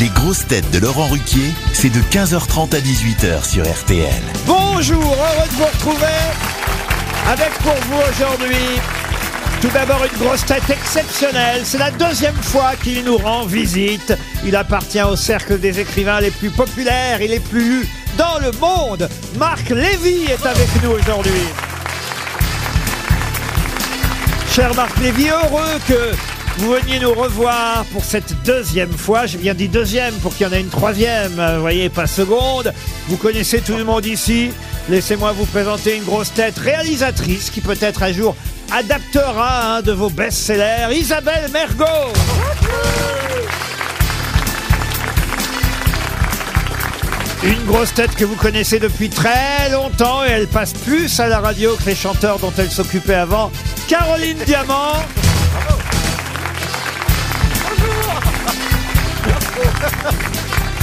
Les grosses têtes de Laurent Ruquier, c'est de 15h30 à 18h sur RTL. Bonjour, heureux de vous retrouver avec pour vous aujourd'hui tout d'abord une grosse tête exceptionnelle. C'est la deuxième fois qu'il nous rend visite. Il appartient au cercle des écrivains les plus populaires et les plus lus dans le monde. Marc Lévy est avec nous aujourd'hui. Cher Marc Lévy, heureux que vous veniez nous revoir pour cette deuxième fois. J'ai bien dit deuxième pour qu'il y en ait une troisième, euh, vous voyez, pas seconde. Vous connaissez tout le monde ici. Laissez-moi vous présenter une grosse tête réalisatrice qui peut-être un jour adaptera un de vos best-sellers, Isabelle Mergot. Une grosse tête que vous connaissez depuis très longtemps et elle passe plus à la radio que les chanteurs dont elle s'occupait avant. Caroline Diamant.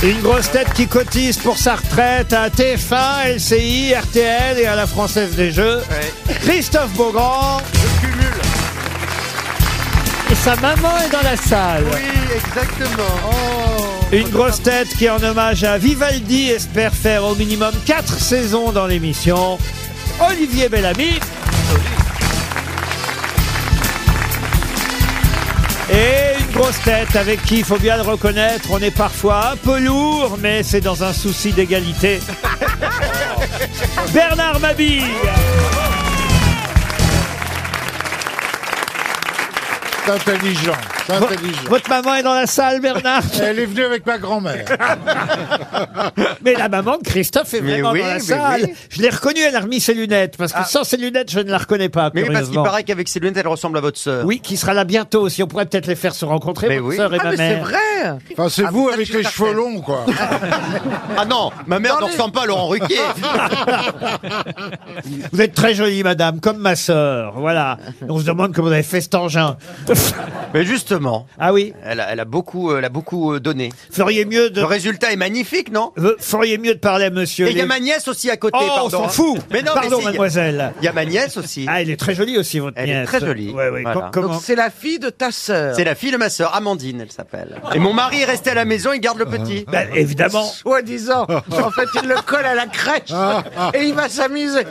Une grosse tête qui cotise pour sa retraite à TF1, LCI, RTL et à la Française des Jeux. Christophe Beaugrand. Et sa maman est dans la salle. Oui, exactement. Oh. Une grosse tête qui, en hommage à Vivaldi, espère faire au minimum 4 saisons dans l'émission. Olivier Bellamy. Et une grosse tête avec qui, il faut bien le reconnaître, on est parfois un peu lourd, mais c'est dans un souci d'égalité. Bernard Mabille. C'est intelligent. C'est intelligent. Votre maman est dans la salle, Bernard. Elle est venue avec ma grand-mère. Mais la maman de Christophe est Mais vraiment oui, dans la mais salle. oui. Je l'ai reconnue, elle a remis ses lunettes. Parce que Ah. sans ses lunettes, je ne la reconnais pas. Mais oui, parce qu'il curieusement. paraît qu'avec ses lunettes, elle ressemble à votre sœur. Oui, qui sera là bientôt aussi. On pourrait peut-être les faire se rencontrer, Mais votre oui. sœur et Ah, ma mais c'est mère. vrai Enfin, c'est Ah, vous mais avec ça, je les suis cheveux longs, quoi. Ah non, ma mère ne ressemble pas à Laurent Ruquier. Vous êtes très jolie, madame, comme ma sœur. Voilà. On se demande comment vous avez fait cet engin. Mais justement, ah oui. elle a, elle a beaucoup, euh, elle a beaucoup euh, donné. Feriez mieux de, Le résultat est magnifique, non euh, feriez mieux de parler à monsieur. Et il y a Lévy. ma nièce aussi à côté. Oh, pardon, on s'en hein. fout. Mais non, Pardon, mais si, mademoiselle. Il y a ma nièce aussi. Ah, elle est très jolie aussi, votre Elle est nièce. très jolie. Ouais, ouais. Voilà. Com- Comment Donc c'est la fille de ta sœur. C'est la fille de ma sœur, Amandine, elle s'appelle. Et mon mari est resté à la maison, il garde le petit. Bah, Évidemment. Ah. Soi-disant. En fait, il le colle à la crèche et il va s'amuser.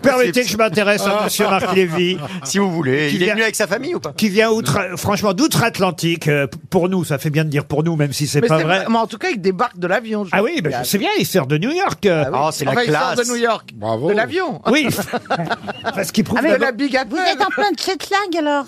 Permettez que je m'intéresse à monsieur Marc Lévy. Si vous voulez. Qui Il est vient- venu avec sa famille ou pas qui vient outre, euh, franchement d'outre-Atlantique euh, p- pour nous. Ça fait bien de dire pour nous, même si c'est Mais, pas c'est vrai. vrai- mais en tout cas, il débarque de l'avion. je Ah oui, crois. ben, c'est bien, il sort de New York. euh, Ah oui. Oh, c'est la Enfin, il sort classe. de New York. Bravo. De l'avion. Ah, oui, parce qu'il prouve. De d'abord- la Big Vous Apple. êtes en plein jet lag alors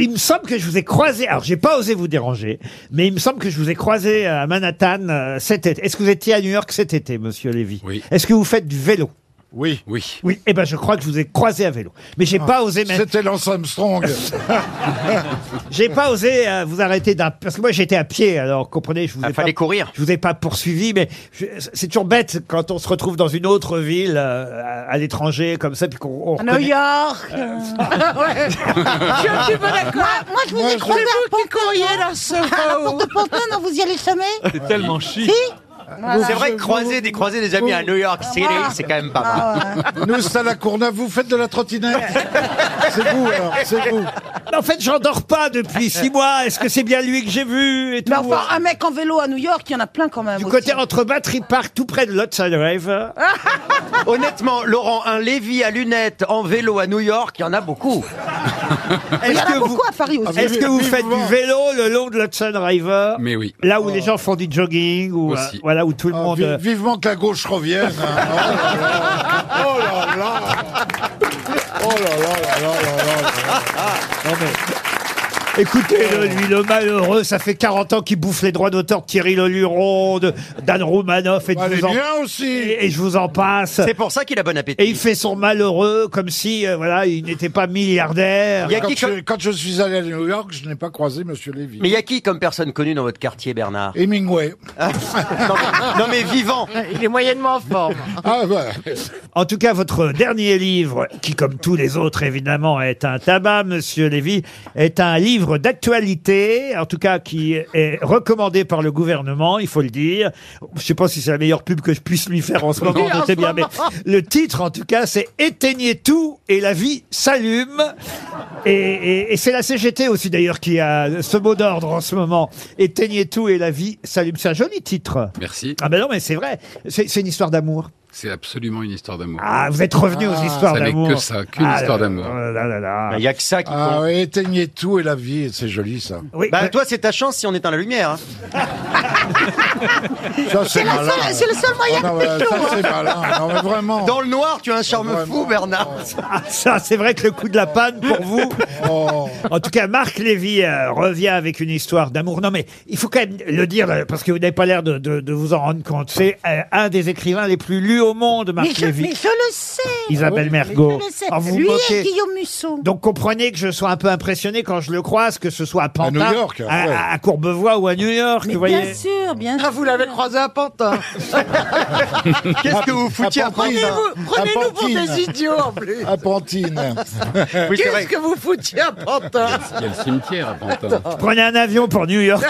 Il me semble que je vous ai croisé. Alors, j'ai pas osé vous déranger, mais il me semble que je vous ai croisé à Manhattan euh, cet été. Est-ce que vous étiez à New York cet été, Monsieur Lévy Oui. Est-ce que vous faites du vélo Oui. Ah. Oui. Oui. Eh ben, je crois que je vous ai croisé à vélo, mais j'ai pas osé mettre. C'était Lance Armstrong. J'ai pas osé euh, vous arrêter d'un parce que moi j'étais à pied alors comprenez je vous ai Il fallait pas... courir. je vous ai pas poursuivi mais je- c'est toujours bête quand on se retrouve dans une autre ville euh, à, à l'étranger comme ça puis qu'on on À New reconnaît- York Ouais. Je suis un petit peu moi, d'accord. moi, je vous Moi, ai je- croisé C'est à vous qui courriez Pontoise, la À la sœur. porte de Pontoise, non, vous y allez jamais C'est tellement chic. Voilà. C'est vrai que croiser des, croiser des amis à New York City, c'est quand même pas mal. Ah ouais. Nous, c'est à la Courneuve. Vous faites de la trottinette C'est vous, alors. C'est vous. en fait j'en dors pas depuis six mois est-ce que c'est bien lui que j'ai vu et tout Mais enfin, un mec en vélo à New York, il y en a plein quand même. du aussi. côté entre Battery Park tout près de l'Hudson River Honnêtement, Laurent, un Lévy à lunettes en vélo à New York, il y en a beaucoup. Il y en est-ce a que vous beaucoup à Paris aussi. est-ce que vous faites du Vivement. vélo le long de l'Hudson River Mais oui. là où les gens font du jogging ou euh, Aussi. voilà où tout le Oh. Ah, monde vi- euh, vivement que la gauche revienne. hein. Oh là là Oh là là là là là là là. Écoutez-le, Oh. lui, le malheureux, ça fait 40 ans qu'il bouffe les droits d'auteur de Thierry Leluron, de Dan Roumanoff, et, de Bah, Elle vous est en... bien aussi. et, et je vous en passe. C'est pour ça qu'il a bon Et il appétit. fait son malheureux comme si, euh, voilà, il n'était pas milliardaire. Il y a Quand qui je, quand je suis allé à New York, je n'ai pas croisé Monsieur Lévy. Mais il y a qui comme personne connue dans votre quartier, Bernard Hemingway. non, mais- non, mais vivant. Il est moyennement en forme. Ah bah. En tout cas, votre dernier livre, qui comme tous les autres évidemment est un tabac, Monsieur Lévy, est un livre livre d'actualité, en tout cas qui est recommandé par le gouvernement, il faut le dire. Je sais pas si c'est la meilleure pub que je puisse lui faire en ce moment, Oui, en je sais ce bien, moment. mais le titre en tout cas c'est Éteignez tout et la vie s'allume. Et, et- et c'est la CGT aussi d'ailleurs qui a ce mot d'ordre en ce moment. Éteignez tout et la vie s'allume. C'est un joli titre. Merci. Ah ben non mais c'est vrai, c'est c'est une histoire d'amour. C'est absolument une histoire d'amour. Ah, vous êtes revenu aux histoires ça n'est d'amour. Ah, que ça, qu'une histoire là, d'amour. là, là, là, là. Il n'y Bah, a que ça qui Ah compte. oui, éteignez tout et la vie, c'est joli ça. Oui, Bah, mais- toi, c'est ta chance si on éteint la lumière. hein. Ça c'est malin. C'est le seul moyen. hein. Ah non, voilà, ça c'est malin. Non mais vraiment. Dans le noir, tu as un charme fou, Vraiment. Bernard. Ah, ça, c'est vrai que le coup de la panne pour vous. Oh. En tout cas, Marc Lévy euh, revient avec une histoire d'amour. Non, mais il faut quand même le dire, euh, parce que vous n'avez pas l'air de, de- de vous en rendre compte. C'est euh, un des écrivains les plus lus au monde, Mais Marc je, Lévy. mais je le sais. Isabelle Mergot. Ah Je le sais. Ah, vous vous Lui moquez. et Guillaume Musso. Donc comprenez que je sois un peu impressionné quand je le croise, que ce soit à Pantin, New York, à, ouais. à- à Courbevoie ou à New York, Mais vous voyez. bien sûr, bien sûr. Ah, vous l'avez croisé à Pantin. Qu'est-ce que vous foutiez à Apportez- Pantin Prenez-nous prenez-nous pour Apantine. des idiots en plus. À Pantine. Oui, c'est Qu'est-ce vrai. que vous foutiez à Pantin Il y a le cimetière à Pantin. Prenez un avion pour New York.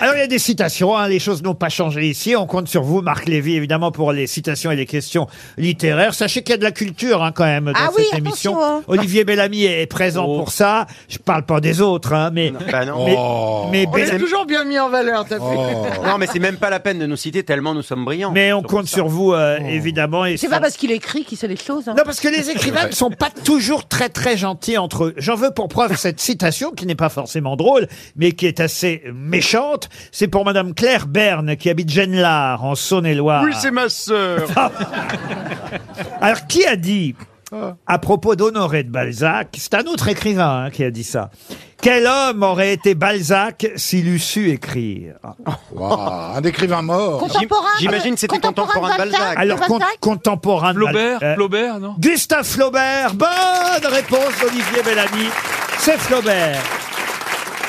Alors, il y a des citations. hein, Les choses n'ont pas changé ici. On compte sur vous, Marc Lévy, évidemment, pour les citations et les questions littéraires. Sachez qu'il y a de la culture, hein, quand même, dans Ah oui, cette attention, émission. hein. Olivier Bellamy est présent pour ça. Je parle pas des autres, hein, mais... Bah, Oh. non. mais- Oh. mais On Bellamy- est toujours bien mis en valeur, t'as vu Oh. Non, mais c'est même pas la peine de nous citer tellement nous sommes brillants. mais on compte sur vous, euh, évidemment. et C'est ça- pas parce qu'il écrit qu'il sait les choses. hein. Non, parce que les écrivains ne sont pas toujours très très gentils entre eux. J'en veux pour preuve cette citation qui n'est pas forcément drôle, mais qui est assez méchante. C'est pour Madame Claire Berne qui habite Genlard en Saône-et-Loire. ma sœur. Ah. Alors qui a dit Ah. à propos d'Honoré de Balzac, c'est un autre écrivain hein, qui a dit ça. Quel homme aurait été Balzac s'il eût su écrire Waouh, Un écrivain mort. Contemporain. de- J'imagine que c'était contemporain de Balzac. Alors con- Balzac. contemporain de Bal- Flaubert, euh, Flaubert, non Gustave Flaubert. Bonne réponse d'Olivier Bellamy. C'est Flaubert.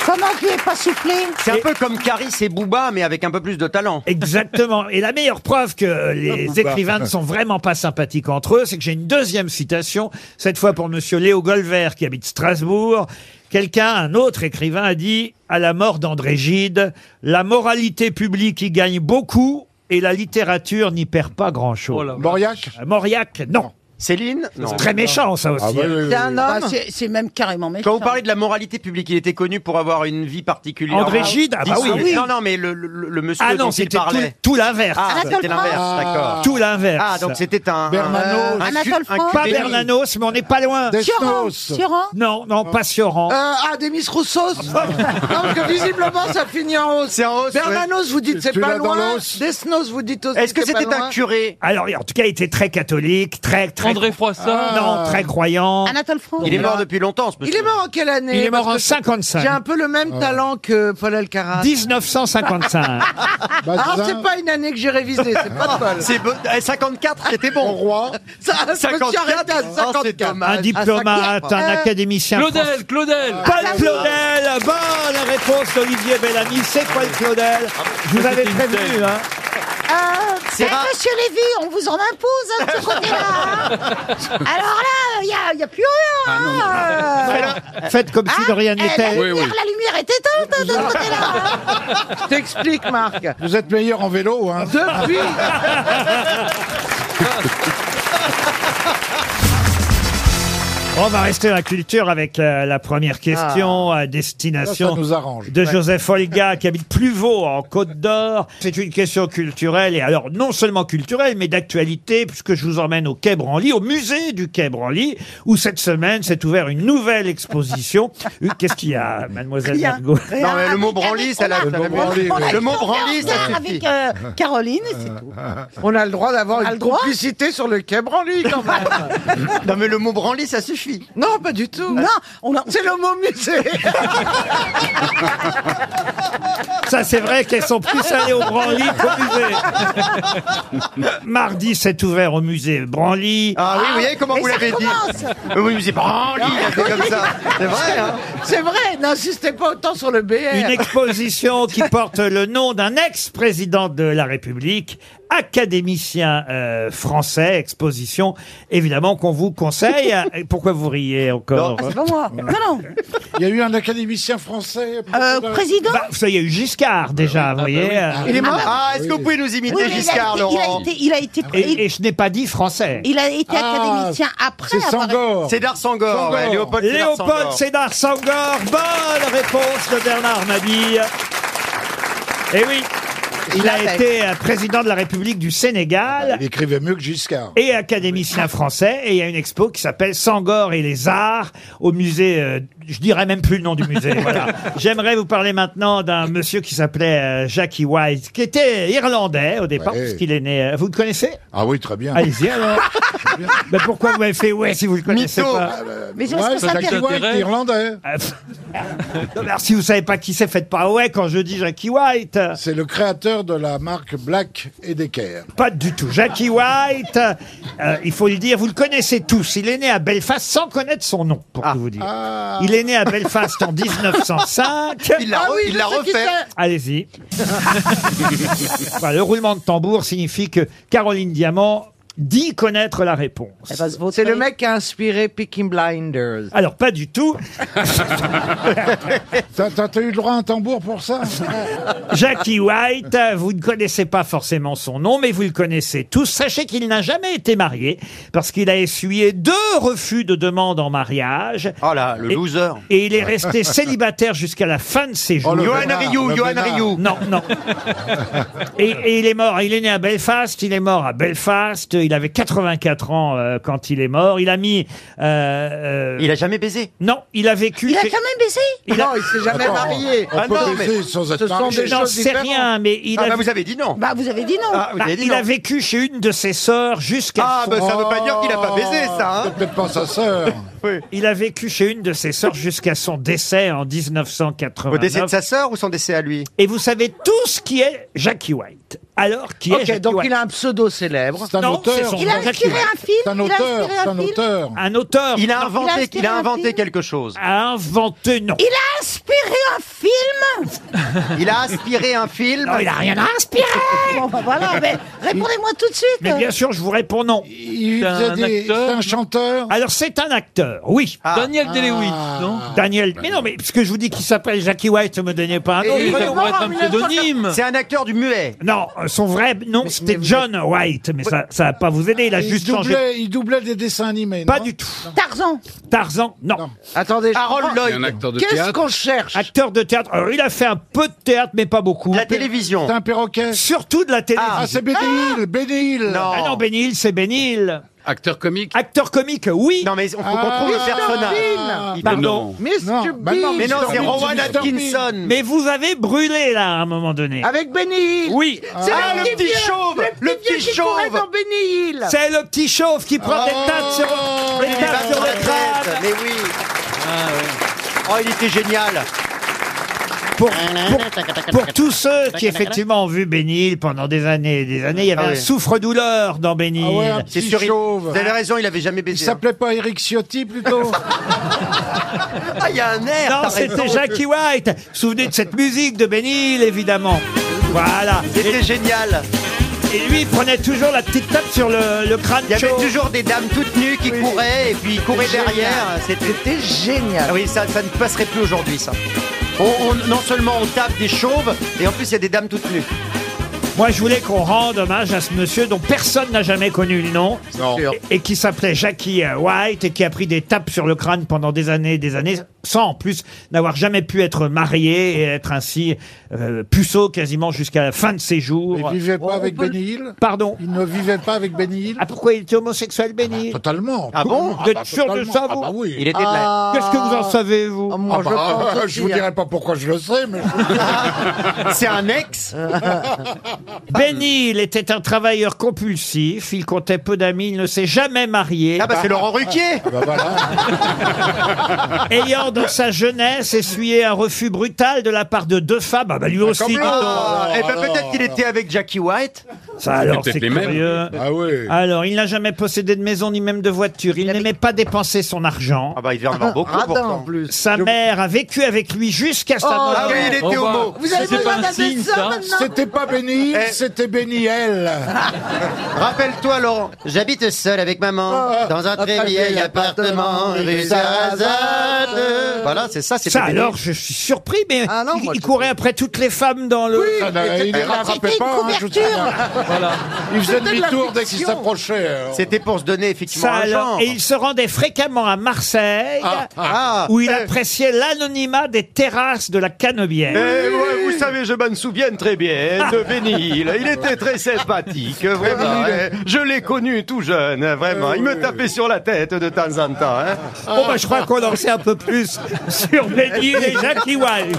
Comment tu es pas soufflé C'est un peu comme Caris et Booba, mais avec un peu plus de talent. Exactement. Et la meilleure preuve que euh, Ah, les écrivains ne sont vraiment pas sympathiques entre eux, c'est que j'ai une deuxième citation, cette fois pour monsieur Léo Golver, qui habite Strasbourg. Quelqu'un, un autre écrivain, a dit, à la mort d'André Gide, la moralité publique y gagne beaucoup et la littérature n'y perd pas grand chose. Oh là. Mauriac Mauriac, non. Céline Non. Très méchant, ça aussi. Ah oui, oui, oui, C'est un oui. homme Bah, c'est- C'est même carrément méchant. Quand vous parlez de la moralité publique, il était connu pour avoir une vie particulière. André Gide Ah bah oui. Non, non, mais le, le- le monsieur Ah dont non, il c'était parlait. tout, tout l'inverse. Ah, Anatole c'était l'inverse, France. d'accord. Tout l'inverse. Ah, donc c'était un. Bernanos. un- un cul- Anatole un France. cul- Pas Bernanos, mais on n'est pas loin. Sioran, Desnos. Sioran. Non, non, pas Sioran. Euh, ah, des Miss Roussos Non, parce que visiblement, ça finit en hausse. C'est en hausse, Bernanos, vous dites c'est Tu pas l'as dans loin. l'os. Desnos, vous dites aussi Est-ce que c'est pas c'était loin. un curé Alors, en tout cas, il était très catholique, très, très. Ah. André Froissart Non, très croyant. Anatole France. Il est mort depuis longtemps, Ah. ce Il monsieur. est mort en quelle année Il est mort en Parce que 55. J'ai un peu le même talent que Paul Alcaraz. 1955. Ah, Bazin. c'est pas une année que j'ai révisée, c'est pas de bol. C'est bon- eh, 54, c'était bon. Roi. Ça, 54, à oh, c'est 54. un dommage. diplomate, un Euh, académicien. français. Claudel, Claudel Ah, Paul Claudel, bonne réponse d'Olivier Bellamy. C'est Paul Claudel. Ah, Je vous avais prévenu, hein. Eh, Monsieur Lévy, on vous en impose hein, de ce côté-là. hein. Alors là, il n'y a, y a plus rien. hein, euh, Ah, Faites comme si de rien eh, la, n'était. Oui, oui. lumière, la lumière est éteinte hein, de ce côté-là. hein. Je t'explique, Marc. Vous êtes meilleur en vélo, hein Depuis, On va rester dans la culture avec euh, la première question à Ça, ça destination. nous arrange. de Joseph Olga qui habite Pluvaux en Côte d'Or. C'est une question culturelle et alors non seulement culturelle mais d'actualité puisque je vous emmène au Quai Branly, au musée du Quai Branly où cette semaine s'est ouvert une nouvelle exposition. Une- Qu'est-ce qu'il y a, mademoiselle Rien. Mergo Non, mais le mot Avec- branlis, avec- ça l'a. on a- ça l'a- mot branlis, oui. Le mot on a branlis, été en ça retard avec suffit. euh, Caroline et c'est tout. on a le droit d'avoir a une le droit complicité sur le quai Branly, quand même. Non, mais le mot branlis, ça suffit. Non, pas du tout. Non, on a- C'est le mot musée. Ça, c'est vrai qu'elles sont plus allées au Branly qu'au musée. Mardi, c'est ouvert au musée Branly. Ah oui, vous voyez comment mais vous ça l'avez dit commence. Oui, mais c'est branlis, c'est comme ça. C'est vrai, hein C'est vrai, n'insistez pas autant sur le BR. Une exposition qui porte le nom d'un ex-président de la République, académicien euh, français, exposition évidemment qu'on vous conseille. Et Pourquoi vous riez encore Ah, c'est pas moi. Non, non. Il y a eu un académicien français. Euh, président Bah, vous savez, il y a eu Giscard déjà, vous voyez. euh, Il est mort Ah, est-ce que vous pouvez nous imiter bah, Oui, mais il, a Giscard, été, il a Laurent été, il a été, il, Et, et je n'ai pas dit français. il a été Ah, académicien après C'est avoir Sangor. Cédar Sangor, ouais, Sangor. Léopold Sédar Léopold Sangor. Sédar Sangor, bonne réponse de Bernard Mabille. Et oui, il a l'avais. été euh, président de la République du Sénégal Ah bah, Il écrivait mieux que Giscard. et académicien français. Et il y a une expo qui s'appelle Sangor et les arts au musée. euh, je dirais même plus le nom du musée. voilà. J'aimerais vous parler maintenant d'un monsieur qui s'appelait euh, Jackie White, qui était irlandais au départ, Ouais. puisqu'il est né. euh, Vous le connaissez Ah oui, très bien. Allez-y alors. Mais pourquoi vous m'avez fait ouais si vous le connaissez Mytho. Ah, bah, pas Mais c'est parce Ouais, que ça Jackie vient- White, irlandais. Non, mais alors, si vous savez pas qui c'est, faites pas ouais quand je dis Jackie White. C'est le créateur de la marque Black et Decker. Pas du tout. Jackie White, euh, il faut le dire, vous le connaissez tous. Il est né à Belfast sans connaître son nom, pour tout vous dire. Ah. Ah. Il est né à Belfast en 1905. Il l'a re- il l'a refait. Allez-y. Enfin, le roulement de tambour signifie que Caroline Diamant dit connaître la réponse. C'est le mec qui a inspiré Picking Blinders. Alors pas du tout. T'as t'as- t'as eu le droit à un tambour pour ça Jackie White, euh, vous ne connaissez pas forcément son nom, mais vous le connaissez tous. Sachez qu'il n'a jamais été marié parce qu'il a essuyé deux refus de demande en mariage. Oh là, le Et- loser. Et il est resté célibataire jusqu'à la fin de ses jours. Oh, le Johan Bernard, Rioux, le Johan Bernard. Rioux. Non, non. Et, et il est mort. Il est né à Belfast. Il est mort à Belfast. Il avait 84 ans euh, quand il est mort. Il a mis. euh, euh, Il a jamais baisé. Non, il a vécu. Il a chez- quand même baissé il a- Non, il s'est jamais marié. On Ah peut non, baiser sans être ce sont marié. des- J'en choses sais différentes. rien, mais il Ah a. bah vous avez dit non. Bah, vous avez dit non. Ah, vous Bah, avez dit il non. a vécu chez une de ses sœurs jusqu'à. Ah bah ça veut pas dire qu'il a pas baisé ça. C'est Hein. peut-être pas sa sœur. Il a vécu chez une de ses sœurs jusqu'à son décès en Au décès de 1989. sa sœur ou son décès à lui Et vous savez tous qui est Jackie White. Alors, qui est Ok, Jackie donc White il a un pseudo célèbre. C'est un Non, c'est auteur. son- Il a Jackie inspiré White. un film. C'est un il a auteur. inspiré C'est un un film. auteur. Un auteur Il a il a inventé, inspiré il a un inventé film. quelque chose. a inventé, non. Il a inspiré un film Il a inspiré un film. Non, il a rien à inspirer. Bon, bah voilà, ben, mais répondez-moi tout de suite. Mais bien sûr, je vous réponds non. Il C'est faisait un des- C'est acteur. un chanteur. Alors, c'est un acteur, oui. Ah. Daniel Day-Lewis, Ah. non Daniel. Mais non, mais puisque je vous dis qu'il s'appelle Jackie White, ne me donnez pas un nom. Et Voyons. Ça pourrait être un pseudonyme. C'est un acteur du muet. Non, euh, son vrai nom, c'était John White, mais ça ça va pas vous aider, il a Ah, Il juste changé. doublait, il doublait des dessins animés. Pas non du tout. Tarzan. Tarzan, non. Non. Attendez, je Harold comprends. Il y a un Lloyd. acteur de Qu'est-ce théâtre. qu'on cherche Acteur de théâtre. Alors, il a fait un peu de théâtre, mais pas beaucoup. De La télévision. C'est un perroquet. Surtout de la télévision. Ah, c'est Benny Hill. Benny Hill. Non. Ah non, Bénil, c'est Bénil. Acteur comique. Acteur comique, oui. Non mais il faut qu'on Ah, trouve le Mr. personnage. Bean. Il- Pardon. Non. Mr. Ah. Non, bah non, Bean. Mais non, Mr. c'est Bean, Rowan Mr. Bean. Atkinson. Mais vous avez brûlé, là, à un moment donné. Avec Benny Hill. Oui. Ah, le petit chauve Le petit Courait chauve dans Benny Hill. C'est le petit chauve qui prend des teintes sur, des Il teintes va sur sur la le crâne. tête. Mais oui. Oh, il était génial. Pour, pour- pour tous ceux qui, effectivement, ont vu Bénil pendant des années et des années, il y avait Ah un oui. souffre-douleur dans Bénil. Ah ouais, un C'est petit sûr. il- chauve. Vous avez raison, il avait jamais Il baisé. hein. s'appelait pas Eric Ciotti plutôt Ah, il y a un air. Non, t'as raison. c'était Jackie White. Souvenez de cette musique de Bénil, évidemment. Voilà. C'était génial. Et lui, il prenait toujours la petite tape sur le, le crâne Il y avait chauve. toujours des dames toutes nues qui couraient et puis ils couraient Génial. derrière. C'était C'était génial. Ah oui, ça, ça ne passerait plus aujourd'hui, ça. On- on- non seulement on tape des chauves, et en plus il y a des dames toutes nues. Moi, je voulais qu'on rende hommage à ce monsieur dont personne n'a jamais connu le nom et, et qui s'appelait Jackie euh, White et qui a pris des tapes sur le crâne pendant des années et des années sans en plus n'avoir jamais pu être marié et être ainsi euh, puceau quasiment jusqu'à la fin de ses jours. Il vivait Oh, on pas avec peut le- Benny Hill Pardon. Il ne vivait pas avec Benny Hill Ah, pourquoi il était homosexuel, Benny Totalement. Ah bon Vous êtes sûr de totalement. ça, Ah vous bah oui. Il était de la- Qu'est-ce que vous en savez, vous Ah, Ah moi, je bah, pense aussi, je vous hein. dirai pas pourquoi je le sais, mais C'est un ex Ah, ben, Benny, il était un travailleur compulsif, il comptait peu d'amis, il ne s'est jamais marié. Ah, ben, Ah bah c'est Laurent Ruquier bah voilà. ayant dans sa jeunesse essuyé un refus brutal de la part de deux femmes, ah bah lui aussi. comme dis l'autre. donc. Ah, alors, Eh ben alors, peut-être qu'il alors. était avec Jackie White. Ça alors, peut-être c'est les mêmes. curieux. Ah oui. Alors, il n'a jamais possédé de maison ni même de voiture. Il n'aimait pas dépenser son argent. Ah bah il devait en avoir beaucoup Radin pourtant. en plus. Oh, Sa mère a vécu avec lui jusqu'à sa mort. Ah oui, il était homo. Vous avez besoin d'un dessin maintenant C'était pas béni, Eh, c'était béni elle. Rappelle-toi, Laurent, j'habite seul avec Ah, maman dans un très vieil appartement rue Sarrazade. Voilà, c'est ça, Ah, c'est Ça pas alors, je suis surpris, mais Ah non, il, moi, il je- courait après toutes les femmes dans le... Ah, non, il les rattrapait une pas, hein, je vous couverture. signale. Il faisait demi-tour dès qu'il s'approchait. euh. C'était pour se donner effectivement Ça un alors. genre. Et il se rendait fréquemment à Marseille, Ah, où il Eh. appréciait l'anonymat des terrasses de la Canebière. Eh ouais, vous savez, je m'en souviens très bien de Bénil. Il était très sympathique, vraiment. hein. Je l'ai connu tout jeune, hein, vraiment. Il me tapait sur la tête de temps en temps. hein. Bon, bah, je crois qu'on en sait un peu plus Eh. sur Benny et Jackie Wild.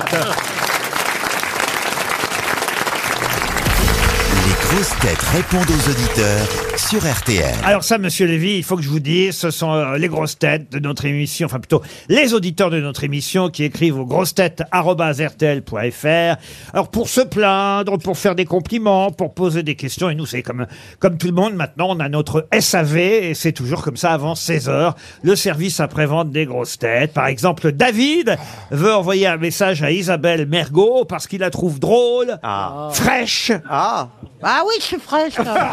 Les grosses têtes répondent aux auditeurs sur RTL. Alors ça, Monsieur Lévy, il faut que je vous dise, ce sont euh, les grosses têtes de notre émission, enfin plutôt les auditeurs de notre émission qui écrivent aux grosses Alors pour se plaindre, pour faire des compliments, pour poser des questions, et nous c'est comme comme tout le monde maintenant, on a notre SAV et c'est toujours comme ça avant 16 heures, le service après-vente des grosses têtes. Par exemple, David veut envoyer un message à Isabelle Mergot parce qu'il la trouve drôle, fraîche. Ah, Ah oui, je suis fraîche. là.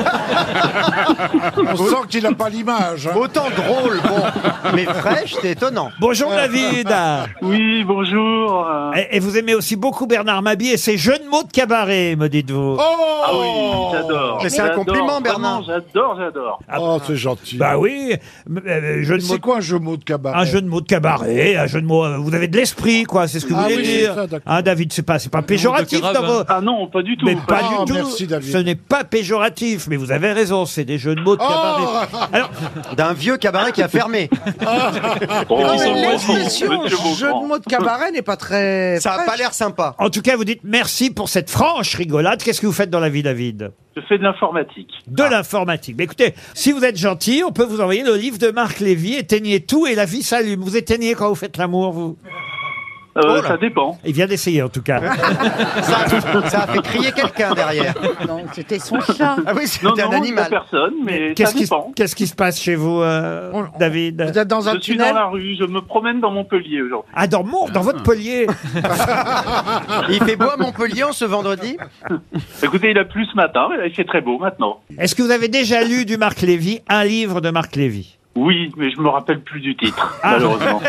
On sent qu'il n'a pas l'image. hein. autant drôle, bon, mais fraîche, c'est étonnant. Bonjour David. Oui, bonjour. euh, Et, et vous aimez aussi beaucoup Bernard Mabie et ses jeux de mots de cabaret, me dites-vous. Oh, Ah oui, j'adore. Mais c'est un J'adore, compliment, Bernard. vraiment, J'adore, j'adore. Oh, c'est Ah, gentil. Bah oui, m- euh, jeux de mots C'est de- quoi un jeu mot de cabaret un jeu de mots de cabaret, un jeu de mots. euh, Vous avez de l'esprit, quoi. C'est ce que vous Ah voulez oui, dire. c'est ça, d'accord. hein, David, c'est pas, c'est pas péjoratif Carave, dans vos. Ah non, pas du tout. Mais pas pas du- Ah, du tout. merci, David. Ce n'est pas péjoratif, mais vous avez raison, c'est des jeux de mots de cabaret. Alors, D'un vieux cabaret qui a fermé. Oh, Ils sont moisis. oh, L'expression monsieur jeu Beaugrand. de mots de cabaret n'est pas très. Ça a fraîche. pas l'air sympa. en tout cas, vous dites merci pour cette franche rigolade. Qu'est-ce que vous faites dans la vie, David Je fais de l'informatique. Ah. De l'informatique. Mais écoutez, si vous êtes gentil, on peut vous envoyer le livre de Marc Lévy, Éteignez tout et la vie s'allume. Vous éteignez quand vous faites l'amour, vous Euh, Oh là. ça dépend. Il vient d'essayer en tout cas. Ça, ça a fait crier quelqu'un derrière. Ah, Non, c'était son chat. Ah oui, c'était Non, un non, pas animal. personne, mais ça Qu'est-ce qui, se- dépend. qu'est-ce qui se passe chez vous, euh, Vous David êtes dans un Je suis tunnel dans la rue, je me promène dans Montpellier aujourd'hui. Ah, dans Mon- dans votre polier. Il fait beau à Montpellier en ce vendredi. Écoutez, il a plu ce matin, mais là, il fait très beau maintenant. Est-ce que vous avez déjà lu du Marc Lévy, un livre de Marc Lévy Oui, mais je me rappelle plus du titre, malheureusement.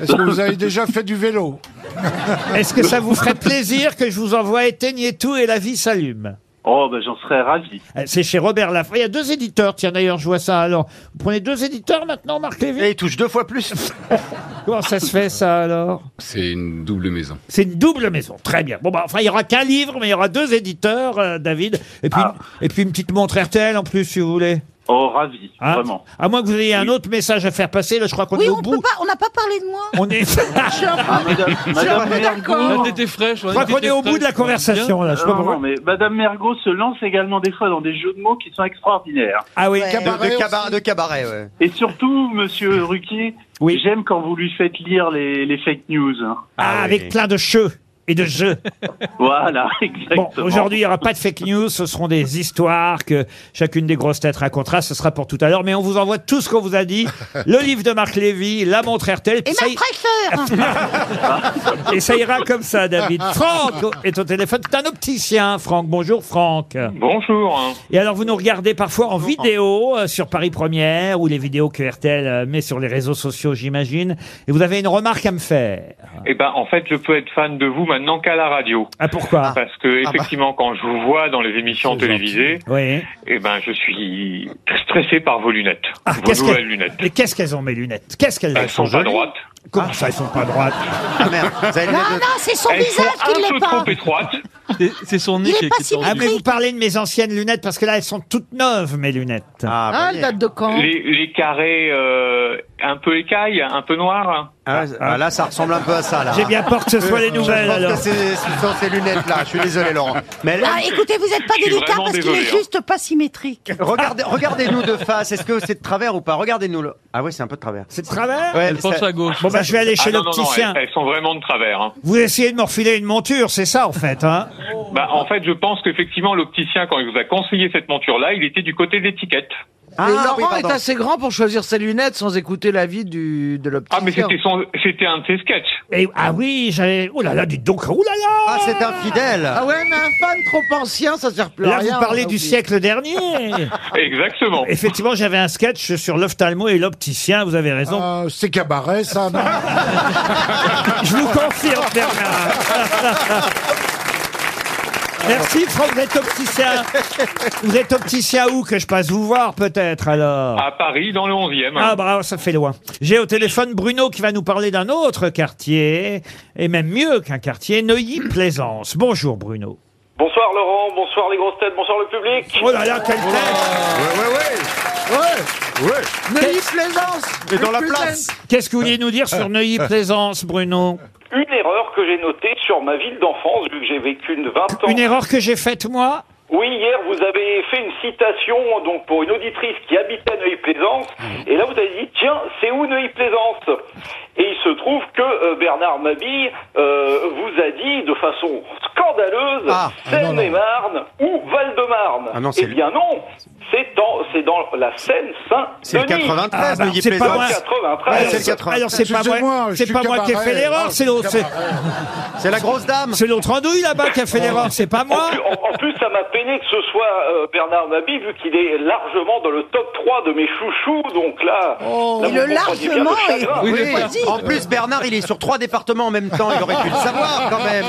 Est-ce que vous avez déjà fait du vélo Est-ce que ça vous ferait plaisir que je vous envoie Éteignez tout et la vie s'allume Oh, ben j'en serais ravi. Euh, C'est chez Robert Laffont. Il y a deux éditeurs, tiens d'ailleurs, je vois ça. Alors, vous prenez deux éditeurs maintenant, Marc Lévy Et il touche deux fois plus. Comment ça se fait ça alors C'est une double maison. C'est une double maison, très bien. Bon, bah, enfin, il n'y aura qu'un livre, mais il y aura deux éditeurs, euh, David. Et puis, Ah. une- et puis une petite montre RTL en plus, si vous voulez. Oh, ravi, Hein vraiment. À moins que vous ayez un Oui. autre message à faire passer, là je crois qu'on Oui, est on au peut bout. pas, on n'a pas parlé de moi. On est, je Ah, madame, madame On Mergo. était fraîche. Je crois qu'on est au bout de la conversation là. Je sais pas Non, pourquoi. non, mais Madame Mergo se lance également des fois dans des jeux de mots qui sont extraordinaires. Ah oui. Ouais. De, de cabaret, de cabaret, ouais. Et surtout, monsieur Ruquier, Oui. j'aime quand vous lui faites lire les, les fake news. hein. Ah, Ah oui. avec plein de cheux et de jeux. Voilà, Bon, exactement. aujourd'hui, il n'y aura pas de fake news, ce seront des histoires que chacune des grosses têtes racontera, ce sera pour tout à l'heure, mais on vous envoie tout ce qu'on vous a dit, le livre de Marc Lévy, la montre RTL, Et puis ça, ma y- fraîcheur et ça ira comme ça, David. Franck est au téléphone, c'est un opticien, Franck. Bonjour, Franck. Bonjour. Et alors, vous nous regardez parfois en vidéo euh, sur Paris Première ou les vidéos que RTL euh, met sur les réseaux sociaux, j'imagine. Et vous avez une remarque à me faire. Eh ben, en fait, je peux être fan de vous maintenant qu'à la radio. Ah, pourquoi Parce que, bah. effectivement, quand je vous vois dans les émissions C'est télévisées, Oui. eh ben, je suis stressé par vos lunettes. Ah, vos qu'est-ce nouvelles qu'elles- lunettes. Mais qu'est-ce qu'elles ont, mes lunettes Qu'est-ce qu'elles Bah, Elles sont à jolies. droite. Comment ça, elles sont pas droites Ah merde, vous avez Non, l'air de- non, c'est son Elles sont visage un qui ne l'est peu pas. trop étroites. C'est son nez Il est qui pas est si Ah, mais tordu. vous parlez de mes anciennes lunettes parce que là, elles sont toutes neuves, mes lunettes. Ah, Ah, bah, elle date de quand Les, les carrés euh, un peu écailles, un peu noirs. Ah, ah, là, ça ressemble un peu à ça. là. J'ai bien peur que ce soit les nouvelles, Je pense que alors. c'est ce sont ces lunettes-là. Je suis désolé, Laurent. Mais Ah, écoutez, vous n'êtes pas Je suis délicat vraiment parce qu'il désolé, est hein. juste pas symétrique. regardez, regardez-nous de face. Est-ce que c'est de travers ou pas Regardez-nous. le- Ah oui, c'est un peu de travers. C'est de travers Ouais, Elle penche ça- à gauche. Bon, bah, je vais aller chez Ah, non, non, non, l'opticien. elles, elles sont vraiment de travers. hein. Vous essayez de me refiler une monture, c'est ça, en fait, hein Bah, en fait, je pense qu'effectivement, l'opticien, quand il vous a conseillé cette monture-là, il était du côté de l'étiquette. Ah, Et oui, Laurent est pardon. assez grand pour choisir ses lunettes sans écouter l'avis du de l'opticien. Ah, mais c'était son, c'était un de ses sketchs. Et- ah oui, j'avais. Oh là là, dites donc. Oh là là Ah, c'est infidèle. Ah ouais, mais un fan trop ancien, ça sert plus à Là, rien. vous parlez on a du oublié. siècle dernier. Exactement. Effectivement, j'avais un sketch sur l'ophtalmo et l'opticien, vous avez raison. Ah, c'est cabaret, ça, non Je vous confirme, Bernard. Merci, Franck, vous êtes opticien. Vous êtes opticien où que je passe vous voir, peut-être, alors À Paris, dans le 11e. Ah bah ça fait loin. J'ai au téléphone Bruno qui va nous parler d'un autre quartier, et même mieux qu'un quartier, Neuilly-Plaisance. Bonjour Bruno. Bonsoir Laurent, bonsoir les grosses têtes, bonsoir le public. Oh là là, quelle tête Neuilly-Plaisance Et dans la Plus place. Qu'est-ce que vous vouliez nous dire sur Neuilly-Plaisance, Bruno Une erreur que j'ai notée sur ma ville d'enfance, vu que j'ai vécu une 20 ans. Une erreur que j'ai faite, moi Oui, hier, vous avez fait une citation donc pour une auditrice qui habitait Neuilly-Plaisance. Mmh. Et là, vous avez dit, tiens, c'est où Neuilly-Plaisance Et il se trouve que euh, Bernard Mabille euh, vous a dit de façon scandaleuse Ah, Seine-et-Marne ou Val-de-Marne. Ah non, c'est- eh bien non, c'est dans, c'est dans la C'est le Seine-Saint-Denis. 93, Ah, bah, Neuilly c'est pas Plaisance. moi. 93. Ouais, c'est le 80. Alors c'est pas moi, Excusez-moi, je c'est suis pas moi qui ai fait cabaret. l'erreur, c'est l'autre, c'est- C'est la grosse dame. c'est l'autre andouille là-bas Ah bah, qui a fait l'erreur, c'est pas En moi. plus, en- en plus, ça m'a peiné que ce soit euh, Bernard Mabille, vu qu'il est largement dans le top 3 de mes chouchous, donc là... là, Il vous le comprenez bien le largement est- chagrin. Oui, Oui, mais- en plus Bernard, il est sur trois départements en même temps, il aurait pu le savoir quand même.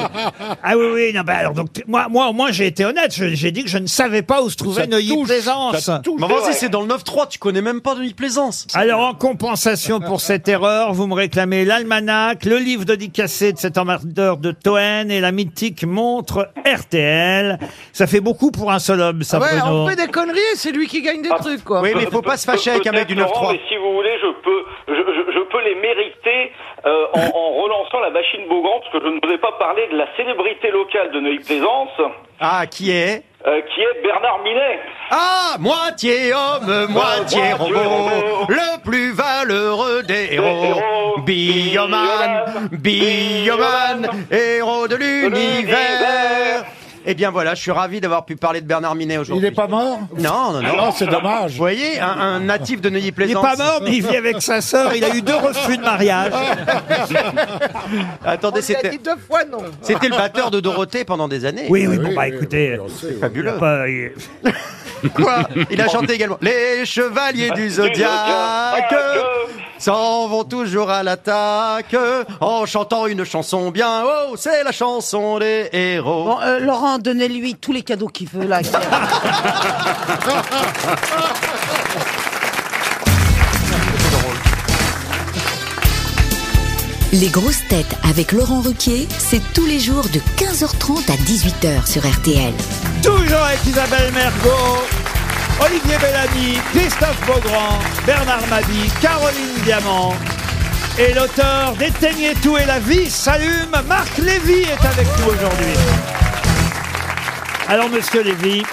Ah oui, oui, non, bah alors donc, moi, moi, au moins j'ai été honnête, Je- j'ai dit que je ne savais pas où se trouvait Neuilly-Plaisance. Mais vas-y, c'est dans le 9-3, tu connais même pas Denis Plaisance. Alors, en compensation pour cette erreur, vous me réclamez l'almanach, le livre dédicacé de cet emmerdeur de Toen et la mythique montre RTL. Ça fait beaucoup pour un seul homme, Ah ça, Ah Ouais, Bruno. on fait des conneries et c'est lui qui gagne des trucs, quoi. Oui, mais faut pas se fâcher avec un mec du Peut-être, Laurent, 9-3. Mais si vous voulez, je peux, je, je- je peux les mériter euh, en, en relançant la machine Beaugrand, parce que je ne vous ai pas parlé de la célébrité locale de Neuilly-Plaisance, Ah, qui est euh, qui est Bernard Minet. Ah, moitié homme, moitié moitié robot, robot. le plus valeureux des héros. héros. Bioman, bioman, Bioman, héros de l'univers. l'univers. Eh bien voilà, je suis ravi d'avoir pu parler de Bernard Minet Il n'est aujourd'hui. pas mort Non, non, non. Non, c'est dommage. Vous voyez, un, un natif de Il n'est Neuilly-Plaisance. pas mort, Ah, bah, mais il vit avec sa sœur. Il a eu deux refus de mariage. On Attendez, lui a dit c'était, deux fois non. c'était le batteur de Dorothée pendant des années. Oui, oui, bon, bah, écoutez. C'est fabuleux. pas- il- Quoi Il a chanté également Les chevaliers du Zodiaque. zodiaque s'en vont toujours à l'attaque en chantant une chanson bien. Oh, c'est la chanson des héros. Bon, euh, Laurent, donnez-lui tous les cadeaux qu'il veut, là. Les grosses têtes avec Laurent Ruquier, c'est tous les jours de 15h30 à 18h sur RTL. Toujours avec Isabelle Mergot, Olivier Bellamy, Christophe Beaugrand, Bernard Mabie, Caroline Diamant. Et l'auteur d'Éteignez tout et la vie s'allume, Marc Lévy est avec nous aujourd'hui. Alors, monsieur Lévy,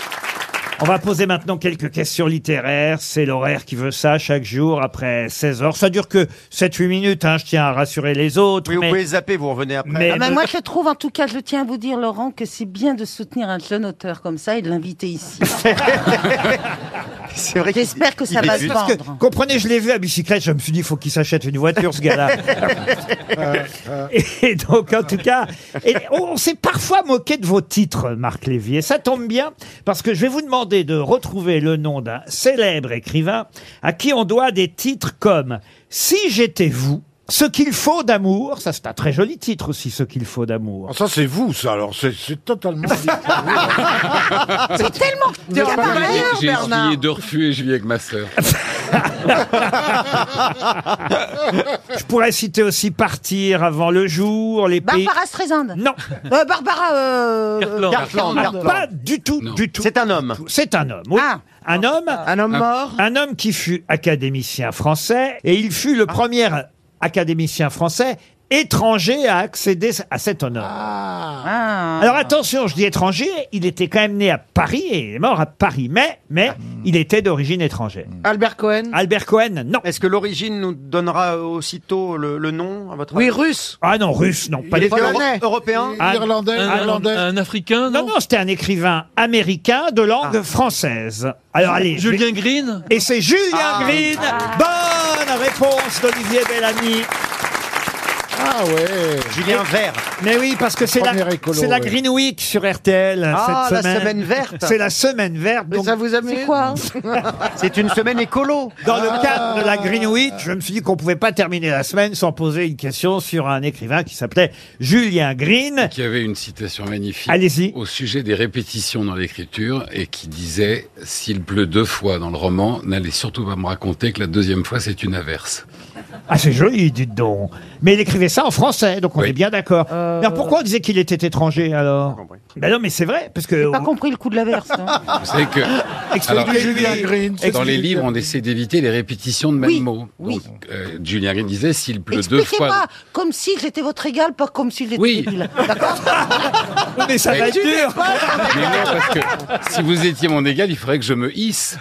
on va poser maintenant quelques questions littéraires. C'est l'horaire qui veut ça chaque jour après 16 heures. Ça dure que 7-8 minutes, hein, je tiens à rassurer les autres. Oui, vous mais- pouvez zapper, vous revenez après. mais- Ah ben, moi, je trouve, en tout cas, je tiens à vous dire, Laurent, que c'est bien de soutenir un jeune auteur comme ça et de l'inviter ici. C'est vrai qu'il- J'espère que ça il va se débute. Parce que, vendre. comprenez, je l'ai vu à bicyclette, je me suis dit, il faut qu'il s'achète une voiture, ce gars-là. Euh, et donc, en tout cas, et on, on s'est parfois moqué de vos titres, Marc Lévy. Et ça tombe bien, parce que je vais vous demander de retrouver le nom d'un célèbre écrivain à qui on doit des titres comme « Si j'étais vous »,« Ce qu'il faut d'amour », ça c'est un très joli titre aussi, « Ce qu'il faut d'amour Ah, ça, c'est vous, ça, alors. C'est- C'est totalement... C'est tellement J'ai- Bernard, J'ai Bernard. essayé de refus et je vis avec ma sœur. ». Je pourrais citer aussi « Partir avant le jour »,« Les pays Barbara ». Streisand. Non, Euh, Barbara. euh, Cartland. Cartland, Cartland. pas du tout, Non. du tout. C'est un homme. C'est un homme. oui. Ah. Un homme, Un homme mort un homme qui fut académicien français et il fut le premier académicien français étranger à accéder à cet honneur. Ah. Alors attention, je dis étranger, il était quand même né à Paris et il est mort à Paris, mais, mais il était d'origine étrangère. Albert Cohen Albert Cohen, non. Est-ce que l'origine nous donnera aussitôt le, le nom, à votre Oui, avis russe. Ah non, russe, non, pas Il du était tout. euro- européen Ah, Irlandais, ah, non, Irlandais. Africain Ah. Non, non, c'était un écrivain américain de langue française. Alors allez. je vais- Julien Green Ah. Et c'est Julien Green. Bonne réponse d'Olivier Bellamy. Ah ouais. Julien Vert. Mais oui, parce que c'est la, Premier écolo, c'est la ouais. Green Week sur RTL Ah, cette la semaine. semaine verte. C'est la semaine verte. Donc, hein Ça vous amuse C'est quoi hein C'est une semaine écolo. Ah. dans le cadre de la Green Week, je me suis dit qu'on pouvait pas terminer la semaine sans poser une question sur un écrivain qui s'appelait Julien Green. Qui avait une citation magnifique. Allez-y. Au sujet des répétitions dans l'écriture et qui disait S'il pleut deux fois dans le roman, n'allez surtout pas me raconter que la deuxième fois c'est une averse. Ah, c'est joli, dites donc. Mais il écrivait ça en français, donc on Oui. est bien d'accord. Euh, Alors pourquoi on disait qu'il était étranger alors Ben non, mais c'est vrai, parce que. Pas compris le coup de la verse. hein. Vous savez que. Expliquez, Alors, Ah. Julien Green. Dans les Expliquez. livres, on essaie d'éviter les répétitions de mêmes Oui, mots. oui. Donc, euh, Julien Green disait s'il pleut deux fois. Expliquez-moi, comme si j'étais votre égal, pas comme si j'étais Oui. débile. D'accord Mais ça va être dur. Mais non, parce que si vous étiez mon égal, il faudrait que je me hisse.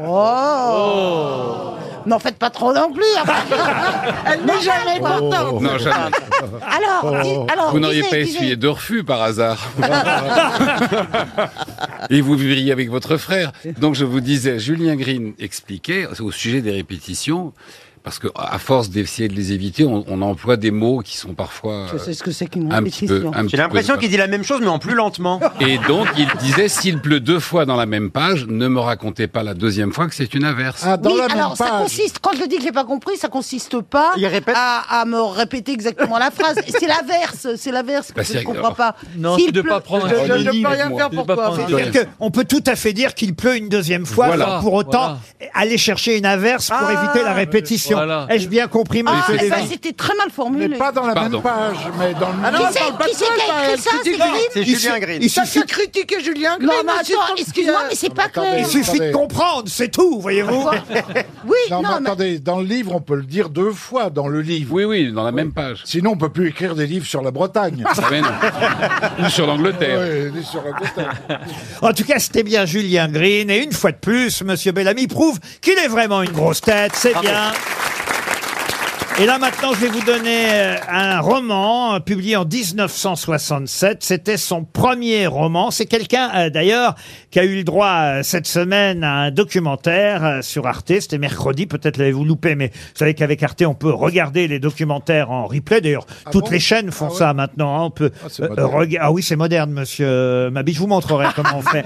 Oh. N'en faites pas trop non plus. Elle n'est jamais contente. Oh. Non, jamais. Ah. Oh. Alors, Oh. dis- alors, Vous n'auriez disais, pas disais- essuyé deux refus par hasard. Et vous vivriez avec votre frère. Donc je vous disais, Julien Green expliquait au sujet des répétitions, parce que à force d'essayer de les éviter, on, on emploie des mots qui sont parfois Je sais euh, ce que c'est qu'une un petit peu. répétition. Ah un petit J'ai peu- l'impression qu'il dit la même chose, mais en plus lentement. euh, Et donc il disait, s'il pleut deux fois dans la même page, ne me racontez pas la deuxième fois que c'est une averse. Ah, dans oui, la même alors ça page. consiste, quand je dis que je l'ai pas compris, ça consiste pas Il répète. à, à me répéter exactement la phrase. C'est l'inverse, c'est l'inverse que Bah, je c'est- ne comprends pas. Non, S'il c'est de pleut- pas prendre un Je- je- je homonyme peux avec rien moi. faire C'est pour pas toi. prendre un C'est-à-dire homonyme. que on peut tout à fait dire qu'il pleut une deuxième fois, Voilà. sans pour autant aller chercher une averse Ah. pour éviter la répétition. Voilà. Ai-je bien compris, Ah, monsieur ça, Lévy c'était très mal formulé. Mais pas dans la Pardon. même page, mais Ah dans Ah le Qui c'est qui c'est qui hein, a écrit ça C'est Green C'est Il Julien su- Green. Il Ça suffit, fait critiquer Julien Green. Non, mais aussi, attends, tant excuse-moi, qu'il mais y c'est pas attendez, clair. il suffit de Attendez. comprendre, c'est tout, voyez-vous. Oui, Non, mais non, mais- attendez, dans le livre, on peut le dire deux fois, dans le livre. Oui, oui, dans la même page. Sinon, on peut plus écrire des livres sur la Bretagne. Ah, mais non. Ou sur l'Angleterre. Ouais, des sur la Bretagne. En tout cas, c'était bien Julien Green. Et une fois de plus, Monsieur Bellamy prouve qu'il est vraiment une grosse tête. C'est bien. Et là maintenant, je vais vous donner euh, un roman euh, publié en 1967. C'était son premier roman. C'est quelqu'un euh, d'ailleurs qui a eu le droit euh, cette semaine à un documentaire euh, sur Arte. C'était mercredi, peut-être l'avez-vous loupé, mais vous savez qu'avec Arte, on peut regarder les documentaires en replay. D'ailleurs, toutes bon les chaînes font Ah ouais ça maintenant. hein. On peut Ah, c'est euh, moderne. rega- ah oui, c'est moderne, monsieur Mabi. Je vous montrerai comment on fait.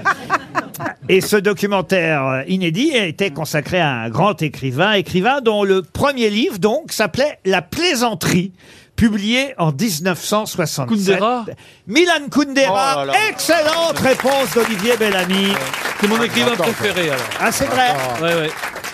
Et ce documentaire euh, inédit était consacré à un grand écrivain, écrivain dont le premier livre, donc, s'appelait La plaisanterie, publié en 1967. Kundera Milan Kundera. Oh là là. Excellente réponse d'Olivier Bellamy. C'est mon écrivain préféré, alors. Ah, c'est vrai. Ouais, ouais.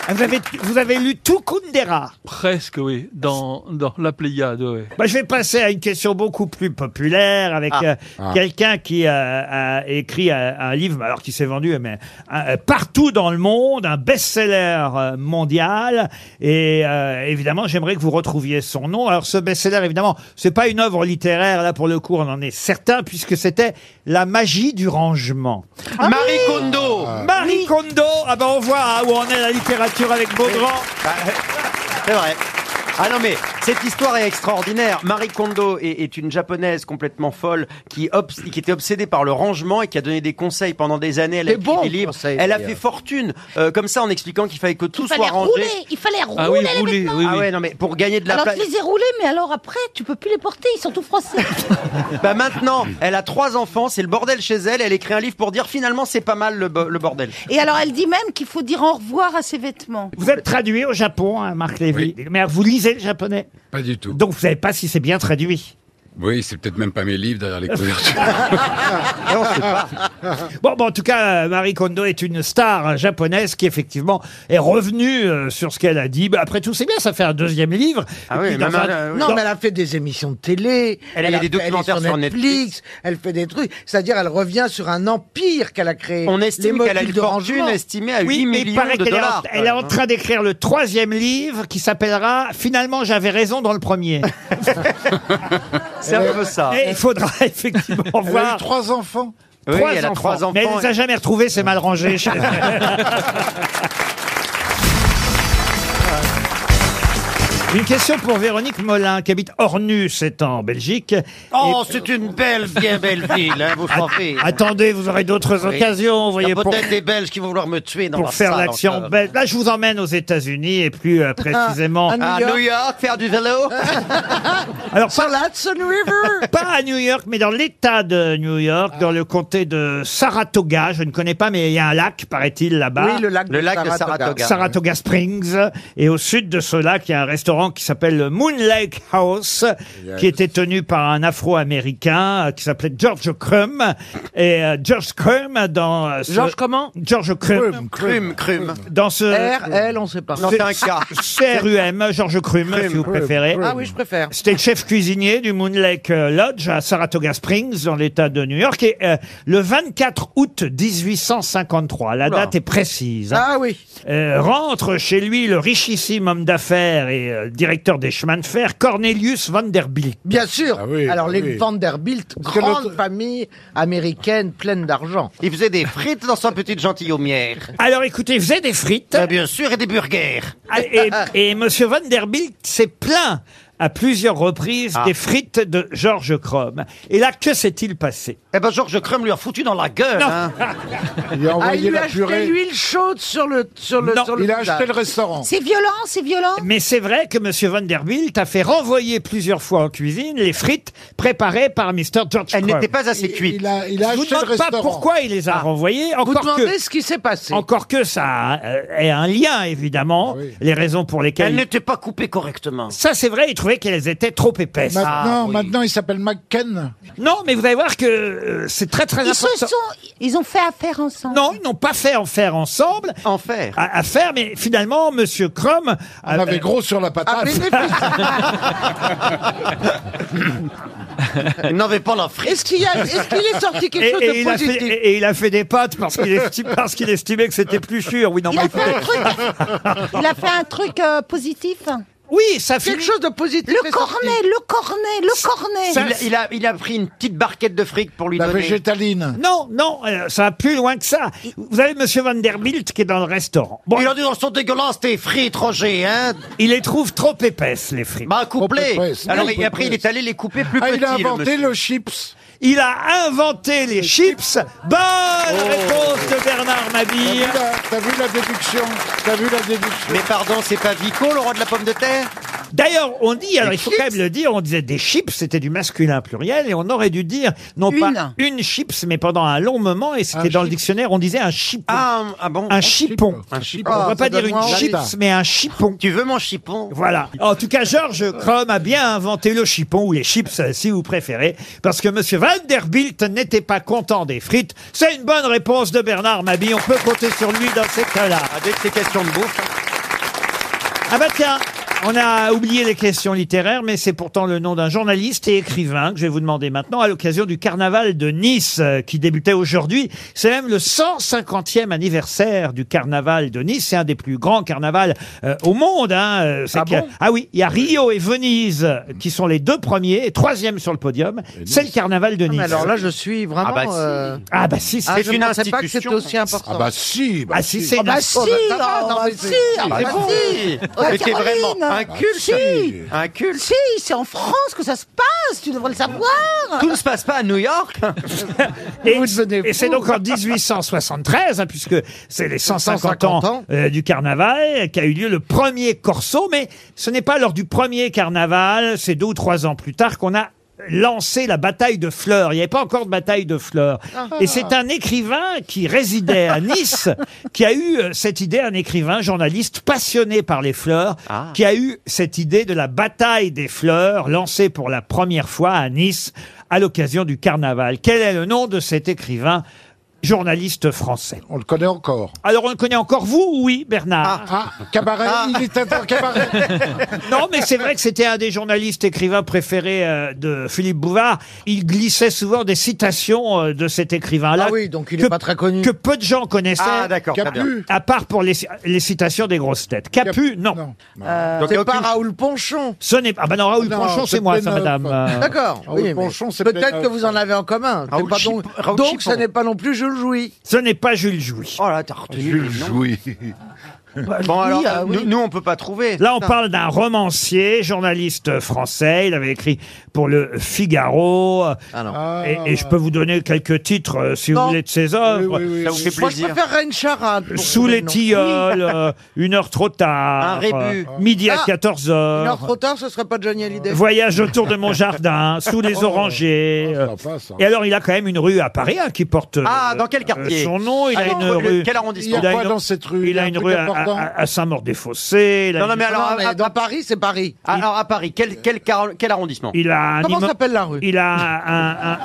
Vous avez, vous avez lu tout Kundera. Presque, oui. Dans, dans la Pléiade, ouais. Bah, je vais passer à une question beaucoup plus populaire avec Ah. euh, quelqu'un qui euh, a écrit euh, un livre, alors qui s'est vendu mais, euh, partout dans le monde, un best-seller euh, mondial. Et euh, évidemment, j'aimerais que vous retrouviez son nom. Alors ce best-seller, évidemment, c'est pas une œuvre littéraire. Là, pour le coup, on en est certain puisque c'était La magie du rangement. Marie Kondo. Marie Kondo. Ah ben on voit hein, où en est la littérature avec Beaugrand. Bah, C'est vrai. Ah non mais cette histoire est extraordinaire. Marie Kondo est, est une japonaise complètement folle qui, obs- qui était obsédée par le rangement et qui a donné des conseils pendant des années. Elle a Des écrit bons des livres. conseils, Elle a d'ailleurs. fait fortune euh, comme ça en expliquant qu'il fallait que tout il soit fallait rangé. rouler, il fallait rouler Ah oui, les rouler, vêtements. oui, Ah oui. ouais non mais pour gagner de la alors place. tu les ai roulés, mais alors après, tu peux plus les porter, ils sont tout froissés. Bah maintenant, elle a trois enfants, c'est le bordel chez elle. Elle écrit un livre pour dire finalement c'est pas mal le, bo- le bordel. Et alors elle dit même qu'il faut dire au revoir à ses vêtements. Vous êtes traduit au Japon, hein, Marc Lévy. Mais vous lisez le japonais. Pas du tout. Donc vous savez pas si c'est bien traduit. Oui, c'est peut-être même pas mes livres derrière les couvertures. Non, c'est pas. Bon, bon, en tout cas, euh, Marie Kondo est une star hein, japonaise qui, effectivement, est revenue euh, sur ce qu'elle a dit. Bah, après tout, c'est bien, ça fait un deuxième livre. Et puis, dans un- Non, dans- Ah mais elle a fait des émissions de télé. Elle a fait des est documentaires sur Netflix. Elle fait des trucs. C'est-à-dire, elle revient sur un empire qu'elle a créé. On estime Les qu'elle a modules une de fortune rangement. estimée à oui, mais il paraît qu'elle est en- Elle hein. est en train d'écrire le troisième livre qui s'appellera Finalement, j'avais raison dans le premier. C'est un peu ça. Et il faudra effectivement Elle a eu voir. trois enfants. Oui, elle a trois enfants. Mais elle les a jamais retrouvés, c'est mal rangé. Une question pour Véronique Molin, qui habite Ornu, c'est en Belgique. Oh, Et- c'est une belle, bien belle ville, hein, vous Att- savez. Attendez, vous aurez d'autres Oui. occasions, vous Il voyez, y a pour, peut-être des Belges qui vont vouloir me tuer dans pour leur faire salle l'action encore. Ah, belge. Là, je vous emmène aux États-Unis et plus euh, précisément. À Ah, New York, faire du vélo. Alors, pas, pas à New York, mais dans l'État de New York, Ah. dans le comté de Saratoga. Je ne connais pas, mais il y a un lac, paraît-il, là-bas. Oui, le lac de Le lac de Saratoga. Saratoga. Saratoga Springs. Et au sud de ce lac, il y a un restaurant qui s'appelle le Moon Lake House, qui était tenu par un Afro-Américain euh, qui s'appelait George Crum. Et euh, George Crum, dans euh, ce- George comment George Crum. Crum, crum. Dans ce R, L, on sait pas. Non, c'est un K. CRUM, Georges Crum, si vous Crum, préférez. Crum. Ah oui, je préfère. C'était le chef cuisinier du Moon Lake euh, Lodge à Saratoga Springs, dans l'État de New York. Et euh, le 24 août 1853, la Oula. date est précise. hein. Ah oui. Euh, rentre chez lui le richissime homme d'affaires et euh, directeur des chemins de fer, Cornelius Vanderbilt. Bien sûr. Alors les oui. Vanderbilt, que grande l'autre- famille américaine pleine d'argent. Il faisait des frites dans sa petite gentilhommière. Alors écoutez, il faisait des frites. bien sûr, et des burgers. Ah, Et, et Monsieur Vanderbilt s'est plaint à plusieurs reprises Ah. des frites de Georges Crum. Et là, que s'est-il passé Eh ben, Georges Crum lui a foutu dans la gueule. hein. Il a ah, il lui a acheté l'huile chaude sur le sur le. Non. sur le Il a acheté visage. le restaurant. C'est violent, c'est violent. Mais c'est vrai que Monsieur Vanderbilt a fait renvoyer plusieurs fois en cuisine les frites préparées par Mr. George Crum. Elles n'étaient pas assez cuites. Il a, il a Je vous acheté le demande pas restaurant. pourquoi il les Ah. a renvoyées. Vous Encore demandez que, ce qui s'est passé. encore que ça euh, ait un lien, évidemment, les raisons pour lesquelles... Elle n'était pas coupée correctement. Ça, c'est vrai, il trouvait qu'elles étaient trop épaisses. Maintenant, maintenant, il s'appelle McKen. Non, mais vous allez voir que euh, c'est très très Ils se important. sont, ils ont fait affaire ensemble. Non, ils n'ont pas fait en faire ensemble. En faire. À, à faire, mais finalement, Monsieur Crum. euh, Ah, On avait gros sur la patate. Il n'avait pas la frite. Est-ce qu'il y a- est-ce qu'il est, sorti quelque et, chose et de il a fait- positif et, et il a fait des pâtes parce qu'il esti- parce qu'il estimait que c'était plus sûr. Oui, non, Il mais a fait un écoutez. truc, il a fait un truc euh, positif. Oui, ça fait quelque chose de positif. Le cornet, le cornet, le cornet. il, a, il a pris une petite barquette de fric pour lui La végétaline. Non, non, euh, ça va plus loin que ça. Vous avez Monsieur Vanderbilt qui est dans le restaurant. Bon, Il a dit, oh, sont dégueulasses tes frites, Roger, hein il les trouve trop épaisses les frites. Bah, couplé Alors, il- après, il est allé les couper plus Ah, petit, il a le inventé monsieur. le chips. Il a inventé les chips. Bonne réponse de Bernard Mabille. T'as vu la déduction T'as vu la déduction Mais pardon, c'est pas Vico, le roi de la pomme de terre D'ailleurs, on dit, alors il faut quand même le dire, on disait des chips, c'était du masculin pluriel, et on aurait dû dire, non pas une chips, mais pendant un long moment, et c'était dans le dictionnaire, on disait un chipon. Ah, bon Un chipon. Un chipon. on Ah, va ça pas dire donne une moins envie. chips, mais un chipon. Tu veux mon chipon Voilà. En tout cas, Georges Crum a bien inventé le chipon ou les chips, euh, si vous préférez, parce que Monsieur Vanderbilt n'était pas content des frites. C'est une bonne réponse de Bernard Mabie. On peut compter sur lui dans ces cas-là. Dès que c'est question de bouffe. Ah bah tiens, on a oublié les questions littéraires, mais c'est pourtant le nom d'un journaliste et écrivain que je vais vous demander maintenant à l'occasion du carnaval de Nice euh, qui débutait aujourd'hui. C'est même le 150e anniversaire du carnaval de Nice. C'est un des plus grands carnavals euh, au monde. hein. Euh, c'est Ah qu'il y a- bon ah oui, il y a Rio et Venise euh, qui sont les deux premiers et troisième sur le podium. C'est le carnaval de Nice. Ah, mais alors là, je suis vraiment, Ah bah si. euh, Ah bah si, Ah, je pensais pas que c'était aussi important. Ah bah si. Ah si, c'est Ah bah une- si, ah bah non, mais c'est- ah bah c'est bon. si. Ah, Oh, mais t'es Caroline. vraiment un culte. Si. Un culte. Si, c'est en France que ça se passe, tu devrais le savoir. Tout ne se passe pas à New York. Et, et c'est donc en 1873, hein, puisque c'est les 150 ans, 150 ans. euh, du carnaval, qu'a eu lieu le premier corso, mais ce n'est pas lors du premier carnaval, c'est deux ou trois ans plus tard qu'on a lancer la bataille de Fleurs. Il n'y avait pas encore de bataille de Fleurs. Ah. Et c'est un écrivain qui résidait à Nice qui a eu euh, cette idée, un écrivain journaliste passionné par les fleurs, Ah. qui a eu cette idée de la bataille des fleurs lancée pour la première fois à Nice à l'occasion du carnaval. Quel est le nom de cet écrivain journaliste français On le connaît encore. Ah, Alors on le connaît encore, vous oui, Bernard Cabaret, Ah. il était dans le cabaret. non, mais c'est vrai que c'était un des journalistes écrivains préférés euh, de Philippe Bouvard. Il glissait souvent des citations euh, de cet écrivain-là. Ah oui, donc il que- est pas très connu. Que peu de gens connaissaient. Ah, d'accord, très Capu. bien. À part pour les, les citations des grosses têtes. Capu, non. Bah. Euh, Donc, il y a c'est pas aucune- Raoul Ponchon. Ce n'est pas. Ah bah non, Raoul Ponchon, c'est moi, ça, madame. euh. D'accord. Ah oui, mais Peut-être que vous en avez en commun. C'est Raoul pas Chip- donc, Raoul donc Chipon. ce n'est pas non plus Jules Jouy. Ce n'est pas Jules Jouy. Oh là, t'as retenu. Jules Jouy. Bon, alors, ah oui. nous, nous, on peut pas trouver. Là, on Ça. parle d'un romancier, journaliste français. Il avait écrit pour le Figaro. Et, et je peux vous donner quelques titres, euh, si vous Ah Non. voulez, de ses œuvres. Moi, je préférerais une charade. pour Sous trouver les le nom. tilleuls, euh, une heure trop Un tard, rébut. euh, midi à Ah, 14 Une heure heures, trop tard, ce serait pas Johnny Hallyday. voyage autour de mon jardin, sous les Oh. orangers. euh, Et alors, il a quand même une rue à Paris hein, qui porte euh, Ah, dans quel euh, quartier son nom. Il Ah, a dans une le- rue. quel il arrondissement a Il y a quoi une- dans cette rue Il a Il y a une un rue truc à, à- important à Saint-Maur-des-Fossés. il a Non, non, une- mais alors, ah, à- dans Paris, c'est Paris. Alors, à Paris, quel, quel, car- quel arrondissement Il a un Comment immo- s'appelle la rue Il a un, un-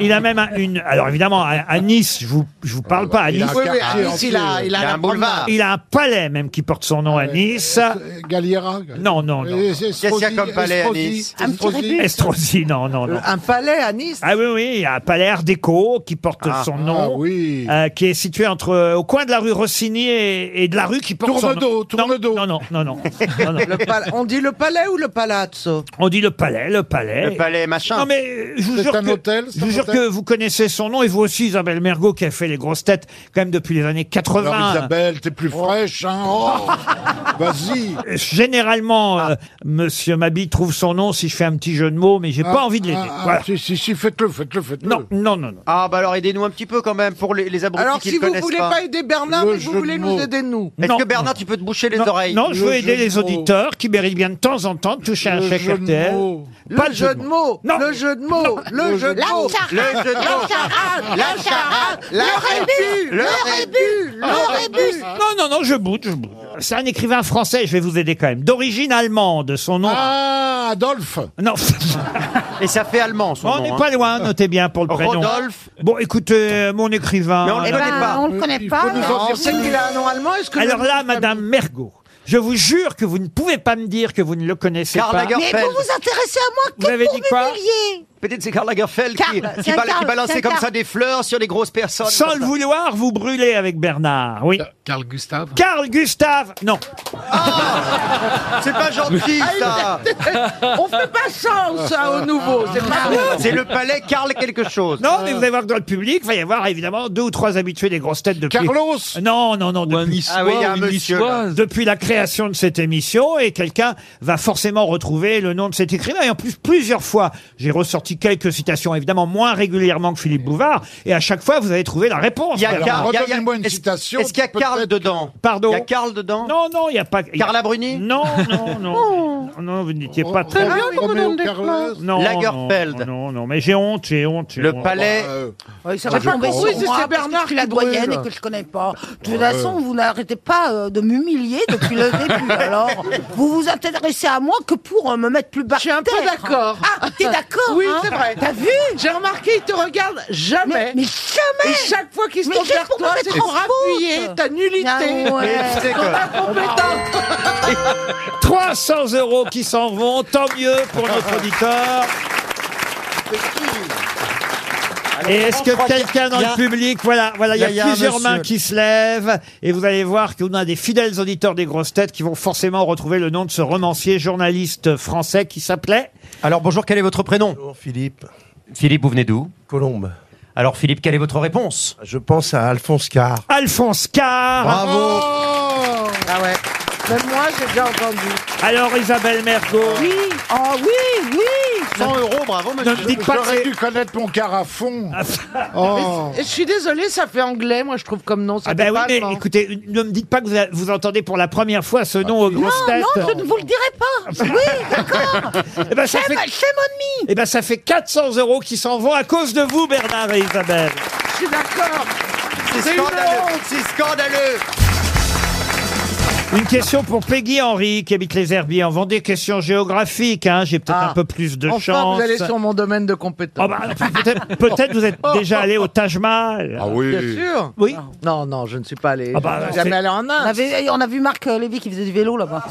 il a même un- une. Alors évidemment à, à Nice, je vous je vous parle pas à il a Nice. un Oui, oui, à quartier Nice, entier. il a- il a la promenade. Il a un palais même qui porte son Euh, nom à Nice. Galliera. Non non non. Qu'est-ce qu'il y a comme palais à Nice Estrosi, Estrosi. Estrosi, non non non. Un palais à Nice. Ah oui oui, il y a un palais Art déco qui porte Ah, son nom, euh, qui est situé entre euh, au coin de la rue Rossini et, et de la rue qui porte son nom. Tourne dos, Non non non non. non, non. Le pal- On dit le palais ou le palazzo On dit le palais, le palais. Le palais machin. Non mais euh, je vous C'est jure, un que, hôtel, c'est je vous un jure hôtel. que vous connaissez son nom et vous aussi Isabelle Mergot qui a fait les grosses têtes quand même depuis les années 80. Alors, Isabelle, t'es plus fraîche, hein Oh, Vas-y Ah. Euh, Généralement, euh, Monsieur Mabi trouve son nom si je fais un petit jeu de mots, mais j'ai Ah, pas envie de l'aider. ah, ah, Voilà. Si, si, si, faites-le, faites-le, faites-le. Non, non, non, non. Ah, bah alors, aidez-nous un petit peu quand même pour les, les abrutis Alors, qui si le vous connaissent voulez pas aider Bernard, Le mais vous jeu de voulez nous mots. aider, nous. Est-ce Non. que Bernard, tu peux te boucher les Non, oreilles non, je veux aider les autres. auditeurs qui méritent bien de temps en temps de toucher un Le chèque jeu de RTL. mots. Pas Le jeu de mots, le jeu de mots, le jeu de La mots, charade, le jeu de la mots. charade, la charade, la le rébut, le le rébut, le rébut. Non, non, non, je boude, je boude. C'est un écrivain français, je vais vous aider quand même. D'origine allemande, son nom. Ah, Adolphe Non. Et ça fait allemand, son On nom, n'est hein. pas loin, notez bien pour le prénom. Rodolphe. Bon, écoutez, euh, mon écrivain. Mais on le euh, connaît pas. Ah, eh ben, On le connaît pas. nous mais- en On sait qu'il a un nom allemand, est-ce que... Alors là, Madame Mergot, je vous jure que vous ne pouvez pas me dire que vous ne le connaissez Karl pas. Mais vous vous intéressez à moi Vous avez que pour dit quoi m'humilier. Peut-être c'est Karl Lagerfeld qui, Karl, qui c'est un bala- qui Karl, c'est balançait un comme Karl. ça des fleurs sur les grosses personnes. Sans le vouloir, vous brûlez avec Bernard, oui. Carl Gustave Carl Gustave Non. Ah C'est pas gentil, Ah, ça On fait pas ça, ça, au nouveau, c'est pas Ah, C'est le palais Karl quelque chose. Non, mais vous allez voir que dans le public, il va y avoir évidemment deux ou trois habitués des grosses têtes depuis... Carlos Non, non, non. Depuis... Ah oui, il y a un monsieur, là. depuis la création de cette émission, et quelqu'un va forcément retrouver le nom de cet écrivain. Et en plus, plusieurs fois, j'ai ressorti quelques citations, évidemment moins régulièrement que Philippe Bouvard, et à chaque fois, vous avez trouvé la réponse. Il y a Alors, Karl- il y a- il y a- Redonnez-moi une est-ce- citation. Est-ce qu'il y a Karl dedans Pardon Il y a Karl dedans Non, non, il n'y a pas... il y a- Carla Bruni Non, non, Oh. non. non, vous n'étiez pas très... bien qu'on me donne des fleurs. Non, Non, Lagerfeld. non, non, mais j'ai honte, j'ai honte. j'ai Le honte. palais. Ah, Oui, ça Moi, va je tomber pense- sur oui, c'est euh, moi parce Bernard que je suis la qui brûle. doyenne et que je connais pas. De toute façon, vous n'arrêtez pas euh, de m'humilier depuis le début. Alors, vous vous intéressez à moi que pour euh, me mettre plus bas Je suis un peu d'accord. Ah, t'es d'accord Oui, hein c'est vrai. T'as vu J'ai remarqué, il te regarde jamais. mais, mais jamais Et chaque fois qu'il se Mais tourne juste vers pour me toi, mettre c'est en pour appuyer faute. ta nullité, Ah ouais. Mais tu sais ton que- incompétence. 300 euros qui s'en vont, tant mieux pour notre auditeur. Ah, Et est-ce que quelqu'un dans le public, voilà, voilà, il y a, il y a un plusieurs monsieur. mains qui se lèvent et vous allez voir qu'on a des fidèles auditeurs des grosses têtes qui vont forcément retrouver le nom de ce romancier journaliste français qui s'appelait. Alors bonjour, quel est votre prénom Philippe Philippe, vous venez d'où Colombe. Alors Philippe, quelle est votre réponse Je pense à Alphonse Carr. Alphonse Carr. Ah ouais. Même moi, j'ai déjà entendu. Alors Isabelle Ah, Mergo. Ah Oui, oh oui, oui 100 euros, bravo, monsieur. Ne me dites pas que J'aurais c'est- dû connaître mon carafon. Ah, Oh. Mais Je suis désolé, ça fait anglais, moi, je trouve comme nom. Ça Ah ben fait oui, pas mais allemand. écoutez, ne me dites pas que vous, a- vous entendez pour la première fois ce nom aux Ah, Non, grosses têtes. non, je ne vous le dirai pas. Oui, d'accord. Eh ben, ça Chez fait- ma- chez mon Eh ben ça fait 400 euros qui s'en vont à cause de vous, Bernard et Isabelle. Je suis d'accord. C'est scandaleux. C'est scandaleux. Une question pour Peggy Henry, qui habite les Herbiers en Vendée. Question géographique, hein. J'ai peut-être un peu plus de Ah. enfin, chance. Oh, bah, vous allez sur mon domaine de compétence. Peut-être peut-être vous êtes déjà allé au Taj Mahal. Ah oui. Bien sûr. Oui. Non, non, je ne suis pas allé. Ah bah, je ne suis c'est- jamais allé en On, Inde. avait- on a vu Marc euh, Lévy qui faisait du vélo là-bas.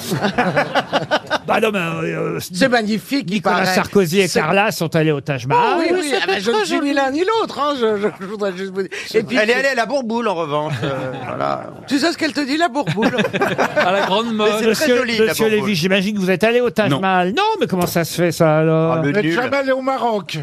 Bah non, mais, euh, C'est magnifique. il Nicolas paraît. Sarkozy et C'est- Carla sont allés au Taj Ah Mahal. oui, oui, ah bah, je ne suis ni l'un ni l'autre. hein, je, je- je voudrais juste vous dire. Et puis, Elle est allée à la Bourboule en revanche. euh, voilà. tu sais ce qu'elle te dit, la bourboule À la grande mode. c'est très Monsieur, joli, la monsieur Bourboule. Lévy, j'imagine que vous êtes allé au Taj Non. Mahal. Non, mais comment ça se fait ça Ah, alors Vous n'êtes jamais allé au Maroc.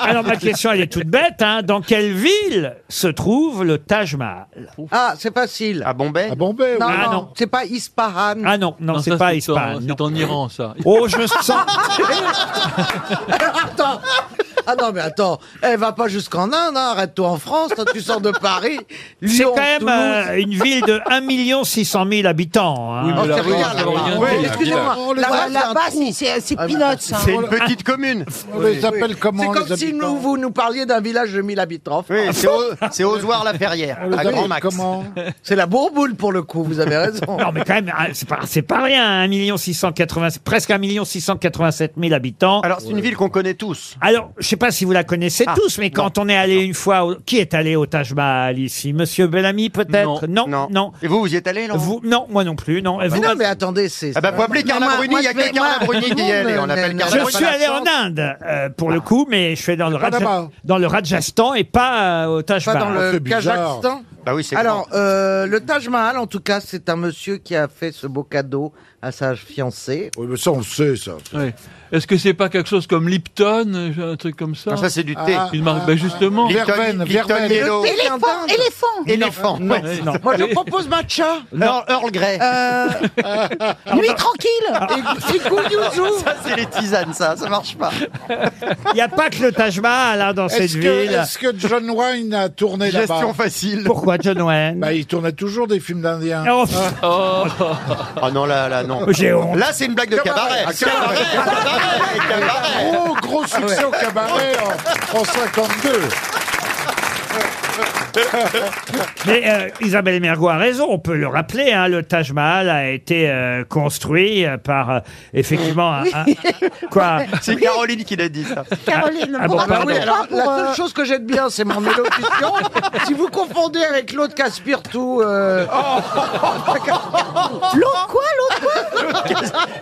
Alors ma question, elle est toute bête. Hein. Dans quelle ville se trouve le Taj Mahal Ah, c'est facile. À Bombay À Bombay, Non, oui. Ah, non, non. c'est pas Ispahan. Ah non, non, Non, c'est ça, pas c'est en- Espagne. C'est en Iran, ça. Oh, je sens. attends. Ah non, mais attends, elle va pas jusqu'en Inde, hein. arrête-toi en France, toi, tu sors de Paris. C'est Lyon, quand même Toulouse. euh, une ville de 1 600 000 habitants. hein. Oui, mais Oh, là- c'est rien, là- là-bas. là- Ouais, là- excusez-moi, On les Oh, là-bas, a- c'est un Là-bas, trou. c'est- c'est c'est peanuts. hein. C'est une petite commune. Ah, On les appelle C'est comment comme les si habitants nous, vous nous parliez d'un village de 1000 habitants. Oui, c'est au- c'est Ozoir-la-Ferrière, On les à Grand appelle Max. comment C'est la bourboule pour le coup, vous avez raison. Non, mais quand même, ah, hein, c'est pas, c'est pas rien, 1 680, presque 1 687 000 habitants. Alors, c'est une ville qu'on connaît tous. Alors, je sais pas si vous la connaissez Ah, tous, mais quand on est allé une fois, au- qui est allé au Taj Mahal ici Monsieur Bellamy peut-être non. non, Et vous, vous y êtes allé, non Vous, non, moi non plus, non. Et Mais vous- non, mais attendez, c'est. Ah bah, faut appeler Carla Moi- Bruni, moi, il y a je vais- que Carla moi, Bruni tout qui y le est allée, monde on appelle n'a- Carla je n'a- Bruni. suis n'a pas allé la en chance. Inde euh, pour le coup, mais je suis dans le, Pas Raja- là-bas. dans le Rajasthan et pas euh, au Taj Pas dans Mahal. le c'est bizarre. Kazakhstan. Bah oui, c'est Alors, grand. euh, le Taj Mahal, en tout cas, c'est un monsieur qui a fait ce beau cadeau à sa fiancée. Oui, mais ça, on le sait, ça. Ouais. Est-ce que c'est pas quelque chose comme Lipton, euh, un truc comme ça Non, ça, c'est du thé. Ah, Une marque, ben justement. ah, Verveine, Verveine. Yellow. Éléphant, éléphant. Éléphant. Non, non. Moi, je propose matcha. Earl Earl Grey. Ah. Nuit tranquille. Ça, c'est les tisanes, ça. Ça marche pas. Il n'y a pas que le Taj Mahal hein, dans cette Est-ce que, ville. est-ce que John Wayne a tourné là-bas Gestion facile. Pourquoi John Wayne bah, Il tournait toujours des films d'Indiens. Oh, Oh, Ah non, là, là, non. J'ai honte. Ah, Là, c'est une blague de cabaret. Cabaret, cabaret, cabaret. Oh, Gros, gros succès Ah, au cabaret en, en 52. Mais euh, Isabelle Mergo a raison, on peut le rappeler, hein, le Taj Mahal a été euh, construit euh, par, euh, effectivement, un- un- quoi C'est Caroline Oh, qui l'a dit, ça. Caroline, Ah bon, Ah bah pardon. oui, alors, pour, la euh, seule chose que j'aime bien, c'est mon élocution. si vous confondez avec l'autre qui aspire tout, euh, L'autre quoi, l'autre quoi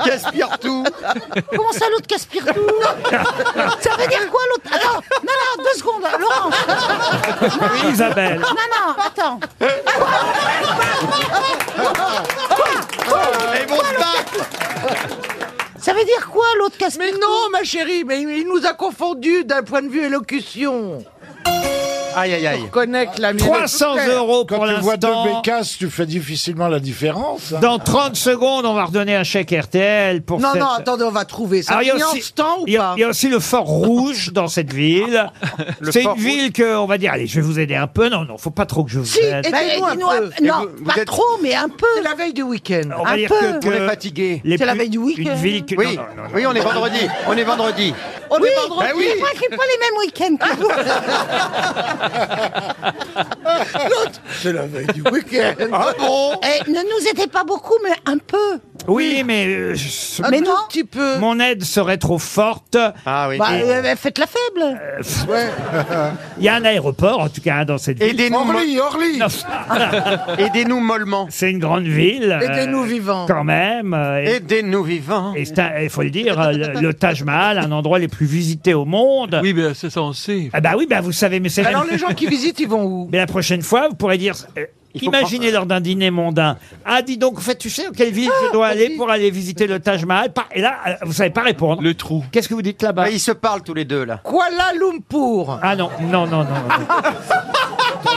Qui aspire tout. Comment ça, l'autre qui aspire tout Ça veut dire quoi, l'autre Ah, Attends, non, non, deux secondes, hein, Laurent. Oui, Isabelle. Non, non, attends. Et bon, se battre. Ça veut dire quoi, l'autre qui aspire Mais non, ma chérie, mais il il nous a confondus d'un point de vue élocution. Aïe, aïe, aïe. Connecte la mienne. 300 euros Quand pour tu vois deux l'instant. bécasses, tu fais difficilement la différence. hein. Dans 30 secondes, on va redonner un chèque RTL pour Non, cette... non, attendez, on va trouver. Ça Alors, il y a finit en aussi- ce temps ou il y a- pas Il y a aussi le Fort Rouge dans cette ville. C'est une Fort ville que, on va dire, allez, je vais vous aider un peu. Non, non, faut pas trop que je vous Si, aide. et- Bah, Aidez-nous un dis-nous un- peu. Non, Et vous- vous pas êtes- trop, mais un peu. C'est la veille du week-end. On va un dire peu. que, que On est fatigué. les C'est la plus- veille du week-end. Une ville que... Oui, non, non, non, non. oui, on est vendredi. On est vendredi. On Oui, est vendredi. Ben oui. je crois qu'il n'y a pas les mêmes week-ends que vous. C'est la veille du week-end. Ah bon Eh, ne nous aidez pas beaucoup, mais un peu. Oui, mais euh, je- Un Mais tout non. petit peu. mon aide serait trop forte. Ah oui. Bah, euh, Faites-la faible. Euh, Il y a un aéroport, en tout cas, hein, dans cette ville. Aidez-nous mo- Orly, Orly aidez-nous mollement. C'est une grande ville. euh, Aidez-nous vivants. Quand même. euh, et- Aidez-nous vivants. et c'est un- il faut le dire, euh, le, le Taj Mahal, un endroit les plus visités au monde. oui, mais c'est ça, on sait. Ah bah oui, bah vous savez, mais c'est Alors, même- les gens qui visitent, ils vont où Mais la prochaine fois, vous pourrez dire. euh, Il faut imaginez lors d'un dîner mondain. Ah, dis donc, en fait, tu sais dans quelle ville je dois aller pour aller visiter le Taj Mahal Par- Et là, euh, vous savez pas répondre. Le trou. Qu'est-ce que vous dites là-bas Ah, Ils se parlent tous les deux, là. Kuala Lumpur. Ah non, non, non, non. non.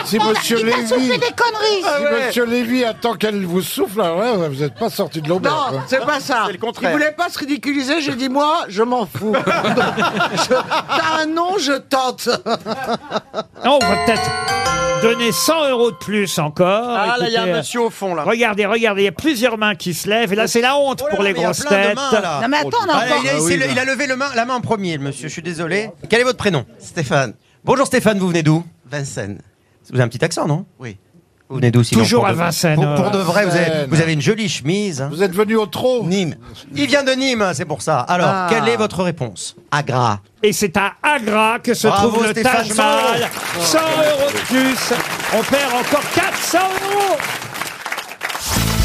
Si On a- Monsieur il t'a Lévy, soufflé des conneries. Ah si Monsieur Lévy attend qu'elle vous souffle, alors là, vous n'êtes pas sorti de l'auberge. hein. Non, c'est pas ça. Il voulait pas se ridiculiser, j'ai dit moi, je m'en fous. Donc, je- T'as un nom, je tente. Non, on va peut-être donner 100 euros de plus encore. Ah, là, il y a un Écoutez, euh, monsieur au fond, là. Regardez, regardez, il y a plusieurs mains qui se lèvent. Et là, c'est la honte Oh pour les grosses têtes. Ah, il, a, c'est le- il a levé le main, la main en premier, le monsieur, je suis désolé. Quel est votre prénom Stéphane. Bonjour Stéphane, vous venez d'où Vincennes. Vous avez un petit accent, non Oui. Vous venez d'où sinon, Toujours pour à de- Vincennes, Pour, euh. pour de vrai, vous avez, Vincennes. vous avez une jolie chemise. Vous êtes venu au trop Nîmes. Il vient de hein, Nîmes, c'est pour ça. Alors, Ah. quelle est votre réponse Agra. Et c'est à Agra que se Bravo, trouve le Stéphane, Taj Mahal. 100 100 euros de plus. On perd encore 400 euros.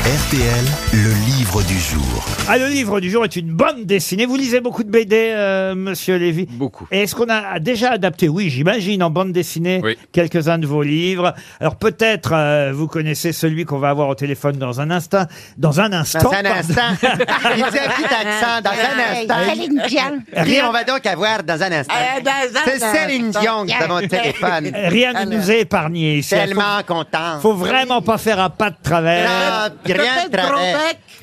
RTL, le livre du jour. Ah, le livre du jour est une bande dessinée. Vous lisez beaucoup de BD, euh, monsieur Lévy Beaucoup. Et est-ce qu'on a déjà adapté, oui, j'imagine, en bande dessinée, quelques-uns de vos livres Alors peut-être, euh, vous connaissez celui qu'on va avoir au téléphone dans un instant. Dans un instant. Dans un pardon. instant. Il dit un petit accent. Dans un Hey, instant. Céline Dion. Qui on va donc avoir dans un instant? Eh ben, Euh, dans un C'est Céline instant. Dion qui est à mon téléphone. Rien ne nous est épargné ici. Tellement faut, content. faut vraiment pas faire un pas de travers. Non, puis rien de travers.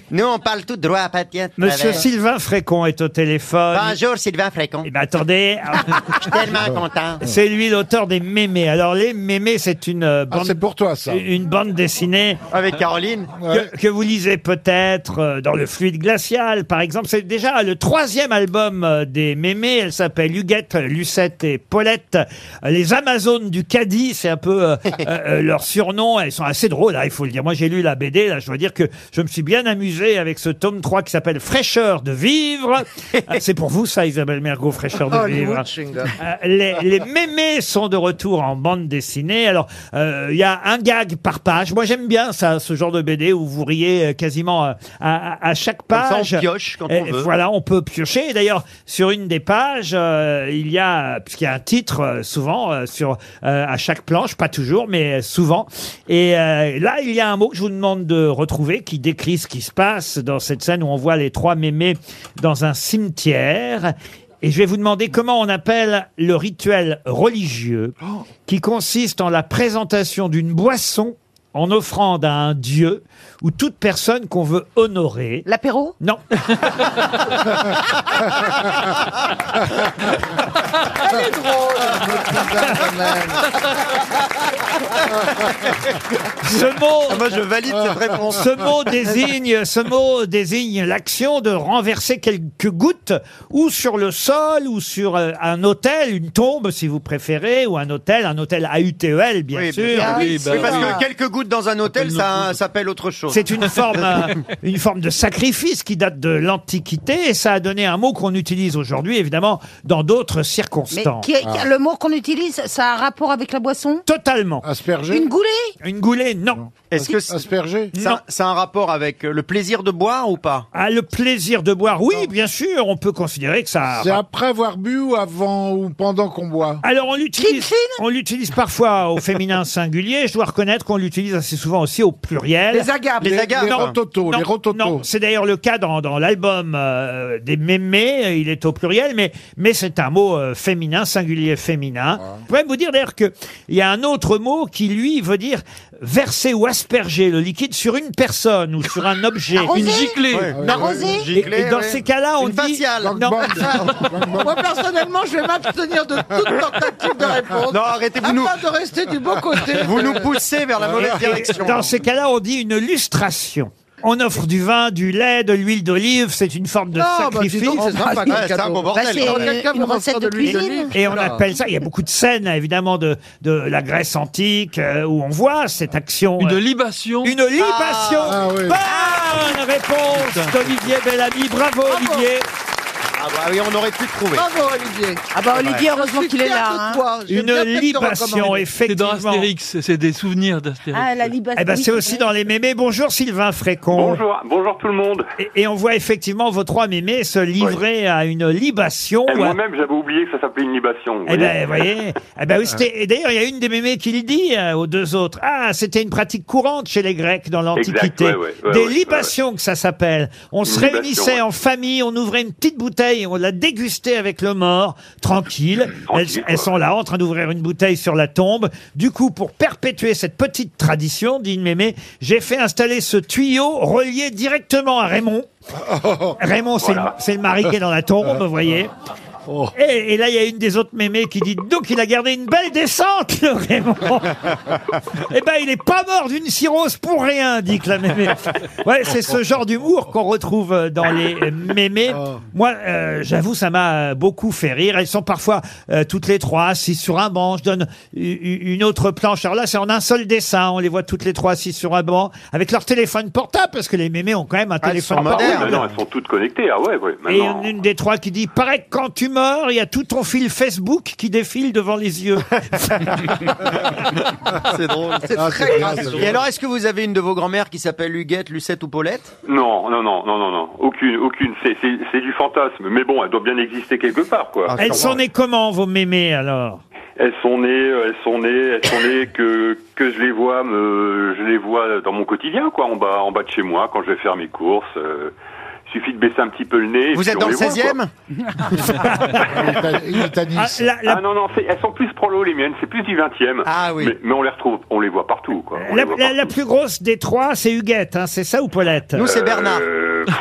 Nous, on parle tout droit, Patiette. Monsieur Sylvain Frécon est au téléphone. Bonjour, Sylvain Frécon. Eh ben, attendez. Je suis tellement content. C'est lui l'auteur des mémés. Alors les mémés, c'est une euh, bande, c'est pour toi ça. Une bande dessinée Avec Caroline. que, que vous lisez peut-être euh, dans le fluide glacial, par exemple. C'est déjà le troisième album euh, des mémés. Elle s'appelle Huguette, Lucette et Paulette. Euh, Les Amazones du Cadis, c'est un peu euh, euh, euh, leur surnom. Elles sont assez drôles, là, il faut le dire. Moi, j'ai lu la BD. Là, je dois dire que je me suis bien amusé avec ce tome 3 qui s'appelle Fraîcheur de vivre. Ah, c'est pour vous ça, Isabelle Mergot, Fraîcheur Oh, de vivre. Euh, les, les mémés sont de retour en bande dessinée. Alors, euh, il y a un gag par page. Moi, j'aime bien ça, ce genre de BD où vous riez euh, quasiment euh, à, à- à chaque ça, on page. pioche quand on Et veut. Voilà, on peut piocher. Et D'ailleurs, sur une des pages, euh, il y a, puisqu'il y a un titre euh, souvent euh, sur euh, à chaque planche, pas toujours, mais souvent. Et euh, là, il y a un mot que je vous demande de retrouver qui décrit ce qui se passe dans cette scène où on voit les trois mémés dans un cimetière. Et je vais vous demander comment on appelle le rituel religieux qui consiste en la présentation d'une boisson en offrande à un dieu ou toute personne qu'on veut honorer. L'apéro Non. Elle est Ce mot, Ah, moi je valide cette réponse. Ce mot désigne, ce mot désigne l'action de renverser quelques gouttes ou sur le sol ou sur euh, un hôtel, une tombe si vous préférez, ou un hôtel, un hôtel AUTEL E bien Oui, sûr. ben oui, parce que quelques gouttes dans un hôtel, ça s'appelle autre chose. C'est une forme, euh, une forme de sacrifice qui date de l'Antiquité et ça a donné un mot qu'on utilise aujourd'hui, évidemment, dans d'autres Mais circonstances. qui- Ah. qui- le mot qu'on utilise, ça a un rapport avec la boisson Totalement. Asperger Une goulée Une goulée, non. Est-ce que asperger ça, ça a un rapport avec euh, le plaisir de boire ou pas Ah, le plaisir de boire, oui, bien sûr, on peut considérer que ça. C'est après avoir bu ou avant ou pendant qu'on boit Alors on l'utilise, on l'utilise parfois au féminin singulier. Je dois reconnaître qu'on l'utilise assez souvent aussi au pluriel. Les agapes. Les- les Non, rototos, non, les rototos. non. c'est d'ailleurs le cas dans, dans l'album euh, des mémés. Il est au pluriel, mais mais c'est un mot euh, féminin singulier féminin. Ah. Je pourrais vous dire d'ailleurs que il y a un autre mot qui lui veut dire verser ou asperger le liquide sur une personne ou sur un objet. Arroser Une giclée. Ouais, ouais, Arroser ouais. Et- Giclée, Et, dans ouais. ces cas-là, on Une dit faciale. Non. Moi, personnellement, je vais m'abstenir de toute tentative de réponse. Non, arrêtez, vous afin nous- de rester du bon côté. Euh, Vous nous poussez vers la mauvaise direction. Euh, Dans ces cas-là, on dit une lustration. On offre du vin, du lait, de l'huile d'olive, c'est une forme de Non, bah, sacrifice. dis donc, c'est sympa comme Ouais, c'est un cadeau. bon bordel, Bah, c'est quand même. une Quelqu'un veut recette m'offrir de de l'huile cuisine. d'olive Et on Voilà. appelle ça, il y a beaucoup de scènes évidemment de, de la Grèce antique euh, où on voit cette action. Une libation. Une libation Bonne réponse d'Olivier Bellamy, bravo, Olivier Ah bah oui, on aurait pu trouver. Bravo, Olivier. Ah bah Olivier, heureusement qu'il est là. hein. Une libation, effectivement. C'est dans Astérix, c'est des souvenirs d'Astérix. Ah, la libation. Eh ben, c'est oui, aussi dans les mémés. Bonjour Sylvain Frécon. Bonjour, bonjour tout le monde. Et, et on voit effectivement vos trois mémés se livrer à une libation. Et ou à- Eh, Moi-même, j'avais oublié que ça s'appelait une libation. vous Eh ben, voyez. vous voyez. Eh ben, oui, c'était- et d'ailleurs, il y a une des mémés qui le dit euh, aux deux autres. Ah, c'était une pratique courante chez les Grecs dans l'Antiquité. Exact, ouais, ouais, ouais, des ouais, libations que ça s'appelle. On se Une libation, réunissait ouais. en famille, on ouvrait une petite bouteille bouteille, on l'a dégustée avec le mort, tranquille. Elles, elles sont là en train d'ouvrir une bouteille sur la tombe. Du coup, pour perpétuer cette petite tradition, dit Mémé, j'ai fait installer ce tuyau relié directement à Raymond. Raymond, c'est le- Voilà. c'est le mari qui est dans la tombe, vous voyez. Et, et là, il y a une des autres mémés qui dit donc il a gardé une belle descente, le Raymond. eh ben, il est pas mort d'une cirrhose pour rien, dit que la mémé. Ouais, c'est ce genre d'humour qu'on retrouve euh, dans les euh, mémés. Moi, euh, j'avoue, ça m'a euh, beaucoup fait rire. Elles sont parfois euh, toutes les trois assises sur un banc. Je donne u- u- une autre planche. Alors là, c'est en un seul dessin. On les voit toutes les trois assises sur un banc avec leur téléphone portable parce que les mémés ont quand même un téléphone Ah oui, portable. maintenant, elles sont toutes connectées. Ah ouais, ouais. Et Maintenant, une, une des trois qui dit Paraît que quand tu meurs, il y a tout ton fil Facebook qui défile devant les yeux. Ah, C'est drôle. C'est Ah, très c'est bien, grave. c'est drôle. Et alors, est-ce que vous avez une de vos grand-mères qui s'appelle Huguette, Lucette ou Paulette Non, non, non, non, non, non. Aucune, aucune. C'est, c'est, c'est du fantasme. Mais bon, elle doit bien exister quelque part, quoi. Ah, Elles sont nées comment, vos mémés, alors Elles sont nées, euh, elles sont nées, elles sont nées que que je les vois, me, je les vois dans mon quotidien, quoi, en bas, en bas de chez moi, quand je vais faire mes courses. euh, suffit de baisser un petit peu le nez. et Vous puis êtes on dans les le voit, 16e quoi. Ah non, non, c'est- elles sont plus prolo les miennes, c'est plus du 20e. Ah oui. Mais, mais on les retrouve, on les voit partout, quoi. On la, les voit la- la plus grosse des trois, c'est Huguette, hein, c'est ça ou Paulette Euh, pff,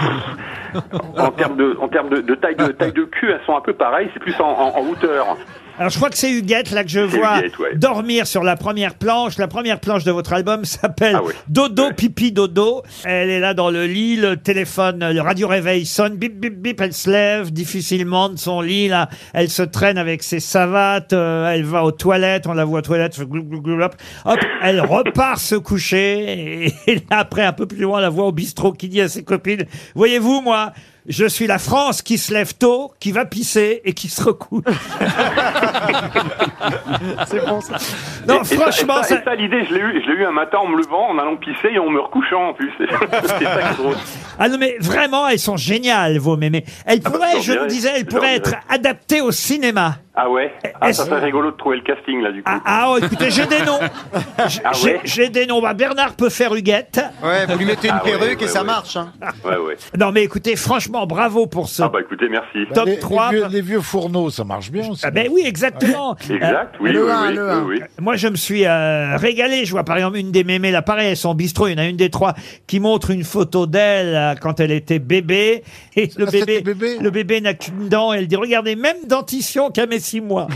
en termes de, en termes de, de taille de taille de cul, elles sont un peu pareilles. C'est plus en, en- en hauteur. Alors je crois que c'est Huguette là que je C'est vois Huguette, ouais. dormir sur la première planche. La première planche de votre album Ah s'appelle Dodo pipi dodo. Elle est là dans le lit, le téléphone, le radio réveil sonne, bip bip bip, elle se lève difficilement de son lit là. Elle se traîne avec ses savates, euh, elle va aux toilettes, on la voit aux toilettes, fait glou, glou, glou, hop, hop, elle repart se coucher et, et là, après un peu plus loin on la voit au bistrot qui dit à ses copines, voyez-vous moi. Je suis la France qui se lève tôt, qui va pisser et qui se recouche. C'est bon ça. Non, franchement, et ça, ça- et ça, l'idée, je l'ai eu, je l'ai eu un matin en me levant, en allant pisser et en me recouchant en plus. C'est ça qui est drôle. Ah non, mais vraiment, elles sont géniales, vos mémés. Elles Ah bah, pourraient, j'en je le dirais, disais, elles j'en pourraient être dirais. adaptées au cinéma. Ah ouais. Ah, ça Est-ce- serait rigolo de trouver le casting là du coup. Ah, oh, écoutez, j'ai des noms. J- Ah J'ai ouais j'ai des noms. Bah, Bernard peut faire Huguette. Ouais, vous lui mettez une Ah ouais, perruque et ouais, ça ouais. marche. hein. Ouais ouais. Non, mais écoutez, franchement, bravo pour ce. Ah bah écoutez, merci. Top 3. Les vieux, les vieux fourneaux, ça marche bien aussi. Ah ben oui, exactement. Ouais. Exact, oui, le oui, un, oui, le oui, un. oui. Moi, je me suis euh, régalé. Je vois par exemple une des mémés, là, pareil, elles sont au bistrot. Il y en a une des trois qui montre une photo d'elle euh, quand elle était bébé. Et le bébé, le bébé n'a qu'une dent. Elle dit, regardez, même dentition qu'à mes six mois.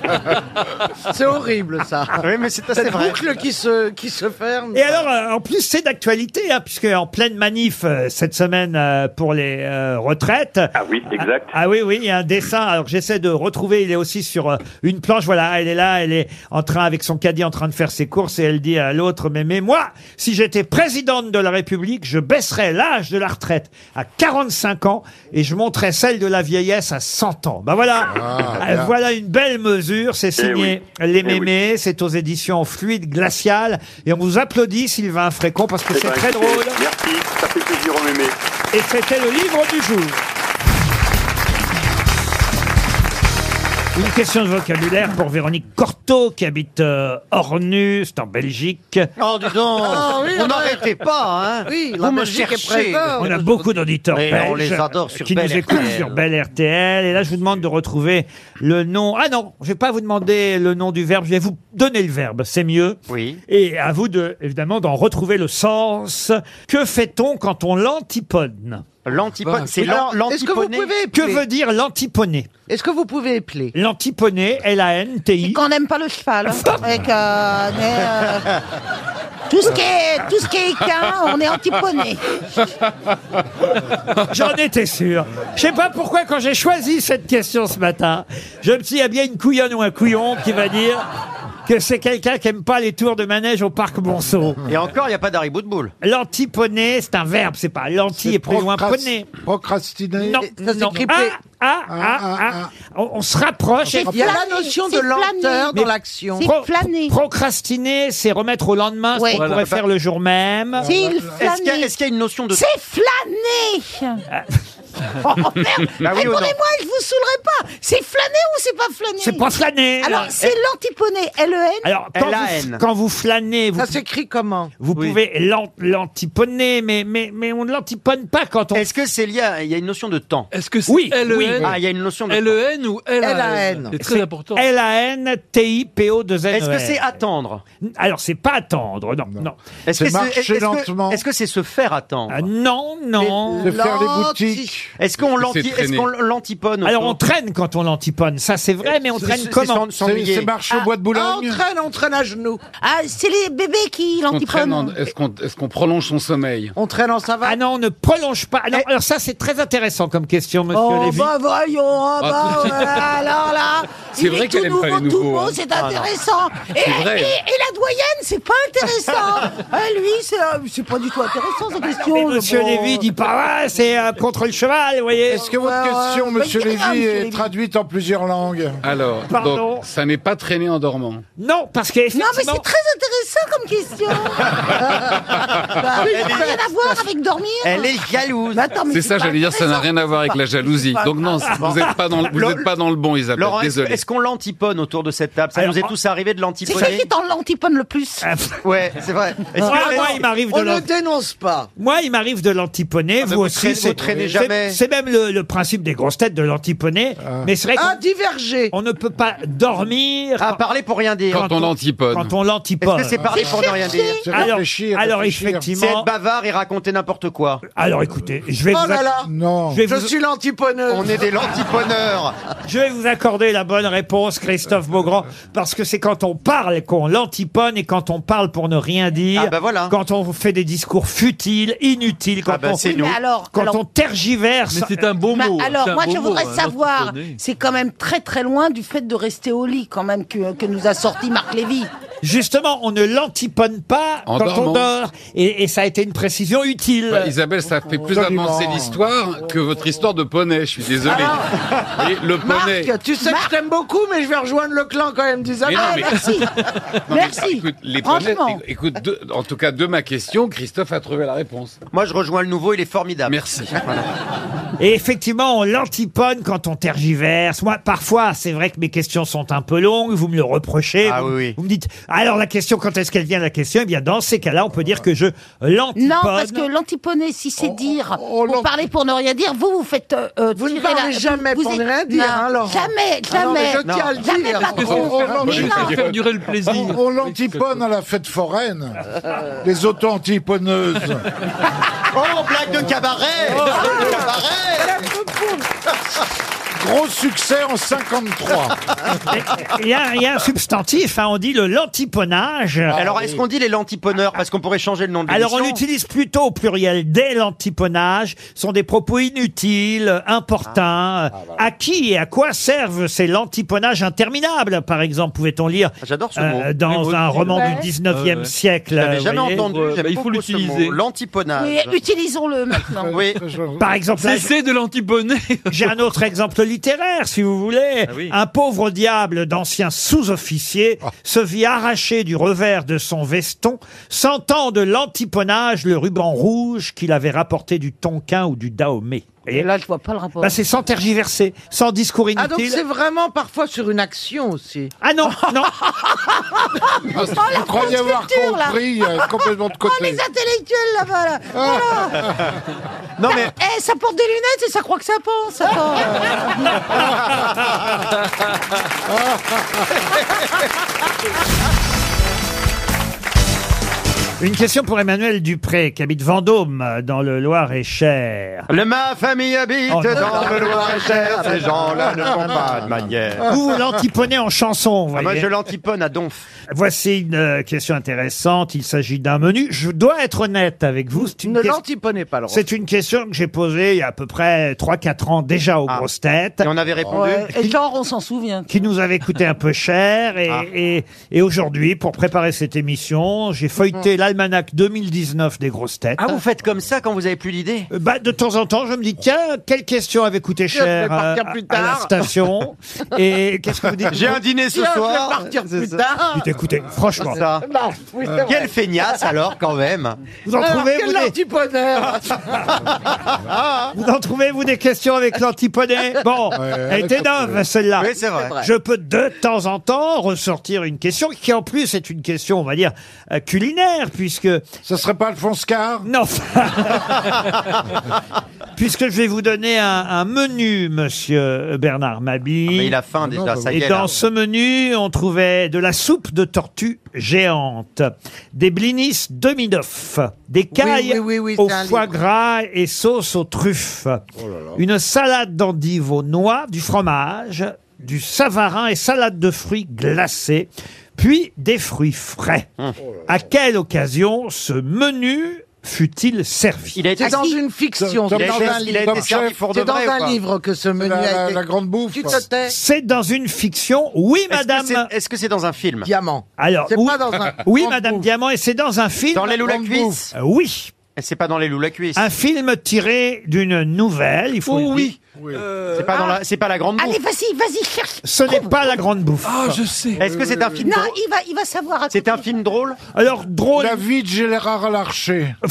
C'est horrible ça. Oui, mais c'est assez Cette vrai. boucle qui se, qui se ferme. Et alors, euh, en plus, c'est d'actualité, hein, puisque en pleine manif euh, cette semaine euh, pour les euh, retraites. Ah oui, exact. Ah, oui, oui, il y a un dessin. Alors, j'essaie de retrouver. Il est aussi sur euh, une planche. Voilà, elle est là, elle est en train avec son caddie en train de faire ses courses et elle dit à l'autre mais, mais moi, si j'étais présidente de la République, je baisserais l'âge de la retraite à 45 ans et je monterais celle de la vieillesse à 100 ans. Ben voilà, Ah, Euh, bien. voilà une belle mesure. C'est signé oui. les Eh mémés. oui. Et c'est aux éditions Fluide Glacial. Et on vous applaudit, Sylvain Frécon, parce que Eh c'est ben, très écoutez, drôle. Merci, ça fait plaisir au mémé. Et c'était le livre du jour. Une question de vocabulaire pour Véronique Cortot, qui habite euh, Ornu, c'est en Belgique. Oh, dis donc Ah oui, On ouais. n'arrêtait pas, hein Oui, la Vous me Belgique est cherchez présente. On a beaucoup d'auditeurs Et belges on les adore sur qui Bel nous écoutent RTL. sur Bel RTL. Et là, je vous demande de retrouver le nom. Ah non, je vais pas vous demander le nom du verbe. Je vais vous donner le verbe. C'est mieux. Oui. Et à vous de, évidemment, d'en retrouver le sens. Que fait-on quand on l'antipode L'antipode, c'est l'an- Bah, Alors, est-ce que vous l'antiponé. pouvez Que épeler veut dire l'antiponé Est-ce que vous pouvez épeler L'antiponé, L-A-N-T-I. Qu'on n'aime pas le cheval. Et qu'on est, euh, tout ce qui est, Eh, tout ce qui est équin, on est antiponé. J'en étais sûr. Je sais pas pourquoi quand j'ai choisi cette question ce matin, je me suis dit, ah bien une couillonne ou un couillon qui va dire que c'est quelqu'un qui aime pas les tours de manège au parc Monceau. Et encore, il n'y a pas d'Harry Bootbull. L'antiponé, c'est un verbe, c'est pas l'anti C'est et plus loin procras- poné. Procrastiner. Non, Ça non. s'écrit Ah, P. ah, ah, ah. On, on se rapproche. Il y a la notion de lenteur dans l'action. Pro- procrastiner, c'est remettre au lendemain Ouais. ce qu'on Voilà. pourrait faire le jour même. C'est il Est-ce qu'il y, a- flâner. est-ce qu'il y a une notion de... C'est flâner. Ah oui ou non Oh, Répondez-moi, je vous saoulerai pas. C'est flâner ou c'est pas flâner C'est pas flâner. Alors, c'est E l'antiponé, L-E-N. Alors, quand, vous, quand vous flânez, vous, Ça s'écrit comment vous pouvez l'an- l'antiponer, mais, mais, mais on ne l'antipone pas quand on... Est-ce que c'est lié à- Il y a une notion de temps. Est-ce que c'est Oui, LEN oui. Ah, il y a une notion de LEN E ou LAN LAN. C'est très important. L-A-N-T-I-P-O-2-N. Est-ce que c'est attendre E Alors, c'est pas attendre, non, non. Est-ce que c'est- est-ce que- lentement. Est-ce que c'est se faire attendre Ah, non, non. Se faire les boutiques. Est-ce qu'on C'est l'anti- traîner. est-ce qu'on l'antipone au Alors, fond on traîne quand on l'antipone, ça c'est vrai, mais on C'est- traîne c'est- comment c'est s'en- s'ennuyer. C'est- c'est marcher au bois de Boulogne Ah, On traîne, on traîne à genoux. Ah, c'est les bébés qui On traîne en- l'antiponent. Est-ce qu'on est-ce qu'on prolonge son sommeil On traîne en savane. Ah non, on ne prolonge pas. Ah non, Eh. alors ça, c'est très intéressant comme question, monsieur Oh Lévy. bah voyons, oh Ah, bah tout- voilà, alors là, C'est il vrai est tout qu'elle aime nouveau, pas les tout nouveaux, beau, hein. c'est Ah, non. intéressant. et, C'est vrai, et- hein. et la doyenne, c'est pas intéressant. Ah, lui, c'est c'est pas du tout intéressant sa question. Bah Mais monsieur bon. Lévy dit pas, ouais, c'est euh, contre le cheval, vous voyez. Est-ce que votre Bah, question, monsieur Lévy, est traduite en plusieurs langues Alors, Pardon. donc, ça n'est pas traîner en dormant. Non, parce que Non, mais c'est très intéressant comme question. bah, Elle ça n'a est- rien à voir avec dormir. Elle est jalouse. C'est ça, j'allais dire, ça n'a rien à voir avec la jalousie. Donc non, Ah, vous n'êtes pas, dans le- vous Laurent- êtes pas dans le bon, Isabelle. Laurent, est-ce Désolé. est-ce qu'on l'antipone autour de cette table Ça nous est tous arrivé de C'est ça qui l'antiponer. t'en l'antipone le plus. Ah, Ouais, c'est vrai. Est-ce Ah, que- moi, il m'arrive de On ne l'ant- dénonce pas. Moi, il m'arrive de Ah, l'antiponer, vous, vous aussi. traînez- c'est- vous traînez c'est- jamais. C'est même le, le principe des grosses têtes de l'antiponer. Mais c'est vrai Ah, qu'on diverger. on ne peut pas dormir. Ah, parler pour rien dire. Quand on l'antipone. Quand on l'antipone. Est-ce que c'est parler pour ne rien dire C'est Alors, réfléchir, alors réfléchir. C'est effectivement. être bavard et raconter n'importe quoi. Alors écoutez, je vais Oh vous là acc- là Non. je vais Je vous- suis l'antiponeuse. On est des l'antiponeurs. Je vais vous accorder la bonne réponse, Christophe Beaugrand, parce que c'est quand on parle qu'on l'antipone et quand on parle pour ne rien dire, Ah bah voilà. quand on fait des discours futiles, inutiles, quand, Ah bah on, c'est Oui, mais nous. alors, quand alors- on tergiverse. Mais c'est un beau Bah, mot. alors, c'est un moi, beau je mot, voudrais hein, savoir, l'antiponé. c'est quand même très très loin du fait de rester au lit, quand même, que, que nous a sorti Marc Lévy. Justement, on ne l'antipone pas En quand on dormant. dort. Et, et ça a été une précision utile. Bah, Isabelle, ça fait plus Absolument. avancer l'histoire que votre histoire de poney. Je suis désolé. Et le poney. Marc, tu sais que je t'aime beaucoup, mais je vais rejoindre le clan quand même Ah, Mais d'Isabelle. non, mais- Merci. non, mais Merci. Écoute, les poneys, Franchement. éc- écoute, de- en tout cas, de ma question, Christophe a trouvé la réponse. Moi, je rejoins le nouveau, il est formidable. Merci. Et effectivement, on l'antipone quand on tergiverse. Moi, parfois, c'est vrai que mes questions sont un peu longues, vous me le reprochez. Ah vous, oui, oui. vous me dites, alors la question, quand est-ce qu'elle vient la question Eh bien, dans ces cas-là, on peut dire que je l'antipone. Non, parce que l'antiponé, si Oh, c'est dire, on pour l'ant- parler pour ne rien dire, vous, vous faites. euh, euh, Vous ne tirer la- parlez jamais pour ne rien dire, hein, Laurent Jamais, Ah non, mais jamais. je tiens à le Jamais dire. pas On- trop. on- on- Mais je- non. Faut Faire durer le plaisir. On, on l'antipone à la fête foraine. Les auto-antiponeuses. Oh, blague de cabaret Blague de cabaret Gros succès en 53. Mais Il y, a- il y a un substantif, hein, on dit le l'antiponnage. Ah Alors, est-ce qu'on dit les l'antiponneurs Parce qu'on pourrait changer le nom de Alors on l'émission. l'utilise plutôt au pluriel dès l'antiponnage. Ce sont des propos inutiles, importuns. Ah, bah À qui et à quoi servent ces lantiponnages interminables Par exemple, pouvait-on lire Ah, J'adore ce mot. euh, dans Oui, un oui. roman Ouais. du 19e Ah ouais. siècle Je l'avais euh, jamais voyez. entendu. Ouais, j'aime bah, il faut beaucoup ce l'utiliser. mot, L'antiponnage. Mais Ah, utilisons-le maintenant. Oui. Par exemple, là, Cessez de l'antiponé. J'ai un autre exemple littéraire, si vous voulez. Ah oui. Oh. Un pauvre diable d'ancien sous-officier se vit arraché du revers de son veston, sentant de l'antiponnage le ruban rouge qu'il avait rapporté du Tonkin ou du Dahomey. Et Et là, je vois pas le rapport. bah, c'est sans tergiverser, sans discours Ah, donc inutile. c'est vraiment parfois sur une action aussi. Ah, non, non. Vous croyez avoir culture, Oh, là. compris euh, complètement de Oh, côté. les intellectuels là-bas, là. Voilà. Non, mais. Eh, ça porte des lunettes et ça croit que ça pense. attends. Une question pour Emmanuel Dupré, qui habite Vendôme, euh, dans le Loir-et-Cher. Le ma famille habite Oh, non. Ah. dans le Loir-et-Cher. Ces gens-là ne font pas de manière. Vous, vous l'antiponnez en chanson, vous Ah, moi, voyez. je l'antipone à donf. Voici une euh, question intéressante. Il s'agit d'un menu. Je dois être honnête avec vous. C'est une Ne question- l'antiponez pas, Laurent. C'est une question que j'ai posée il y a à peu près 3-4 ans déjà aux Ah. grosses têtes, Et on avait répondu. Ouais, Et genre, on s'en souvient. qui nous avait coûté un peu cher. Et, Ah. et, et aujourd'hui, pour préparer cette émission, j'ai feuilleté l'almanach l'almanach 2019 des grosses têtes. Ah, vous faites comme ça quand vous avez plus d'idées Euh, bah, de temps en temps, je me dis, tiens, quelle question avait coûté Je vais cher euh, partir plus à- à la tard. station Et qu'est-ce que vous dites J'ai un dîner ce Tiens, je vais soir. partir C'est plus ça. tard. Dites, écoutez, franchement. C'est Bah, ça. Non, oui, c'est vrai. Quelle feignasse alors quand même. Vous en Alors, trouvez, quel vous, des- petit bonheur Vous en trouvez, vous, des questions avec l'antipodet Bon, elle était neuve, celle-là. Oui, c'est vrai. Je peux de temps en temps ressortir une question qui, en plus, est une question, on va dire, euh, culinaire, puisque... Ce serait pas Alphonse Car Non Puisque je vais vous donner un, un menu, monsieur Bernard Mabie. Ah, mais il a faim déjà, bah ça oui. y est, Et dans là. ce menu, on trouvait de la soupe de tortue géante, des blinis demi d'œuf, des cailles oui, oui, oui, au c'est un foie livre. gras et sauce aux truffes, une salade d'endives aux noix, du fromage, du savarin et salade de fruits glacés, puis des fruits frais. Oh À quelle occasion ce menu fut-il servi Il a C'est dans une fiction, Tom- c'est Tom dans Chef, un il a livre. été servi pour de C'est dans vrai ou pas un livre que ce menu la- a été... la grande bouffe. Tu te tais. C'est dans une fiction, oui Est-ce que madame. c'est- Est-ce que c'est dans un film Diamant. Alors, C'est oui, pas dans un- oui, Grande Madame Diamant, et c'est dans un film. Dans les loups la Grande cuisse bouffe. Euh, Oui. C'est pas dans les loups la cuisse. Un film tiré d'une nouvelle, il faut le dire. Oh Euh, C'est pas, dans la- c'est pas la grande Allez, bouffe. vas-y, vas-y, cherche. Ce n'est pas la grande bouffe. Ah, sais. Est-ce que c'est un film Non, drôle il va, il va savoir. C'est un film drôle Alors, drôle. La vie de Gérard Larcher.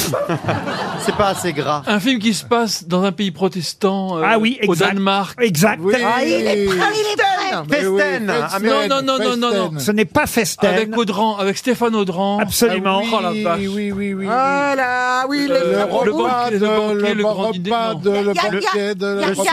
C'est pas assez Ah. gras. Un film qui se passe dans un pays protestant, euh, Ah oui, au exact. Danemark. Exact. Ah, il est prêt, il est prêt. Festen Ah, mais non, non, non, non, non, non. Ce n'est pas Festen. Avec Audran, avec Stéphane Audran. Absolument. Oh la vache. oui, oui, oui. Ah Voilà, oui, les Le fagots. repas banquier, de le banquier, le le grand repas dîner, de le Y a- y a- banquier de y a- le y a- repas.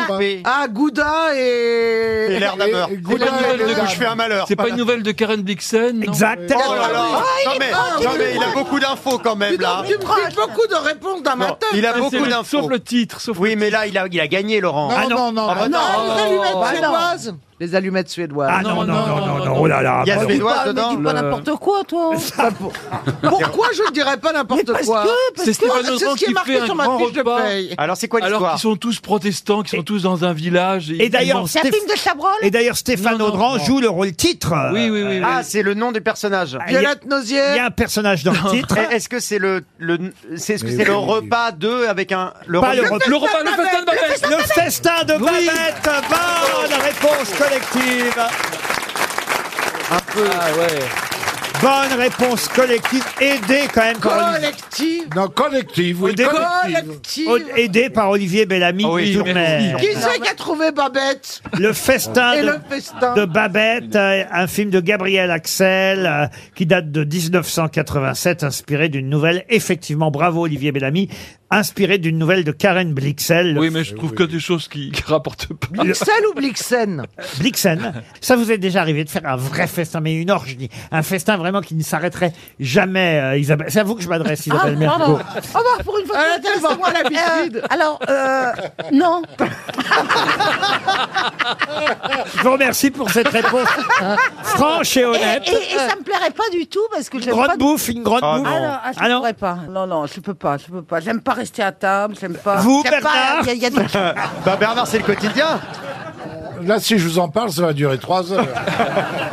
Ah, Gouda et... Et l'air d'abord. Et- et C'est pas, Gouda une et nouvelle Gouda. de... Je fais un malheur. c'est pas une nouvelle de Karen Blixen non Exact. Oh là là Ah, il Non est mais, pas- non, il mais est il a pas- beaucoup d'infos quand même là. Tu me dis beaucoup de réponses d'un Non, matin. il a Ah, c'est beaucoup le- Sauf d'infos. le titre, sauf Oui mais là il a, il a gagné Laurent. Ah non. Non, non, non. Ah bah Non, non. les allumettes bah non. suédoises. Les allumettes suédoises. Ah non, non, non, non, non, oh là là. Il y a bah, Suédois dedans. pas n'importe quoi, toi Pourquoi je ne dirais pas n'importe quoi C'est Stéphane C'est Audran ce qui est qui fait marqué un sur ma grand fiche de repas. paye. Alors c'est quoi Alors l'histoire qu'ils sont tous protestants, qu'ils sont tous dans un village. Et d'ailleurs, ils C'est un Stéph- film de Chabrol Et d'ailleurs, Stéphane Non, non, Audran non. joue le rôle titre. Euh, Oui, oui, oui. oui. Ah c'est le nom du personnage. Ah, il y a- Violette Il y Nozière. a un personnage dans le titre. Eh, Est-ce que c'est le, le c'est ce que Mais c'est le oui. repas de avec un le Pas repas- le repas. le repas, le festin de Babette Le festin de Babette. Bonne réponse collective. un peu Ah, Bonne réponse collective. Aidé quand même par Olivier- Collective. Non, collective, oui, Au début- collective. Collective. Au- aidé par Olivier Bellamy Ah oui, qui tournait. Oh merci. Qui c'est qui a trouvé Babette Le festin Et de, le festin. de Babette, euh, un film de Gabriel Axel euh, qui date de 1987, inspiré d'une nouvelle, effectivement, bravo Olivier Bellamy, inspiré d'une nouvelle de Karen Blixel, le- Oui, mais je trouve que des choses qui, qui rapportent pas. Blixel ou Blixen Blixen. Ça vous est déjà arrivé de faire un vrai festin, mais une orgie, un festin vraiment qui ne s'arrêterait jamais, euh, Isabelle. C'est à vous que je m'adresse, Ah, Isabelle Mergo. pardon. Au revoir pour une fois. Elle a tellement Euh, pas l'habitude. Euh, alors, euh, non. Je vous remercie pour cette réponse franche et Et, honnête. et- et ça me plairait pas du tout parce que Une j'aime pas. grande bouffe, une grande Ah bouffe. non. Ah, je Ah non. pourrais pas. Non, non, je peux pas, je peux pas. J'aime pas rester à table, j'aime pas. Vous, J'aime pas- Bernard il y a- il y a des- Bah Bernard c'est le quotidien. Là, si je vous en parle, ça va durer trois heures.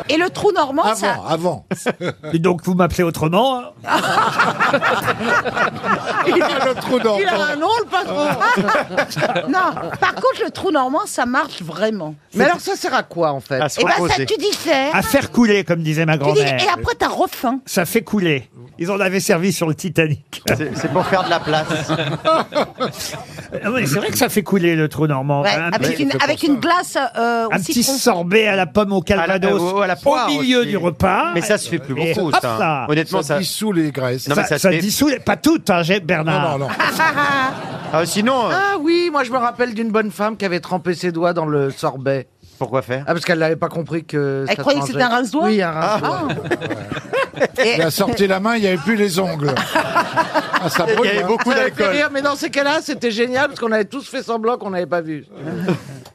Et le trou normand, ça. Avant, avant. Et donc, vous m'appelez autrement. hein. Il a le trou dans Il a un nom, le patron. Non. Par contre, le trou normand, ça marche vraiment. Mais alors, ça sert à quoi, en Ah, fait Eh À se Et ben, ça, reposer. tu hein diffères. À faire couler, comme disait ma Tu dis, grand-mère. et après, t'as refaim. Ça fait couler. Ils en avaient servi sur le Titanic. C'est c'est pour faire de la place. Ah oui, c'est vrai que ça fait couler le trou normand. Ouais, ah, un avec petit, une, avec une glace euh, au un petit citron. sorbet à la pomme au calvados À la- au- à la au poire milieu aussi. du repas. Mais ça se fait plus Et beaucoup hop ça. hein. là. Honnêtement Ça ça. dissout les graisses. Non, mais ça, ça se ça fait- dissout, les- pas toutes, hein, j'ai- Bernard. Non, non, non. Ah, sinon euh, Ah oui, moi je me rappelle d'une bonne femme qui avait trempé ses doigts dans le sorbet. pourquoi faire Ah parce qu'elle n'avait pas compris que. Elle ça croyait se que c'était mangeait. un rince-doigt Ah. Oui, un rince-doigt. Il a sorti la main, il n'y avait plus les ongles. ça brûle, Ça hein. m'a fait d'alcool. rire, mais dans ces cas-là, c'était génial parce qu'on avait tous fait semblant qu'on n'avait pas vu.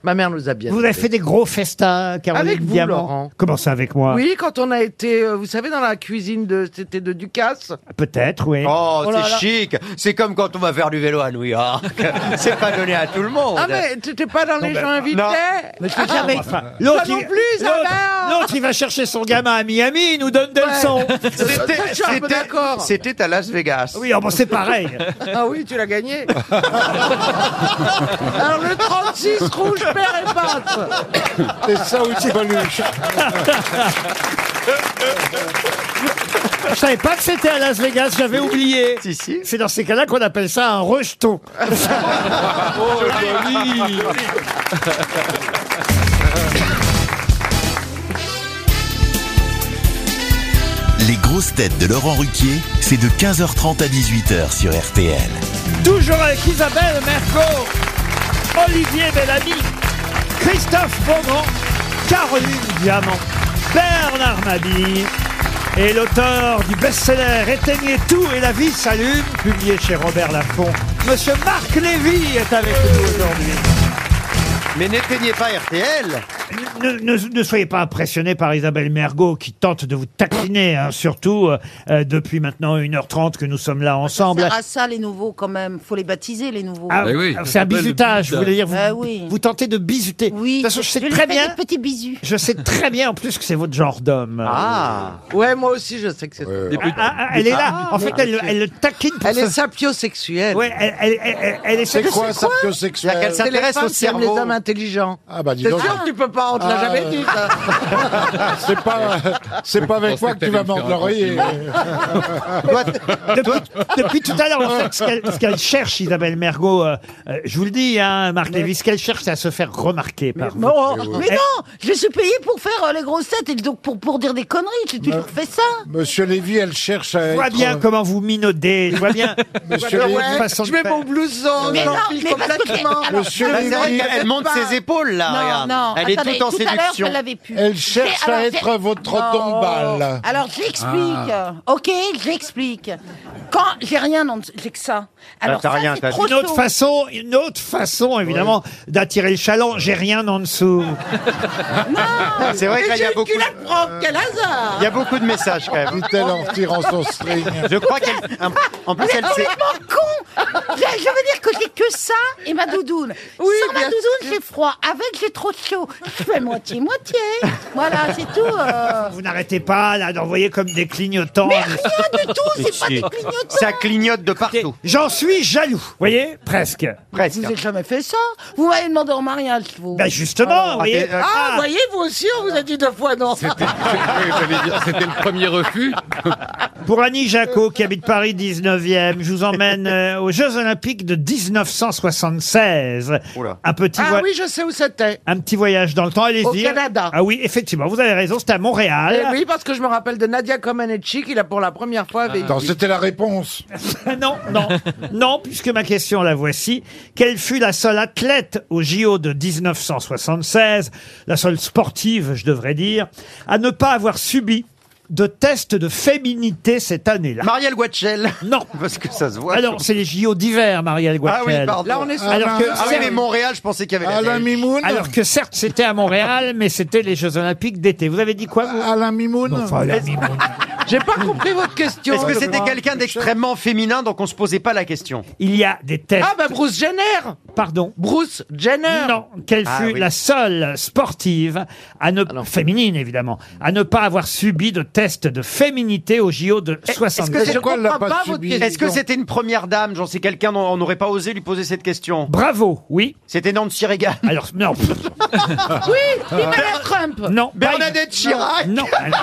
Ma mère nous a bien. Vous avez fait des gros festins, Caroline Avec vous, Diamant. Laurent. Comment ça, avec moi Oui, quand on a été, euh, vous savez, dans la cuisine de, c'était de Ducasse. Peut-être, oui. Oh, Oh là c'est là. chic. C'est comme quand on va faire du vélo à New York. c'est pas donné à tout le monde. Ah mais t'étais pas dans les Non, gens ben, invités. non. Mais je l'ai jamais- Ah, Enfin, L'autre l'autre, Ah, non il- plus, ça l'autre- va. l'autre, il va chercher son gamin à Miami, il nous donne des leçons. C'était- Ça, je suis un peu c'était- d'accord. C'était à Las Vegas. Oui, oh, bon, c'est pareil. Ah oui, tu l'as gagné. Alors le 36 rouge père et pâte. C'est ça où tu baluches. Je savais pas que c'était à Las Vegas, j'avais oublié. C'est dans ces cas-là qu'on appelle ça un rejeton. Oh, joli. Les grosses têtes de Laurent Ruquier, c'est de 15h30 à 18h sur RTL. Toujours avec Isabelle Merco, Olivier Bellamy, Christophe Beaugrand, Caroline Diamant, Bernard Mabille et l'auteur du best-seller Éteignez tout et la vie s'allume, publié chez Robert Laffont. Monsieur Marc Lévy est avec nous aujourd'hui. Mais n'éteignez pas RTL. Ne, ne- ne soyez pas impressionné par Isabelle Mergot qui tente de vous taquiner, hein, surtout euh, euh, depuis maintenant 1h30 que nous sommes là ensemble. à ça, les nouveaux, quand même. Faut les baptiser, les nouveaux. Eh Ah, C'est un bisutage, vous voulez dire, vous, Ah oui. vous tentez de bisuter. Oui, de toute façon, je sais très bien, Des petits bisous. je sais très bien en plus que c'est votre genre d'homme. Ah. Ouais, moi aussi, je sais que c'est. Des petits- Ah, ah, elle est là. En fait, elle- elle le taquine. Pour elle se- est sapiosexuelle. Ouais, elle, elle- elle- elle est C'est quoi, sapiosexuelle C'est qu'elle s'intéresse aux cerveaux. les hommes intelligents. Ah bah dis C'est donc. sûr que tu peux pas, on te l'a Ah, jamais dit. ça. C'est pas, c'est pas avec moi que tu vas mordre l'oreille. depuis, depuis tout à l'heure, en fait, ce qu'elle, ce qu'elle cherche, Isabelle Mergot, euh, euh, je vous le dis, hein, Marc Lévy, ce qu'elle cherche, c'est à se faire remarquer par vous. Non, Eh mais non, je suis payé pour faire euh, les grosses têtes et donc pour, pour dire des conneries. J'ai toujours fait ça. Monsieur Lévy, elle cherche à Je vois être- bien comment vous minaudez, je vois bien. Monsieur je vois bien Lévy, votre façon je de mets faire. mon blouson, Mais non, j'enfile mais parce que- complètement. alors, Ah, Monsieur Bah, c'est vrai qu'elle- elle monte ses épaules, là, Non, regarde. non, elle attendez, est toute en tout à l'heure, séduction. je l'avais plus. Elle cherche Mais à alors, être j'ai- votre Non. dombale. Alors, j'explique. Ah. Ok, j'explique. Quand j'ai rien, en- j'ai que ça. Ah, Alors, t'as ça, rien, c'est t'as- trop une autre chaud. façon, une autre façon évidemment d'attirer le chaland. J'ai rien en dessous. C'est vrai qu'il y a beaucoup. Culotte propre, quel hasard Il y a beaucoup de messages quand même. Dit-elle en retirant son string. Je crois qu'elle. En plus, Mais elle s'est. complètement con je, je veux dire que j'ai que ça et ma doudoune. Sans ma doudoune, j'ai froid. Avec, j'ai trop chaud. Je fais moitié-moitié. Voilà, c'est tout. euh. Vous n'arrêtez pas là d'envoyer comme des clignotants. Rien du tout, c'est pas des clignotants. Ça clignote de partout. J'en suis jaloux. Vous voyez Presque. Presque. Vous n'avez jamais fait ça Vous m'avez demandé en mariage, vous. Ben justement, vous voyez. Ah, vous voyez, vous aussi, on vous a dit deux fois non. C'était le premier refus. Pour Annie Jacot, qui habite Paris 19e, je vous emmène euh, aux Jeux Olympiques de 1976. Un petit, Ah voi- oui, je sais où c'était. un petit voyage dans le temps. Allez-y. Au Canada. Ah oui, effectivement, vous avez raison, c'était à Montréal. Eh oui, parce que je me rappelle de Nadia Comaneci qui, là, pour la première fois, avait Ah. Attends, dit- c'était la réponse. non, non, non, puisque ma question la voici. Quelle fut la seule athlète au JO de 1976, la seule sportive, je devrais dire, à ne pas avoir subi de test de féminité cette année-là Marielle Guachel. Non. Parce que ça se voit. Alors, c'est les JO d'hiver, Marielle Ah oui, Guachel. pardon. Là, on est sur Alors que, Ah oui, mais Montréal, je pensais qu'il y avait. la neige. Mimoun. alors que certes, c'était à Montréal, mais c'était les Jeux Olympiques d'été. Vous avez dit quoi, vous Alain Mimoun. Non, enfin, Alain Mimoun. J'ai pas compris votre question. Est-ce que c'était Laurent. quelqu'un d'extrêmement féminin, donc on se posait pas la question Il y a des tests. Ah bah Bruce Jenner Eh, Pardon Bruce Jenner Non, qu'elle Ah, fut oui. la seule sportive à ne féminine évidemment à ne pas avoir subi de test de féminité au JO de Eh, Est-ce 60. que, c'est- Pourquoi elle l'a comprends pas pas votre subi question. est-ce que c'était une première dame J'en sais quelqu'un, on on n'aurait pas osé lui poser cette question. Bravo, oui. C'était Nancy Reagan. Ah. Alors non, pff, Oui, Imelda Trump non. Bernadette Chirac Non. alors-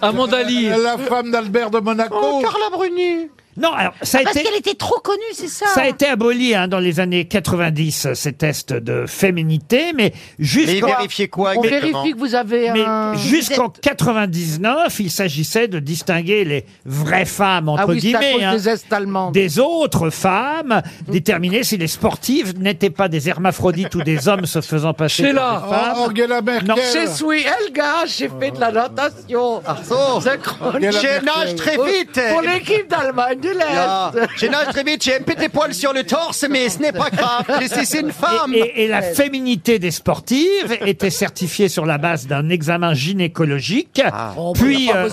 Amandali. La femme d'Albert de Monaco. Carla Bruni Non, alors ça a Ah, Parce été qu'elle était trop connue, c'est ça ça a été aboli hein, dans les années 90 euh, ces tests de féminité, mais jusqu'en vérifier quoi On exactement vérifie que Euh, vous avez mais un... jusqu'en 99, il s'agissait de distinguer les vraies femmes entre Ah oui, c'est à guillemets. cause hein. des Est allemandes. des autres femmes, déterminer si les sportives n'étaient pas des hermaphrodites ou des hommes se faisant passer pour Sheila. des Oh, femmes. Angela Non. Je Merkel. suis Helga, j'ai fait de la natation. C'est chronique. J'ai Ah, oh. nage très Pour- vite Pour l'équipe d'Allemagne. de Ah. l'Est. J'ai Trevitch, j'ai un petit poil sur le torse, mais ce n'est pas grave. C'est c'est une femme. Et, et- et la féminité des sportives était certifiée sur la base d'un examen gynécologique. Ah. Oh, bah, Puis, euh,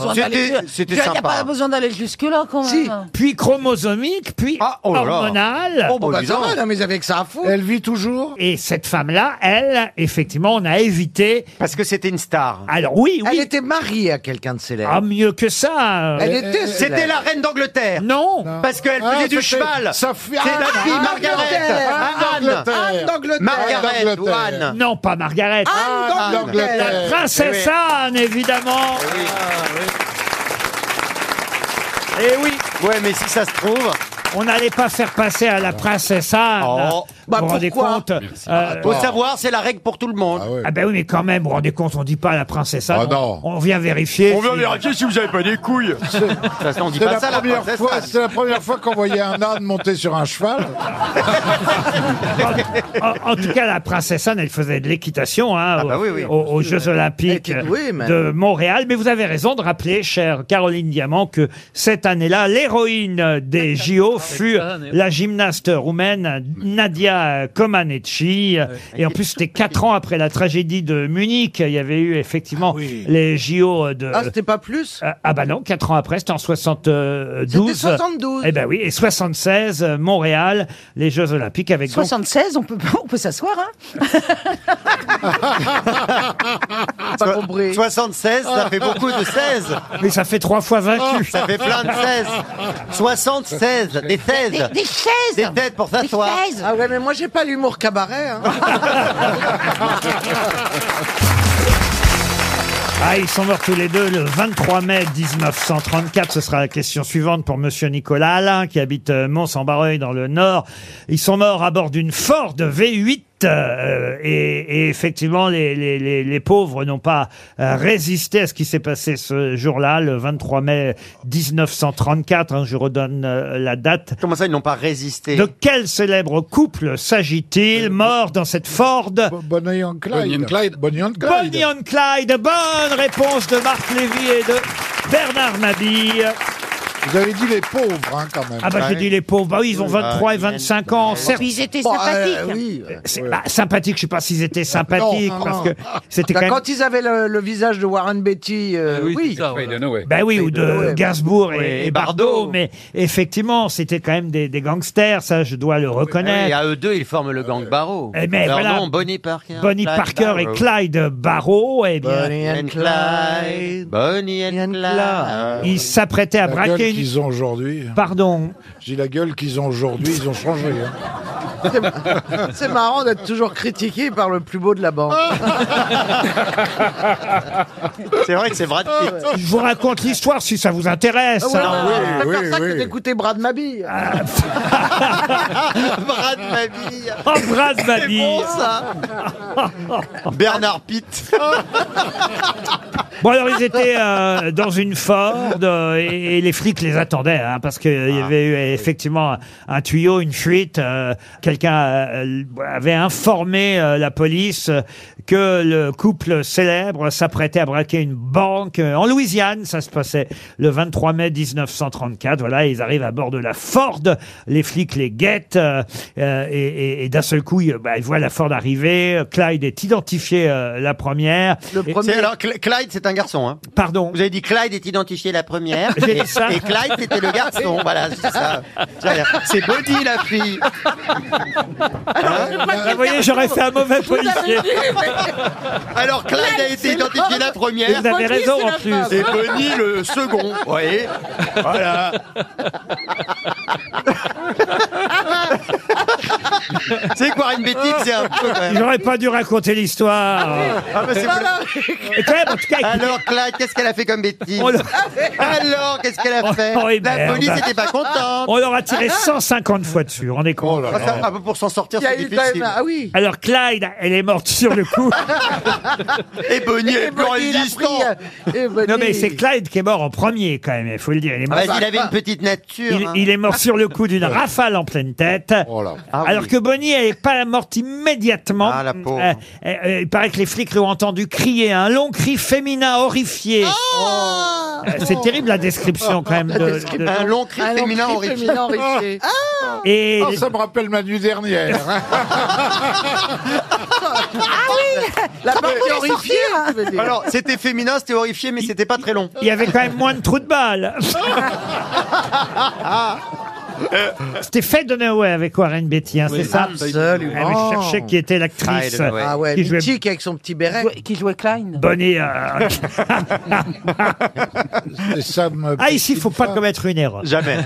Il n'y a pas besoin d'aller jusque-là quand même. puis chromosomique, puis Ah, hormonale. Oh, bah, ça va, non, mais avec ça à fond. Elle vit toujours. Et cette femme-là, elle, effectivement, on a évité. Parce que c'était une star. Alors oui, oui. Elle était mariée à quelqu'un de célèbre. Ah, mieux que ça. Elle était célèbre. C'était la reine d'Angleterre. Non. Parce qu'elle Euh, Ah, faisait du c'était- cheval. ça fait- C'est la Ah, fille Anne Margaret. d'Angleterre, Anne Anne. d'Angleterre. Anne d'Angleterre. Margaret Anne ou d'Angleterre. Anne. Non, pas Margaret. Anne d'Angleterre. La princesse Eh Anne, évidemment. Et Eh oui. Ouais, mais si ça se trouve. On n'allait pas faire passer à la princesse Anne. Oh. Vous vous rendez compte Euh, Faut savoir, c'est la règle pour tout le monde. Ah ben oui, mais quand même, vous vous rendez compte, on dit pas à la princesse Anne. On, on vient vérifier. Ah On vient si- vérifier si vous avez pas des couilles. Parce qu'on dit C'est pas la, ça, la première princesse fois- Anne. c'est la première fois qu'on voyait un âne monter sur un cheval. En, en tout cas, la princesse Anne, elle faisait de l'équitation hein, Ah bah au- aux, aux Jeux Olympiques douée, même. de Montréal. Mais vous avez raison de rappeler, chère Caroline Diamant, que cette année-là, l'héroïne des JO fut la gymnaste roumaine Nadia Comaneci. Et en plus, c'était quatre ans après la tragédie de Munich. Il y avait eu effectivement les JO de... Ah, c'était pas plus Ah, Ah bah non, 4 ans après, c'était en 72. C'était 72. Eh ben oui, et 76, euh, Montréal, les Jeux Olympiques avec donc- 76, on peut, on peut s'asseoir. Hein Pas compris. 76, ça fait beaucoup de 16. Mais ça fait 3 fois 28. Oh, Ça fait plein de 16. 76, des 16. Des- des chaises. Des têtes pour s'asseoir. Ah ouais, mais moi j'ai pas l'humour cabaret. hein. Ah, ils sont morts tous les deux le 23 mai 1934. Ce sera la question suivante pour Monsieur Nicolas Alain, qui habite euh, Mons-en-Barreuil dans le Nord. Ils sont morts à bord d'une Ford V8. euh, et, et effectivement, les, les- les- les pauvres n'ont pas euh, résisté à ce qui s'est passé ce jour-là, le 23 mai 1934. hein, je redonne euh, la date. Comment ça, ils n'ont pas résisté De quel célèbre couple s'agit-il mort dans cette Ford Bonnie and Clyde. Bonnie and Clyde. Bonnie and Clyde. Bonnie and Clyde. Bonne réponse de Marc Lévy et de Bernard Mabille. Vous avez dit les pauvres, hein, quand même. Ah bah j'ai dit les pauvres, bah oui, ils ont 23 Ah, et 25 ans, certes. Puis ils étaient Bon, sympathiques. euh, oui. C'est- bah, sympathiques, je sais pas s'ils étaient sympathiques, Non, non, parce non. que c'était quand Bah, même... Quand ils avaient le, le visage de Warren Beatty, euh, oui. Ben oui, ou de Ouais, Gainsbourg ouais, et, et et Bardot, mais effectivement, c'était quand même des, des gangsters, ça je dois le Et reconnaître. Eh à eux deux, ils forment le Euh, gang Barrow. Eh, mais Leur voilà. nom, Bonnie Parker. Bonnie Clyde Parker et Barrow. Clyde Barrow, eh bien, Bonnie and Clyde. Bonnie and Clyde. ils s'apprêtaient à La gueule braquer... une- qu'ils ont aujourd'hui. Pardon. J'ai la gueule qu'ils ont aujourd'hui, ils ont changé. hein. C'est marrant d'être toujours critiqué par le plus beau de la bande. Ah, C'est vrai que c'est Brad Pitt. Je vous raconte l'histoire si ça vous intéresse. Ah ouais, hein. Ah, ouais, je préfère ça que d'écouter Brad Mabille. Brad Mabille. Oh, Brad Mabille. C'est bon, ça. Bernard Pitt. Bon alors ils étaient euh, dans une Ford euh, et, et les flics les attendaient hein, parce qu'il y avait eu euh, effectivement un- un tuyau, une fuite. euh, Quelqu'un euh, avait informé euh, la police euh, que le couple célèbre s'apprêtait à braquer une banque euh, en Louisiane. Ça se passait le 23 mai 1934. Voilà, ils arrivent à bord de la Ford. Les flics les guettent euh, euh, et, et- et d'un seul coup ils, bah, ils voient la Ford arriver. Clyde est identifié euh, la première. Et- C'est- alors, Cl- Clyde, c'est un garçon. Hein. Pardon. Vous avez dit Clyde est identifié la première. J'ai dit et, ça. et Clyde, c'était le garçon. voilà, c'est ça. C'est Bonnie, la fille. Vous voyez, j'aurais fait un mauvais policier. Alors, Clyde a été identifié la première. Vous avez raison, en plus. Et Bonnie, le second. Vous voyez Voilà. C'est quoi, une bêtise C'est un peu. quand même. J'aurais pas dû raconter l'histoire. Ah, mais c'est- Et quand même, en tout cas, écoutez, Alors, Clyde, qu'est-ce qu'elle a fait comme bêtise On l'a- Ah, Alors, qu'est-ce qu'elle a fait oh, et La merde. police n'était pas contente. on leur a tiré 150 fois dessus, on est con. Ah, ça, ah, pour s'en sortir, Il y a c'est eu quand même- difficile. Ah oui. Alors Clyde, elle est morte sur le coup. Ah, Et Bonnie est plus Bonnie, il a résistant. pris, euh, et Bonnie- Non mais c'est Clyde qui est mort en premier quand même, il faut le dire. Il est mort, Ah, bah, il avait une petite nature. il- hein. il est mort sur le coup d'une rafale en pleine tête. Ah oui. Alors que Bonnie, elle n'est pas morte immédiatement. Ah, la pauvre. Euh, euh, Oh euh, il paraît que les flics l'ont entendu crier un long cri féminin horrifié. C'est terrible la description quand même. La de- description. de- Ah. Un Ben, long cri Un long féminin cri horrifié. féminin horrifié. Et Oh, ça me rappelle ma nuit dernière. hein. Ah oui La partie horrifiée hein Alors, c'était féminin, c'était horrifié, mais c'était pas très long. il y avait quand même moins de trous de balles. C'était Faye Dunaway avec Warren Beatty, hein, Oui, c'est ça absolument. Elle cherchait qui était l'actrice Ah ouais, qui jouait mythique avec son petit béret. Qui jouait Klein. Bonnie. euh, ah ici, il faut pas commettre une erreur. Jamais.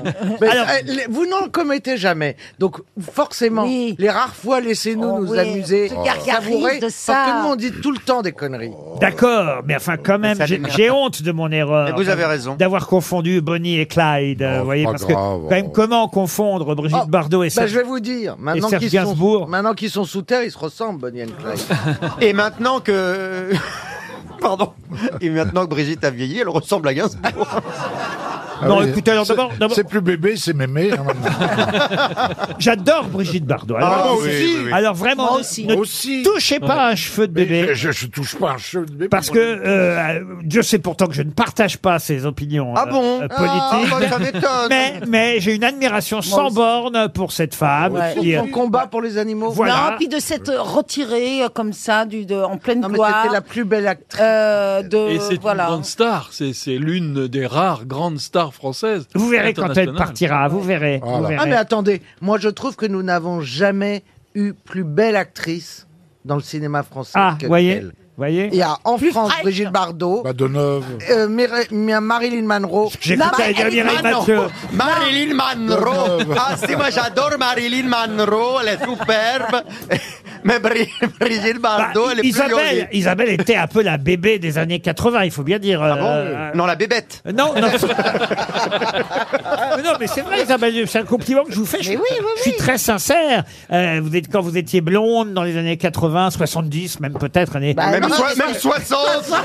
Mais, euh, les- vous n'en commettez jamais. Donc, forcément, les rares fois, laissez-nous Oh, nous oui, amuser, se gargarise savourer, de ça. Parce que nous, on dit tout le temps des conneries. D'accord, mais enfin quand même, Oh. Ça j'ai l'énerve. j'ai honte de mon erreur. Et vous avez Oh, raison. D'avoir confondu Bonnie et Clyde, euh, vous voyez, pas parce que grave. quand même, comment confondre Brigitte Bardot et Bah, Serge je vais vous dire, maintenant Serge qu'ils sont, maintenant qu'ils sont sous terre, ils se ressemblent, Bonnie and Clyde. Et maintenant que. Pardon. Et maintenant que Brigitte a vieilli, elle ressemble à Gainsbourg. Non, écoutez, alors d'abord- Ah C'est- d'abord- C'est plus bébé, c'est mémé. hein, maintenant. J'adore Brigitte Bardot. Alors, Ah, moi aussi. alors vraiment, Moi ne- aussi. ne Moi aussi. touchez pas à un cheveu de bébé. Je, je touche pas un cheveu de bébé. Parce que euh, Dieu sait pourtant que je ne partage pas ses opinions Ah euh, bon euh, Ah, politiques. bah, ça m'étonne. mais mais j'ai une admiration sans aussi. borne pour cette femme. Ouais. qui, euh, Son combat pour les animaux. Voilà. Non, puis de s'être retirée euh, comme ça, du, de, en pleine mais gloire. c'était la plus belle actrice. euh, Euh, de, Et c'est voilà. une grande star. C'est c'est l'une des rares grandes stars françaises. Vous verrez quand elle internationales. partira, vous verrez. vous verrez. Ah mais attendez, moi je trouve que nous n'avons jamais eu plus belle actrice dans le cinéma français Ah, que voyez, elle. voyez. Il y a en France Brigitte Bardot, Badonov. euh, Mireille- Mia- Marilyn Monroe. J'ai Non, cru que t'allais dire Marilyn Mireille Monroe. Mathieu. Marilyn Monroe. Ah, si, moi j'adore Marilyn Monroe, elle est superbe. Mais Bri- Brigitte Bah, Bardot, elle est plus Bah, Isabelle, jolie. Isabelle était un peu la bébé des années 80, il faut bien dire. euh, Ah bon Non, la bébête. Non, non. Mais non, mais c'est vrai, Isabelle, c'est un compliment que je vous fais. Je, je suis très sincère. Euh, vous êtes, quand vous étiez blonde dans les années 80, 70, même peut-être. Années... Bah, Ah, Bah, même, soi- même 60,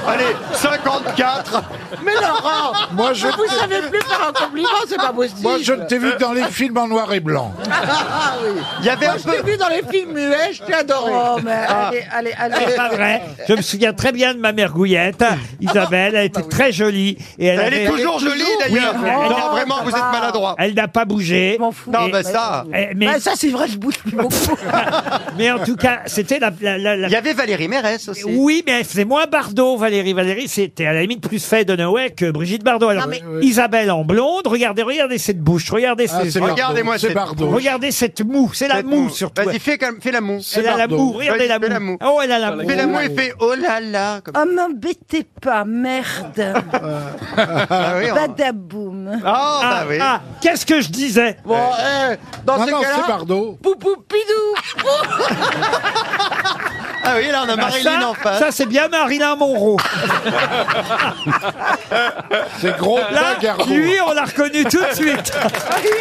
allez, 54. Mais Laurent, Moi, je- vous savez plus faire un compliment, c'est pas possible. Moi, je t'ai vu dans les films en noir et blanc. Ah oui. Il y avait Moi, un Ah. je t'ai vu dans les films muets, je t'ai adoré. Oh, mais allez, allez, allez. C'est pas vrai. Je me souviens très bien de ma mère Gouillette, Isabelle. Elle était très jolie. Et elle, Bah Elle est avait- toujours jolie, d'ailleurs. Oui, elle- Non, vraiment, vous êtes maladroit. Elle n'a pas bougé. Non, Et- mais ça. Eh, Mais, Bah, ça, c'est vrai, je bouge plus beaucoup. mais en tout cas, c'était la, la- la- la- Il y avait Valérie Mérès aussi. Oui, mais elle faisait moins Bardot, Valérie. Valérie, c'était à la limite plus fait de Noé que Brigitte Bardot. Alors, Non, mais- Isabelle en blonde, regardez, regardez cette bouche, regardez Ah, ces c'est yeux. Bardot, Regardez-moi c'est cette- Bardot. Regardez cette moue, c'est la Cette moue moue. surtout. Vas-y, fais, calme- fais la moue. Elle a la Bardot. moue, regardez Vas-y, la fais la moue. moue. Oh, elle a la moue. Fais la moue et fais oh là là. comme- Ah, Oh, m'embêtez pas, merde. Ah oui, on- Badaboum. Ah, bah oui. Ah, qu'est-ce que je disais Bon, eh, dans Non, ces non, c'est cas-là, Bardot. poupou pidou. Ah oui, là on a Bah, Marilyn ça, en face. ça, c'est bien Marina Monroe. C'est gros Là, pas Garbo. lui, on l'a reconnu tout de suite. RTL,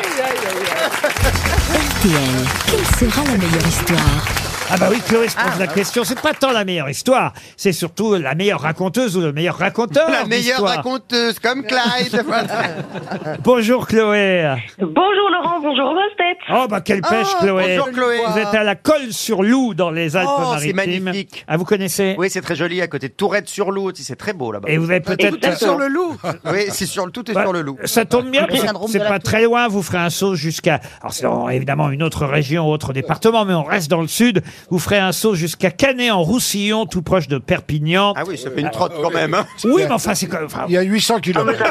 quelle sera la meilleure histoire Ah bah oui, Chloé se pose la question. C'est pas tant la meilleure histoire, c'est surtout la meilleure raconteuse ou le meilleur raconteur. la meilleure d'histoire. raconteuse, comme Clyde. Voilà. Bonjour Chloé. Bonjour Laurent, bonjour Rosette. Oh bah quelle pêche Ah, Chloé. bonjour, Chloé. Vous êtes à la colle sur loup dans les Oh, Alpes-Maritimes. c'est magnifique. Ah vous connaissez Oui, c'est très joli à côté de Tourette sur l'eau aussi, c'est très beau là-bas. Et vous avez peut-être Bah, Tout est sur le loup. Oui, c'est sur le tout est sur le loup. Ça tombe bien, parce que syndrome c'est de la pas toux. très loin, vous ferez un saut jusqu'à... Alors c'est en- évidemment une autre région, autre département, mais on reste dans le sud. Vous ferez un saut jusqu'à Canet en Roussillon, tout proche de Perpignan. Ah oui, ça fait une trotte quand même. hein. Oui, mais enfin, c'est quand, enfin, Il y a 800 km.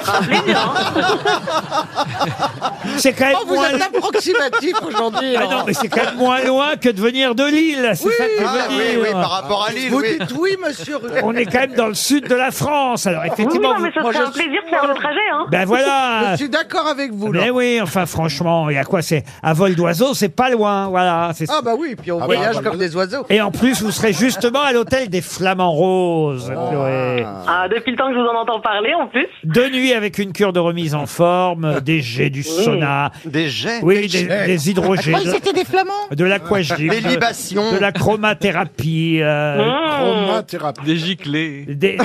c'est quand même Oh, vous moins... êtes approximatif aujourd'hui. Ah non, mais c'est quand même moins loin que de venir de Lille, c'est ça que je Ah, veux oui, dire. oui, par rapport à Lille, Vous oui. dites oui, monsieur. On est quand même dans le sud de la France, alors Oui, effectivement... non, mais vous- ce moi, serait je un suis- plaisir de faire le trajet. Hein. Ben voilà Je suis d'accord avec vous. Mais Laurent. oui, enfin franchement, il y a quoi c'est à vol d'oiseau, c'est pas loin, voilà. c'est- ah Ah bah oui, puis on bah, voyage bah, comme des oiseaux. Et en plus, vous serez justement à l'hôtel des Flamands Roses. Chloé. Ah, depuis le temps que je vous en entends parler en plus. Deux nuits avec une cure de remise en forme, des jets du sauna, Des jets. oui, des, des hydrogés, Attends, ils de, étaient des flamands de l'aquagym, Des libations. de la chromathérapie, euh, Mmh. Ah. aromathérapie. Des giclées. Des,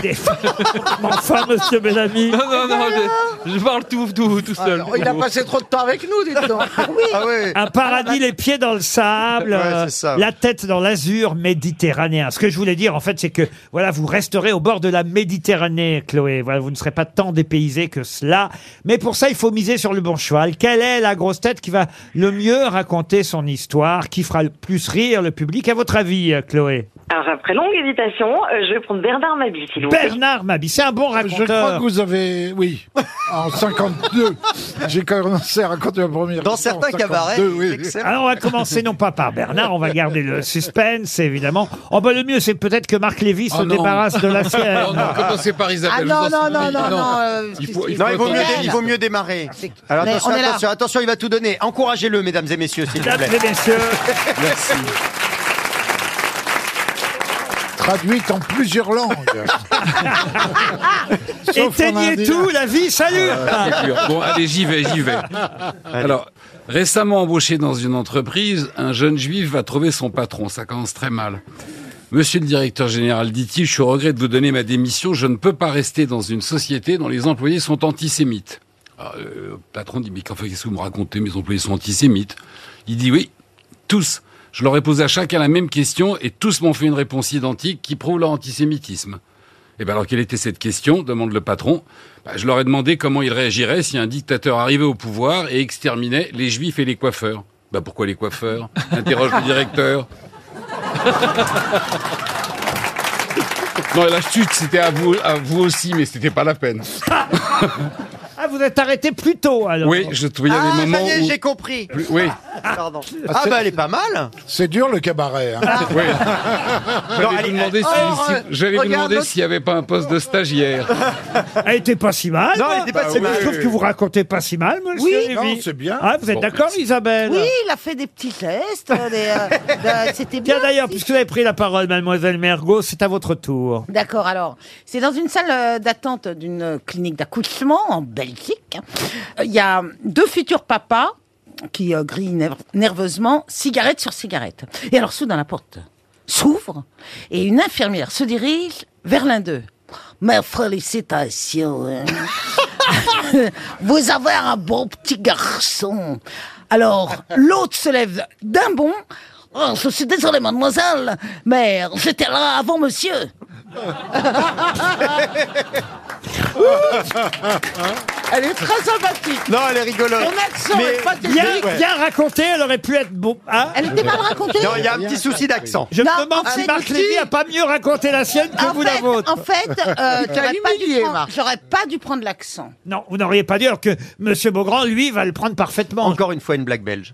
enfin, monsieur Bellamy. Non, non, non, je, je parle tout, tout, Ah, tout seul. Alors, il a passé trop de temps avec nous, dites donc. Ah Oui. Un Ah, bah, paradis, les pieds dans le sable, Ouais, euh, c'est ça. la tête dans l'azur méditerranéen. Ce que je voulais dire, en fait, c'est que voilà, vous resterez au bord de la Méditerranée, Chloé. Voilà, vous ne serez pas tant dépaysé que cela. Mais pour ça, il faut miser sur le bon cheval. Quelle est la grosse tête qui va le mieux raconter son histoire, qui fera le plus rire le public, à votre avis, euh, Chloé Alors, après longue hésitation, euh, je vais prendre Bernard Mabie, s'il vous plaît. Bernard Mabie, c'est un bon raconteur. Je crois que vous avez, oui, en 52, j'ai commencé à raconter ma première Dans certains cabarets, Alors, on va commencer non pas par Bernard, on va garder le suspense, évidemment. Oh, bah, le mieux, c'est peut-être que Marc Lévy se Oh non. débarrasse de la sienne. Non, non, commencez par Isabelle. Ah non, vous en non, souvenez. non, non, non, euh, Il faut, Non, il vaut, mieux, Claire. il vaut mieux Ah, démarrer. Alors, Mais attention, on est là. attention, attention, il va tout donner. Encouragez-le, mesdames et messieurs, s'il vous plaît. Mesdames et messieurs. Merci. traduite en plusieurs langues. Sauf en Éteignez indien. tout, la vie, salut Ah, c'est dur. Bon, allez, j'y vais, j'y vais. Alors, récemment embauché dans une entreprise, un jeune juif va trouver son patron. Ça commence très mal. Monsieur le directeur général, dit-il, je suis au regret de vous donner ma démission. Je ne peux pas rester dans une société dont les employés sont antisémites. Alors, euh, le patron dit, mais qu'en fait, qu'est-ce que vous me racontez Mes employés sont antisémites. Il dit, oui, tous. Je leur ai posé à chacun la même question et tous m'ont fait une réponse identique qui prouve leur antisémitisme. Et bien alors, quelle était cette question demande le patron. Bah, je leur ai demandé comment ils réagiraient si un dictateur arrivait au pouvoir et exterminait les juifs et les coiffeurs. Bah pourquoi les coiffeurs Interroge le directeur. Non, et la chute, c'était à vous, à vous aussi, mais c'était pas la peine. Ah, vous êtes arrêté plus tôt, alors. Oui, je trouvais il y a Ah, des ça moments y est, où... j'ai compris. Plus- oui. Pardon. Ah, Ah, c'est- bah, elle est pas mal. C'est dur le cabaret. hein. Oui. J'allais vous demander si- alors, si- euh, j'allais vous regarde demander notre- s'il n'y avait pas un poste de stagiaire. Elle était pas si mal. Non, hein elle était pas Bah si mal. Je trouve que vous racontez pas si mal, monsieur Oui. Lévy. Non, c'est bien. Ah, vous êtes Bon. d'accord, Isabelle Oui, il a fait des petits gestes. euh, des, bah, euh, de- C'était bien. Bien d'ailleurs, puisque vous avez pris la parole, mademoiselle Mergot, c'est à votre tour. D'accord, alors. C'est dans une salle euh, d'attente d'une euh, clinique d'accouchement en Belgique. Euh, Il y a deux futurs papas qui euh, grillent nerve- nerveusement cigarette sur cigarette. Et alors, soudain, la porte s'ouvre et une infirmière se dirige vers l'un d'eux. Mais félicitations. hein. Vous avez un bon petit garçon. Alors, l'autre se lève d'un bond. Oh, je suis désolé, mademoiselle, mais j'étais là avant monsieur. Elle est très sympathique. Non, elle est rigolote. Son accent Mais- est pas Bien, terrible. bien racontée, elle aurait pu être bon. hein Elle était mal racontée. Non, il y a un petit souci d'accent. je me Non, demande en si fait, Marc si. Lévy a pas mieux raconté la sienne que En vous la fait, vôtre. en fait, euh, Il t'a j'aurais pas dû humilié, prendre- Marc. j'aurais pas dû prendre l'accent. Non, vous n'auriez pas dû, alors que Monsieur Beaugrand, lui, va le prendre parfaitement. Encore une fois, une blague belge.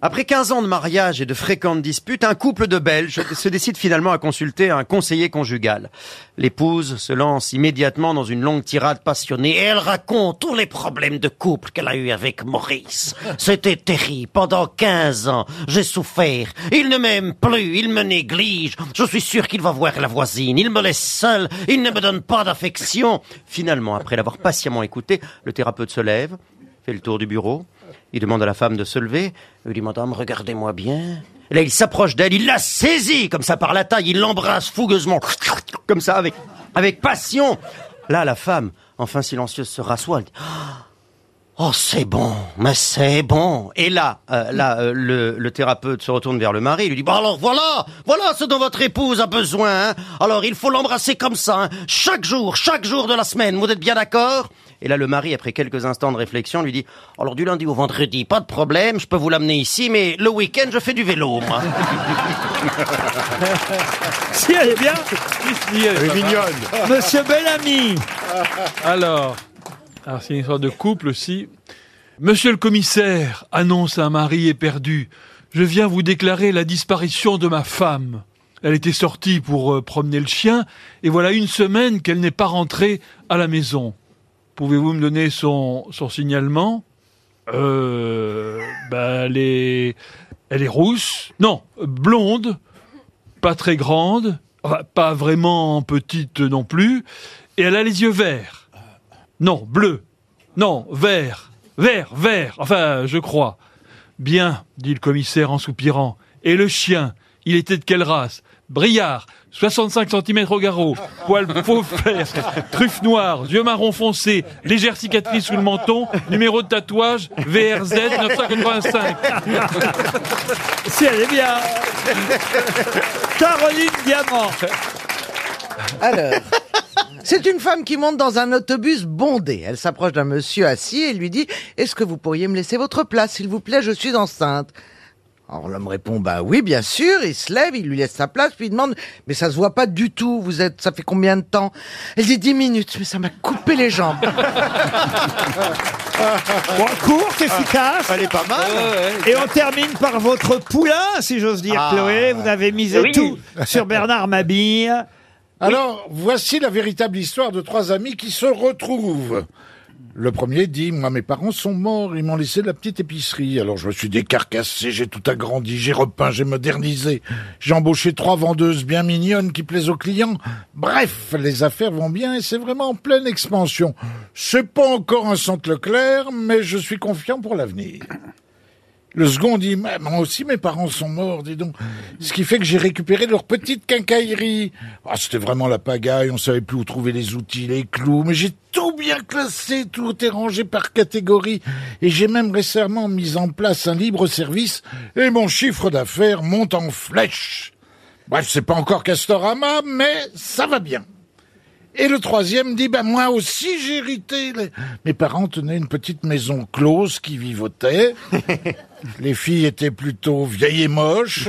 Après 15 ans de mariage et de fréquentes disputes, un couple de Belges se décide finalement à consulter un conseiller conjugal. L'épouse se lance immédiatement dans une longue tirade passionnée et elle raconte tous les problèmes de couple qu'elle a eu avec Maurice. C'était terrible. Pendant 15 ans, j'ai souffert. Il ne m'aime plus. Il me néglige. Je suis sûr qu'il va voir la voisine. Il me laisse seul. Il ne me donne pas d'affection. Finalement, après l'avoir patiemment écouté, le thérapeute se lève, fait le tour du bureau. Il demande à la femme de se lever. Il dit, Madame, regardez-moi bien. Et Là, il s'approche d'elle, il la saisit comme ça par la taille, il l'embrasse fougueusement, comme ça, avec, avec passion. Là, la femme, enfin silencieuse, se rassoit. Elle dit, Oh, c'est bon, mais c'est bon. Et là, euh, là, euh, le, le thérapeute se retourne vers le mari. Il lui dit, bah alors voilà, voilà ce dont votre épouse a besoin. hein. Alors il faut l'embrasser comme ça, hein. chaque jour, chaque jour de la semaine. Vous êtes bien d'accord Et là, le mari, après quelques instants de réflexion, lui dit, alors du lundi au vendredi, pas de problème, je peux vous l'amener ici, mais le week-end, je fais du vélo. Moi. Si elle est bien, Si, elle est pas mal. Monsieur Bellamy. Alors, alors c'est une histoire de couple aussi. Monsieur le commissaire, annonce un mari éperdu. Je viens vous déclarer la disparition de ma femme. Elle était sortie pour euh, promener le chien, et voilà une semaine qu'elle n'est pas rentrée à la maison. Pouvez-vous me donner son, son signalement Euh. bah, elle est. Elle est rousse. Non, blonde pas très grande, enfin, pas vraiment petite non plus, et elle a les yeux verts. Non, bleus. Non, verts. Vert, vert. Enfin, je crois. Bien, dit le commissaire en soupirant. Et le chien, il était de quelle race Briard, 65 cm au garrot, poil faux vert, truffe noire, yeux marron foncé, légère cicatrice sous le menton, numéro de tatouage VRZ 985. Si elle est bien. Caroline Diamant. Alors. C'est une femme qui monte dans un autobus bondé. Elle s'approche d'un monsieur assis et lui dit Est-ce que vous pourriez me laisser votre place, s'il vous plaît Je suis enceinte. Alors l'homme répond Bah oui, bien sûr. Il se lève, il lui laisse sa place, puis il demande Mais ça se voit pas du tout. Vous êtes, ça fait combien de temps Elle dit Dix minutes. Mais ça m'a coupé les jambes. Bon, Ah, courte, efficace. Elle est pas mal. Euh, Et on termine par votre poulain, si j'ose dire, Ah. Chloé. Vous avez misé Oui. tout sur Bernard Mabille. Alors, voici la véritable histoire de trois amis qui se retrouvent. Le premier dit, moi, mes parents sont morts, ils m'ont laissé la petite épicerie. Alors, je me suis décarcassé, j'ai tout agrandi, j'ai repeint, j'ai modernisé. J'ai embauché trois vendeuses bien mignonnes qui plaisent aux clients. Bref, les affaires vont bien et c'est vraiment en pleine expansion. C'est pas encore un centre Leclerc, mais je suis confiant pour l'avenir. Le second dit, Mais moi aussi mes parents sont morts, dis donc. Ce qui fait que j'ai récupéré leur petite quincaillerie. Ah, c'était vraiment la pagaille, on savait plus où trouver les outils, les clous, mais j'ai tout bien classé, tout est rangé par catégorie. Et j'ai même récemment mis en place un libre service et mon chiffre d'affaires monte en flèche. Bref, c'est pas encore Castorama, mais ça va bien. Et le troisième dit, ben moi aussi j'ai hérité. Les- Mes parents tenaient une petite maison close qui vivotait. Les filles étaient plutôt vieilles et moches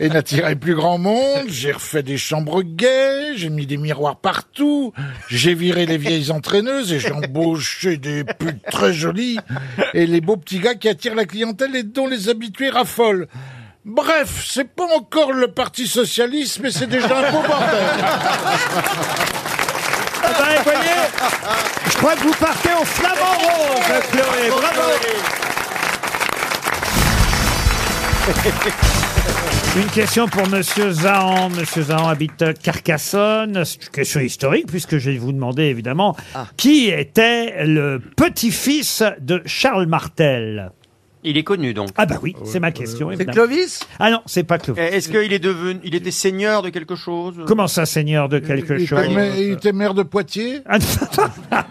et n'attiraient plus grand monde. J'ai refait des chambres gaies, j'ai mis des miroirs partout, j'ai viré les vieilles entraîneuses et j'ai embauché des putes très jolies et les beaux petits gars qui attirent la clientèle et dont les habitués raffolent. Bref, c'est pas encore le parti socialiste, mais c'est déjà un beau bordel. Vous voyez Je crois que vous partez en flamant rose, Chloé. Bravo. Une question pour Monsieur Zahan. Monsieur Zahan habite Carcassonne. C'est une question historique puisque je vais vous demander évidemment Ah. qui était le petit-fils de Charles Martel. Il est connu donc. Ah bah oui, c'est ma question. évidemment. Clovis Ah non, c'est pas Clovis. Est-ce qu'il est devenu, il était seigneur de quelque chose Comment ça, seigneur de quelque Euh, Il- il chose était ma- il était maire de Poitiers Ah,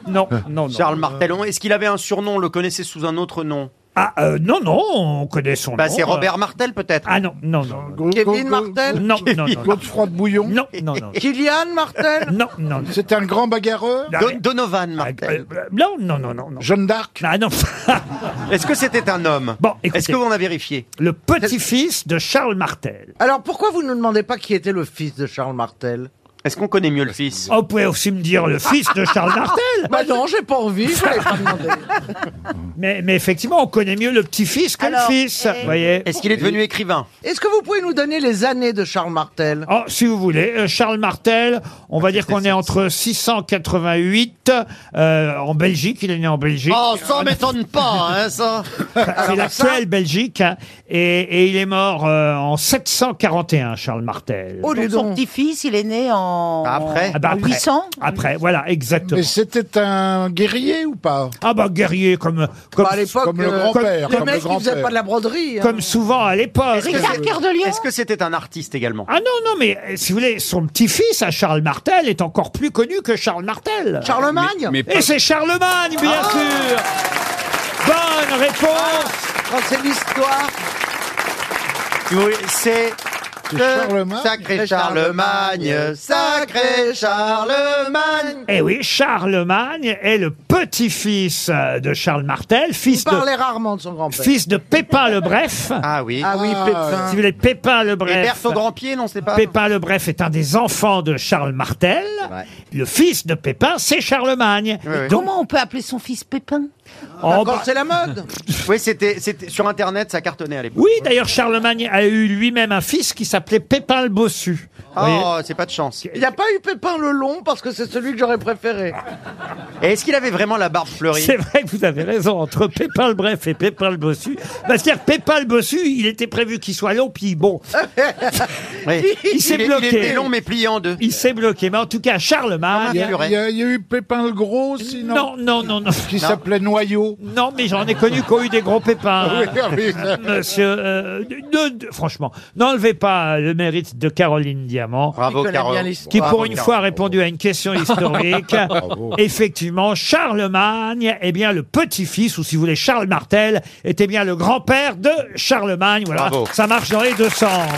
Non, non, non. Charles Martelon, est-ce qu'il avait un surnom On le connaissait sous un autre nom Ah euh, non, non, on connaît son Bah, nom. c'est Robert euh. Martel peut-être Ah non, non, non. non. Kevin Martel Non, non, non. non. Godefroy de Bouillon Non, non, non. Kylian Martel Non, non. C'était un grand bagarreur Non, mais- Donovan Martel. Euh, Non, non, non, non. Jeanne d'Arc Ah non. Est-ce que c'était un homme Bon, Est-ce écoutez. que on a vérifié Le petit-fils de Charles Martel. Alors pourquoi vous ne nous demandez pas qui était le fils de Charles Martel Est-ce qu'on connaît mieux le fils Oh, vous pouvez aussi me dire le fils de Charles Martel. Bah non, j'ai pas envie, je l'avais pas demandé. Mais, mais effectivement, on connaît mieux le petit-fils que Alors, le fils. et- vous voyez. eh, Est-ce qu'il est devenu écrivain Est-ce que vous pouvez nous donner les années de Charles Martel Oh, si vous voulez, euh, Charles Martel, on va dire qu'on est entre 688 euh, en Belgique, il est né en Belgique. Oh, ça m'étonne pas, hein, ça. C'est Alors, ça- l'actuelle Belgique. hein. et, et il est mort euh, en 741, Charles Martel. Oh, Donc, son petit-fils, il est né en, Ah bah en 800. Après, voilà, exactement. Mais c'était un guerrier ou pas Ah bah guerrier comme comme, Bah, à l'époque, Comme le euh, grand-père, Le mec, il faisait pas de la broderie. hein. Comme souvent à l'époque. Est-ce que c'était un artiste également Ah non non mais euh, si vous voulez son petit-fils à Charles Martel est encore plus connu que Charles Martel. Charlemagne Mais- mais pas- Et c'est Charlemagne bien Ah sûr. Bonne réponse. Quand Ah, c'est l'histoire. Oui, c'est. C'est Charlemagne Sacré Charlemagne, sacré Charlemagne. Eh oui, Charlemagne est le petit-fils euh, de Charles Martel, fils Il parlait de rarement de son grand-père. fils de Pépin le Bref. Ah oui. Ah oui, Pépin. Si vous voulez, Pépin le Bref. Et Berthe au grand pied, non, c'est pas. Pépin le Bref est un des enfants de Charles Martel. Le fils de Pépin, c'est Charlemagne. Donc, Comment on peut appeler son fils Pépin en- Quand c'est la mode. Oui, c'était c'était- sur Internet, ça cartonnait à l'époque. Oui, d'ailleurs, Charlemagne a eu lui-même un fils qui s'appelait Pépin le Bossu. Vous voyez Oh, c'est pas de chance. Il n'y a pas eu Pépin le long parce que c'est celui que j'aurais préféré. Et est-ce qu'il avait vraiment la barbe fleurie C'est vrai que vous avez raison, entre Pépin le Bref et Pépin le Bossu. Bah, C'est-à-dire que Pépin le Bossu, il était prévu qu'il soit long, puis bon, Oui. il s'est est- bloqué. Il était long mais plié en deux. il s'est bloqué. Mais en tout cas, Charlemagne... Il y, a, il y a- il y a eu Pépin le Gros, sinon Non, non, non, non. Qui s'appelait Noyau. Non, mais j'en ai connu qui ont eu des gros pépins. Oui, oui. Monsieur, euh, ne- ne- franchement, n'enlevez pas a euh, le mérite de Caroline Diamant. Bravo, Qui connaît Caro. bien l'histoire. Qui, pour Bravo, une Caro. fois, a répondu à une question historique. Bravo. Effectivement, Charlemagne est bien le petit-fils, ou si vous voulez, Charles Martel était bien le grand-père de Charlemagne. Voilà, Bravo. ça marche dans les deux sens.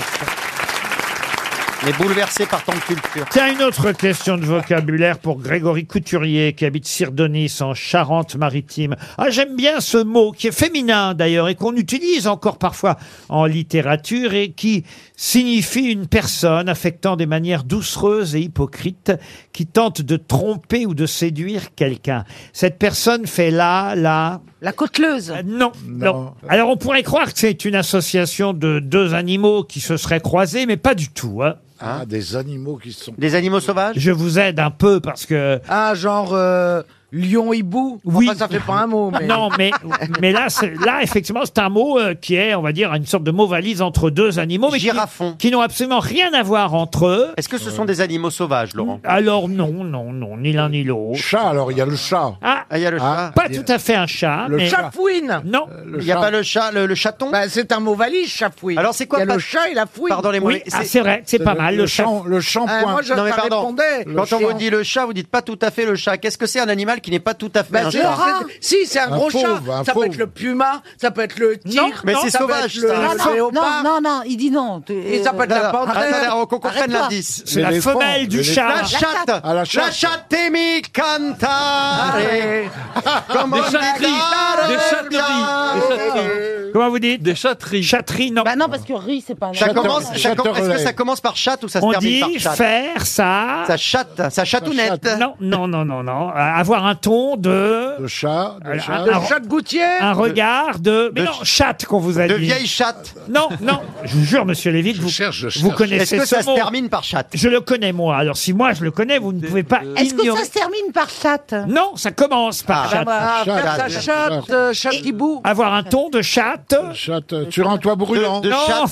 Mais bouleversé par tant de culture. Tiens, une autre question de vocabulaire pour Grégory Couturier, qui habite Sirdonis, en Charente-Maritime. Ah, j'aime bien ce mot, qui est féminin d'ailleurs, et qu'on utilise encore parfois en littérature, et qui signifie une personne affectant des manières doucereuses et hypocrites, qui tente de tromper ou de séduire quelqu'un. Cette personne fait là, là... La côteleuse non, non, Alors, on pourrait croire que c'est une association de deux animaux qui se seraient croisés, mais pas du tout, hein. Ah, des animaux qui sont. Des animaux sauvages Je vous aide un peu parce que. Ah, genre euh, lion-hibou Oui. Enfin, ça fait pas un Oh, mot, mais... Non, mais, mais là, c'est- là, effectivement, c'est un mot euh, qui est, on va dire, une sorte de mot valise entre deux animaux. Mais qui- Qui n'ont absolument rien à voir entre eux. Est-ce que ce sont des animaux sauvages, Laurent Alors, non, non, non, ni l'un ni l'autre. Chat, alors, il y a le chat. Ah, il y a le chat. Pas tout à fait un chat. Le mais- Chafouine Euh, Non. Il n'y a pas le chat, le, le chaton Bah, C'est un mot valise, chafouine. Alors c'est quoi Il y a pas- le chat et la fouine. Pardon les mots. Oui, ah, c'est vrai, c'est pas mal, le chat- le shampoing. Ah, moi, je- non mais ça pardon. répondait. Le Quand on vous chat. dit le chat, vous dites pas tout à fait le chat. Qu'est-ce que c'est un animal qui n'est pas tout à fait Bah, un c'est- chat Ah. c'est- si, c'est un, gros chat. ça peut être le puma, ça peut être le tigre. mais c'est ça peut sauvage, être le- ça. le Non, non, léopard. Non, non, non, il dit non. Tu- euh, Et euh, ça peut être la Non, non, panthère. arrête, Alors, qu'on arrête comprenne toi. l'indice. C'est la L'éléphant, femelle du l'éléphant. chat. La chatte. Ah, la La chatte. chatte temi cantare. Comme Des on eh chatteries. adore Des le chatteries. chat. Des chatteries. Comment vous dites Des chatteries. Chatteries, non. Bah non, parce que riz, c'est pas un Ça animal. commence, ça com- est-ce que ça commence par chatte ou ça se On termine par dit chatte faire ça. Ça chatte, ça chatounette. Non, non, non, non, non. Euh, Avoir un ton de. De chat, de chat. De chat de gouttière. Un De- regard de. Mais non, chatte qu'on vous a dit. De vieille chatte. Non, non, je vous jure, monsieur Lévy, que vous, vous cherche. connaissez Est-ce que ce ça se mot. termine par chatte Je le connais, moi. Alors, si moi je le connais, vous ne pouvez pas Est-ce que ignorer. ça se termine par chatte Non, ça commence par Ah, chatte. bah, faire Chatte. sa chatte, euh, chatte qui boue. Avoir un ton de chatte. Chatte, euh, tu rends-toi brûlant. Non.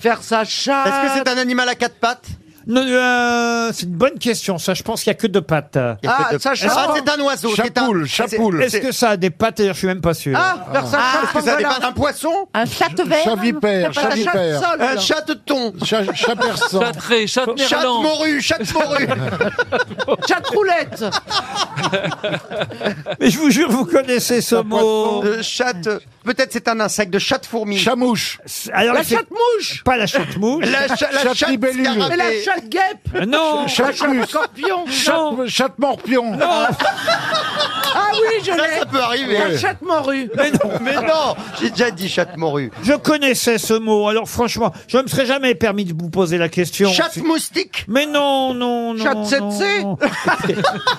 Faire sa chatte. Est-ce que c'est un animal à quatre pattes Non, euh, c'est une bonne question. Ça, je pense qu'il n'y a que deux pattes. Il y a Ah, que deux ça, pattes. je Est-ce pense. que- c'est un oiseau, c'est un- Chapoule, chapoule. Est-ce que ça a des pattes D'ailleurs, Je suis même pas sûr. Ah, faire sa chatte Est-ce que ça pangolin. dépend d'un poisson Un chat vert Chavipère, Ça s'appelle un chavipère. chatte sole, Un alors. chateton. Chat, chat persan. Châtré, chatte Chatte merlan. morue, chatte morue. Chatte roulette. Mais je vous jure, vous connaissez ce mot. Euh, chatte. Peut-être c'est un insecte de chatte fourmi. Chamouche. Alors, La c'est- chatte mouche. Pas la chatte mouche. La, cha- la Chatte chatte libellule. scarabée. Mais la chatte guêpe. Euh, Non. La Chatte chatte mouche. scorpion. Chatte- Chatte morpion. Ah oui, je l'ai. Ça, ça peut arriver. La chatte morue. Mais non. Mais non, j'ai déjà dit chatte morue. Je connaissais ce mot. Alors, franchement, je ne me serais jamais permis de vous poser la question. Chatte moustique. Mais non, non, non. Chatte non, 7C. non.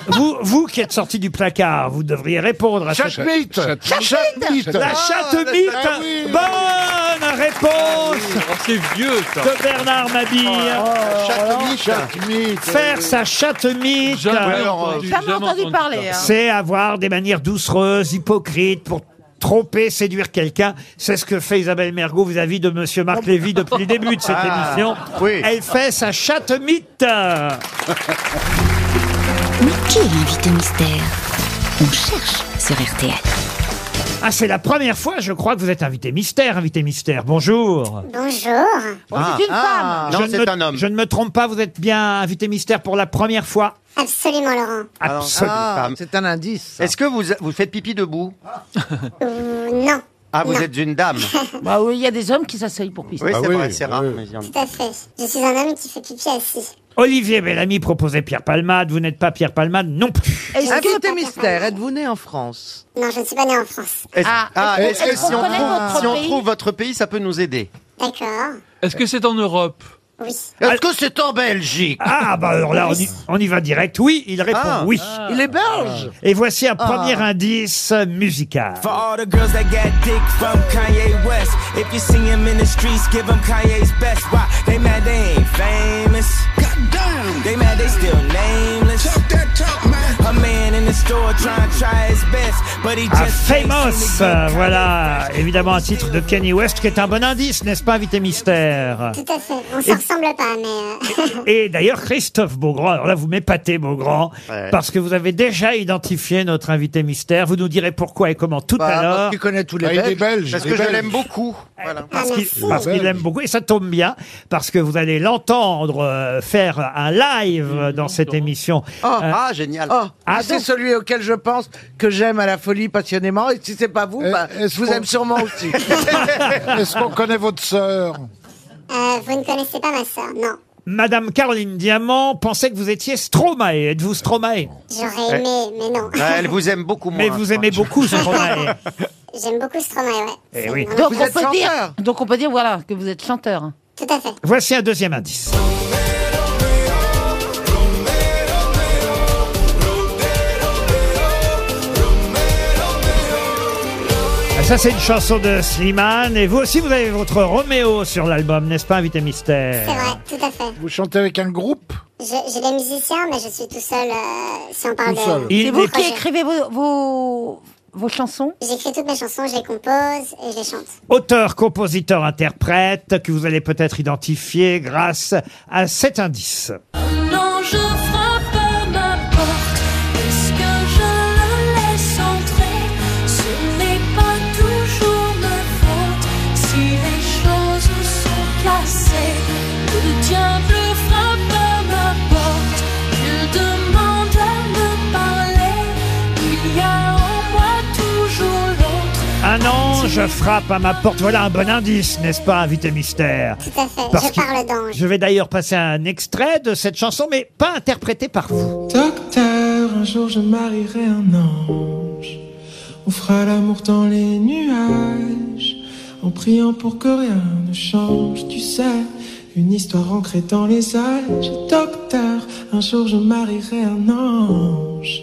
vous, vous qui êtes sorti du placard, vous devriez répondre à Chatte cette mite. Chatte mite. La chatte mite. Ah oui. Bonne réponse Oh, c'est vieux, ça. Oh, de Bernard Mabille. Chatte miche. Chatte mite. Faire sa chatte mite. Jamais alors, entendu, Jamais entendu ça. parler, hein. C'est avoir des manières doucereuses, hypocrites pour tromper, séduire quelqu'un. C'est ce que fait Isabelle Mergot vis-à-vis de Monsieur Marc Lévy depuis le début de cette Ah, émission. oui. Elle fait sa chatte mythe. Mais qui est l'invité mystère On cherche sur RTL. Ah, c'est la première fois, je crois, que vous êtes invité mystère, invité mystère. Bonjour. Bonjour. Oh, c'est une femme. Ah. Non, Je ne c'est me- un homme. Je ne me trompe pas, vous êtes bien invité mystère pour la première fois. Absolument, Laurent. Absolument. Ah, Femme. c'est un indice. ça. Est-ce que vous, vous faites pipi debout Euh, non, Ah, vous êtes une dame. Bah oui, il y a des hommes qui s'asseyent pour pisser. Oui, Ah c'est oui, vrai, c'est rare. oui. mais il y en a. tout à fait. Je suis un homme qui fait pipi assis. Olivier Bellamy proposait Pierre Palmade, vous n'êtes pas Pierre Palmade non plus. Ah, Est-ce que- Invité mystère, êtes-vous né en France Non, je ne suis pas né en France. Est-ce- Ah, est-ce est-ce qu'on que si on, connaît trouve, votre si on pays trouve votre pays, ça peut nous aider. D'accord. Est-ce que c'est en Europe Oui. Est-ce que c'est en Belgique Ah, bah alors là, on y, on y va direct. Oui, il répond Ah. oui. Il est belge. Et voici un premier indice musical. For all the girls that got dick from Kanye West. If you see him in the streets, give him Kanye's best. Why? They mad they ain't famous. Goddamn. They mad they still nameless. Talk that talk, man. A man in the store trying to try his best. à Famous. Euh, Voilà, évidemment, un titre de Kanye West qui est un bon indice, n'est-ce pas, invité mystère Tout à fait. On s'en ressemble pas, mais. euh, Ah. Et d'ailleurs, Christophe Beaugrand, alors là, vous m'épatez, Beaugrand, Ouais. parce que vous avez déjà identifié notre invité mystère. Vous nous direz pourquoi et comment Bah, tout à l'heure. Ah, Ah, Parce que je l'aime beaucoup. Voilà. Parce qu'il Ah, parce qu'il l'aime beaucoup. Et ça tombe bien, parce que vous allez l'entendre euh, faire un live euh, dans cette émission. Euh, ah, génial. ah, c'est celui auquel je pense que j'aime à la folie passionnément. Et si c'est pas vous, bah, je vous Euh, qu'on- aime sûrement aussi. Est-ce qu'on connaît votre sœur euh, vous ne connaissez pas ma sœur, non. Madame Caroline Diamant pensait que vous étiez Stromae. Êtes-vous Stromae J'aurais aimé, mais non. aime beaucoup Mais vous aimez beaucoup Stromae. J'aime beaucoup Stromae, ouais. Eh oui. Donc on, peut dire, donc on peut dire, voilà, que vous êtes chanteur. Tout à fait. Voici un deuxième indice. Ah, Ça, c'est une chanson de Slimane. Et vous aussi, vous avez votre Roméo sur l'album, n'est-ce pas, Invité Mystère C'est vrai, tout à fait. Vous chantez avec un groupe Je- J'ai des musiciens, mais je suis tout seul euh, si on parle Tout seul. de. Il C'est vous n'est- qui écrivez vos, vos, vos chansons J'écris toutes mes chansons, je les compose et je les chante. Auteur, compositeur, interprète, que vous allez peut-être identifier grâce à cet indice. Non, je frappe à ma porte. Est-ce que je la laisse entrer Ce n'est pas toujours ma faute si les choses sont cassées. Le diable frappe à ma porte. Il demande à me parler. Il y a en moi toujours l'autre. Un ange Ah frappe à ma porte. Voilà un bon indice, n'est-ce pas, invité mystère Tout à fait, Parce je que- parle d'ange. Je vais d'ailleurs passer un extrait de cette chanson, mais pas interprété par vous. Docteur, un jour je marierai un ange. On fera l'amour dans les nuages, en priant pour que rien ne change. Tu sais, une histoire ancrée dans les âges. Docteur, un jour je marierai un ange.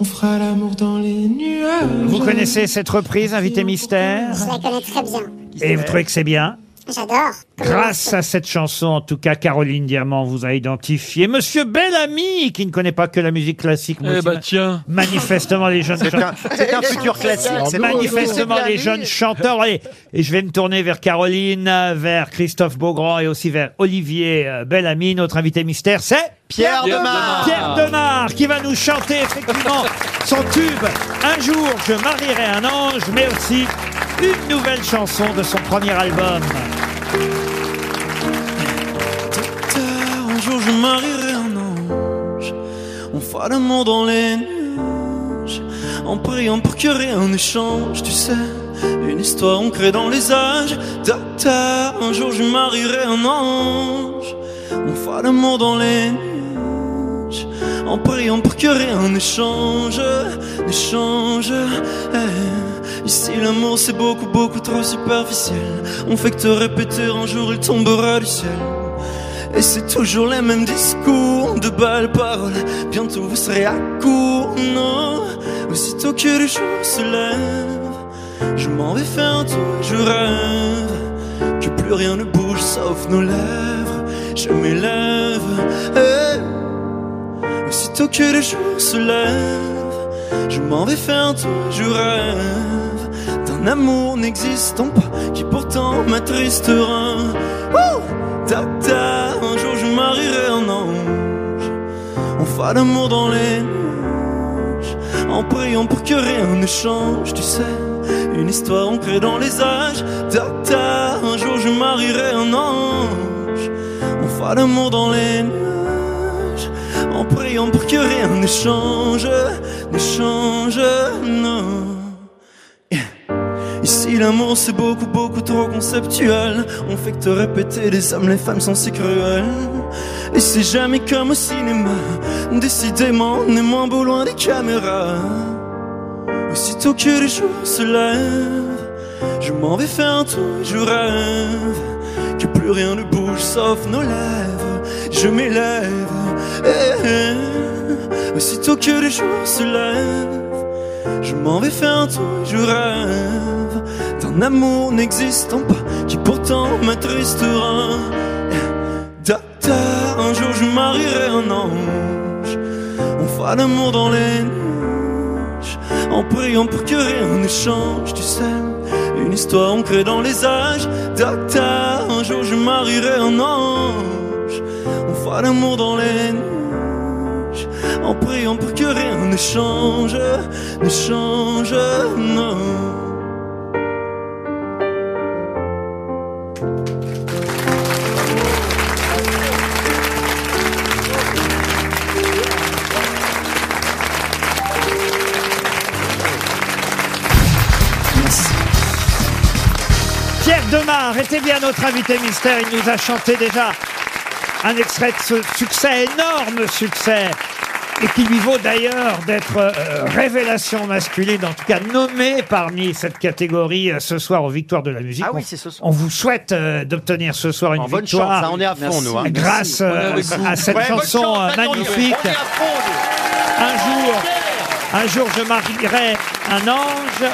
On fera l'amour dans les nuages. Vous connaissez cette reprise, invité mystère Je la connais très bien. Et vous trouvez que c'est bien J'adore. Grâce à cette chanson, en tout cas, Caroline Diamant vous a identifié. Monsieur Bellamy, qui ne connaît pas que la musique classique. moi Eh aussi, bah ma- tiens. Manifestement, les jeunes C'est chanteurs. un- c'est un futur classique, c'est Manifestement, beau, c'est bien les dit. jeunes chanteurs. Et, et je vais me tourner vers Caroline, vers Christophe Beaugrand et aussi vers Olivier euh, Bellamy. Notre invité mystère, c'est Pierre Pierre Demar. Demar. Pierre Demar, qui va nous chanter effectivement son tube Un jour, je marierai un ange, mais aussi une nouvelle chanson de son premier album. Docteur, un jour je marierai un ange. On fera l'amour dans les nuages, en priant pour que rien ne change. Tu sais, une histoire ancrée dans les âges. Docteur, un jour je marierai un ange. On fera l'amour dans les nuages, en priant pour que rien ne change, ne change. Eh, Ici l'amour c'est beaucoup beaucoup trop superficiel On fait que te répéter un jour il tombera du ciel et c'est toujours les mêmes discours de belles paroles. Bientôt vous serez à court, non? Aussitôt que le jour se lève, je m'en vais faire un tour. Je rêve que plus rien ne bouge sauf nos lèvres. Je m'élève. eh. Aussitôt que le jour se lève, je m'en vais faire un tour. Je rêve d'un amour n'existant pas qui pourtant m'attristera. Wouh Docteur, un jour je marierai un ange. On fera l'amour dans les nuages, en priant pour que rien ne change. Tu sais, une histoire ancrée dans les âges. Docteur, un jour je marierai un ange. On fera l'amour dans les nuages, en priant pour que rien ne change, ne change, non. Ici l'amour c'est beaucoup beaucoup trop conceptuel On fait que te répéter les hommes, les femmes sont si cruels Et c'est jamais comme au cinéma Décidément on est moins beau loin des caméras Aussitôt que les jours se lèvent Je m'en vais faire un tour, je rêve Que plus rien ne bouge sauf nos lèvres Je m'élève eh, eh. Aussitôt que les jours se lèvent Je m'en vais faire un tour, je rêve d'un amour n'existant pas qui pourtant m'attristera. Docteur, un jour je marierai un ange. On fera l'amour dans les nuages en priant pour que rien ne change, tu sais. Une histoire ancrée dans les âges, docteur, un jour je marierai un ange. On fera l'amour dans les nuages, en priant pour que rien ne change, ne change, non. Pierre Demar était bien notre invité mystère. Il nous a chanté déjà un extrait de ce succès, énorme succès, et qui lui vaut d'ailleurs d'être euh, révélation masculine, en tout cas nommée parmi cette catégorie euh, ce soir aux Victoires de la musique. Ah oui, On- c'est ce soir. On vous souhaite euh, d'obtenir ce soir une En bonne victoire. chance, hein, on est à fond, Merci. nous, hein. Grâce Merci. euh, On est avec vous. à cette Ouais, bonne chanson chance, euh, allons-y. magnifique. On est à Un jour, un jour, je marierai un ange.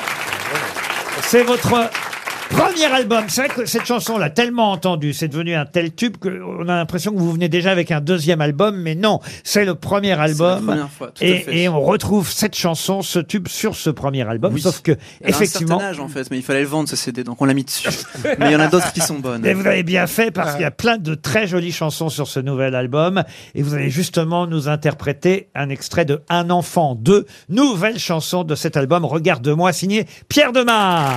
C'est votre premier album. C'est vrai que cette chanson on l'a tellement entendue, c'est devenu un tel tube qu'on a l'impression que vous venez déjà avec un deuxième album, mais non, c'est le premier album. première fois, tout à et, fait. et on retrouve cette chanson, ce tube sur ce premier album, sauf que Elle a effectivement. Un certain âge, en fait, mais il fallait le vendre ce CD, donc on l'a mis dessus. mais il y en a d'autres qui sont bonnes. Et vous avez bien fait parce qu'il y a plein de très jolies chansons sur ce nouvel album. Et vous allez justement nous interpréter un extrait de Un enfant, deux nouvelles chansons de cet album. Regarde-moi, signé Pierre Demar.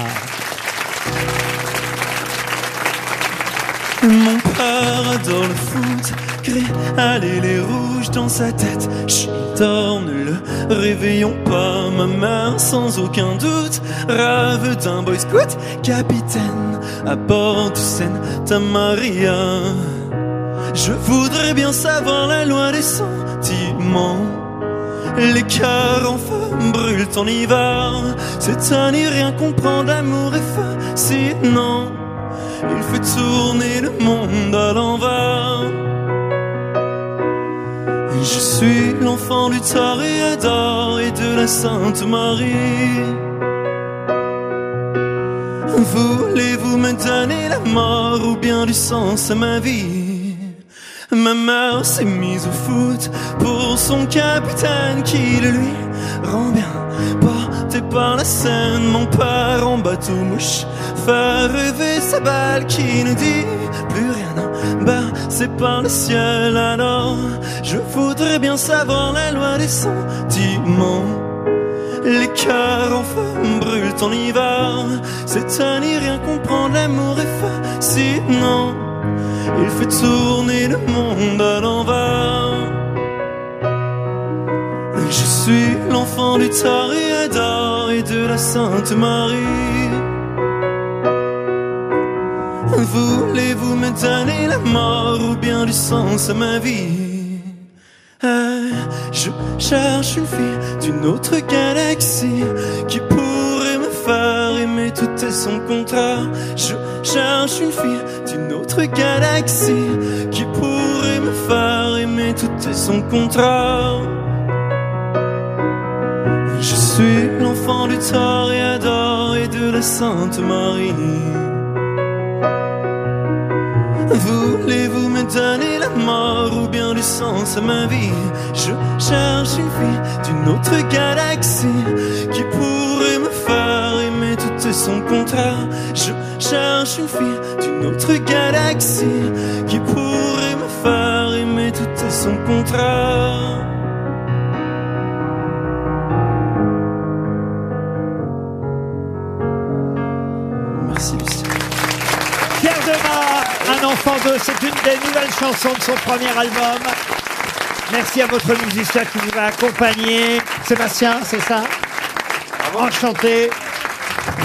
Mon père adore le foot, crée allez les rouges dans sa tête. J'adore, ne le réveillons pas, ma mère sans aucun doute. Rêve d'un boy scout, capitaine, à bord du Santa Maria. Je voudrais bien savoir la loi des sentiments. Les cœurs en feu brûlent en hiver. Cette année, rien comprend, l'amour est fascinant. Il fait tourner le monde à l'envers. Et Je suis l'enfant du Toréador et de la Sainte Marie. Voulez-vous me donner la mort ou bien du sens à ma vie Ma mère s'est mise au foot pour son capitaine qui le lui rend bien. Porté par la Seine, mon père en bateau mouche fait rêver sa balle qui ne dit plus rien. Bah, c'est par le ciel alors. Je voudrais bien savoir la loi des sentiments. Les cœurs en feu brûlent en hiver. Cette année, rien comprendre, l'amour est fascinant. Il fait tourner le monde à l'envers. Et Je suis l'enfant du Toréador et de la Sainte Marie. Voulez-vous me donner la mort ou bien du sens à ma vie Euh, Je cherche une fille d'une autre galaxie qui pourrait me faire aimer tout et son contraire. Je cherche une fille d'une autre galaxie qui pourrait me faire aimer tout et son contraire. Je suis l'enfant du Toréador et de la Sainte Marie. Voulez-vous me donner la mort ou bien du sens à ma vie Je cherche une fille d'une autre galaxie qui pourrait me faire aimer tout et son contraire. Je cherche une fille d'une autre galaxie qui pourrait me faire aimer tout et son contraire. Merci Lucien. Pierre Demar, Un enfant 2, c'est une des nouvelles chansons de son premier album. Merci à votre musicien qui vous a accompagné. Sébastien, c'est ça Enchanté.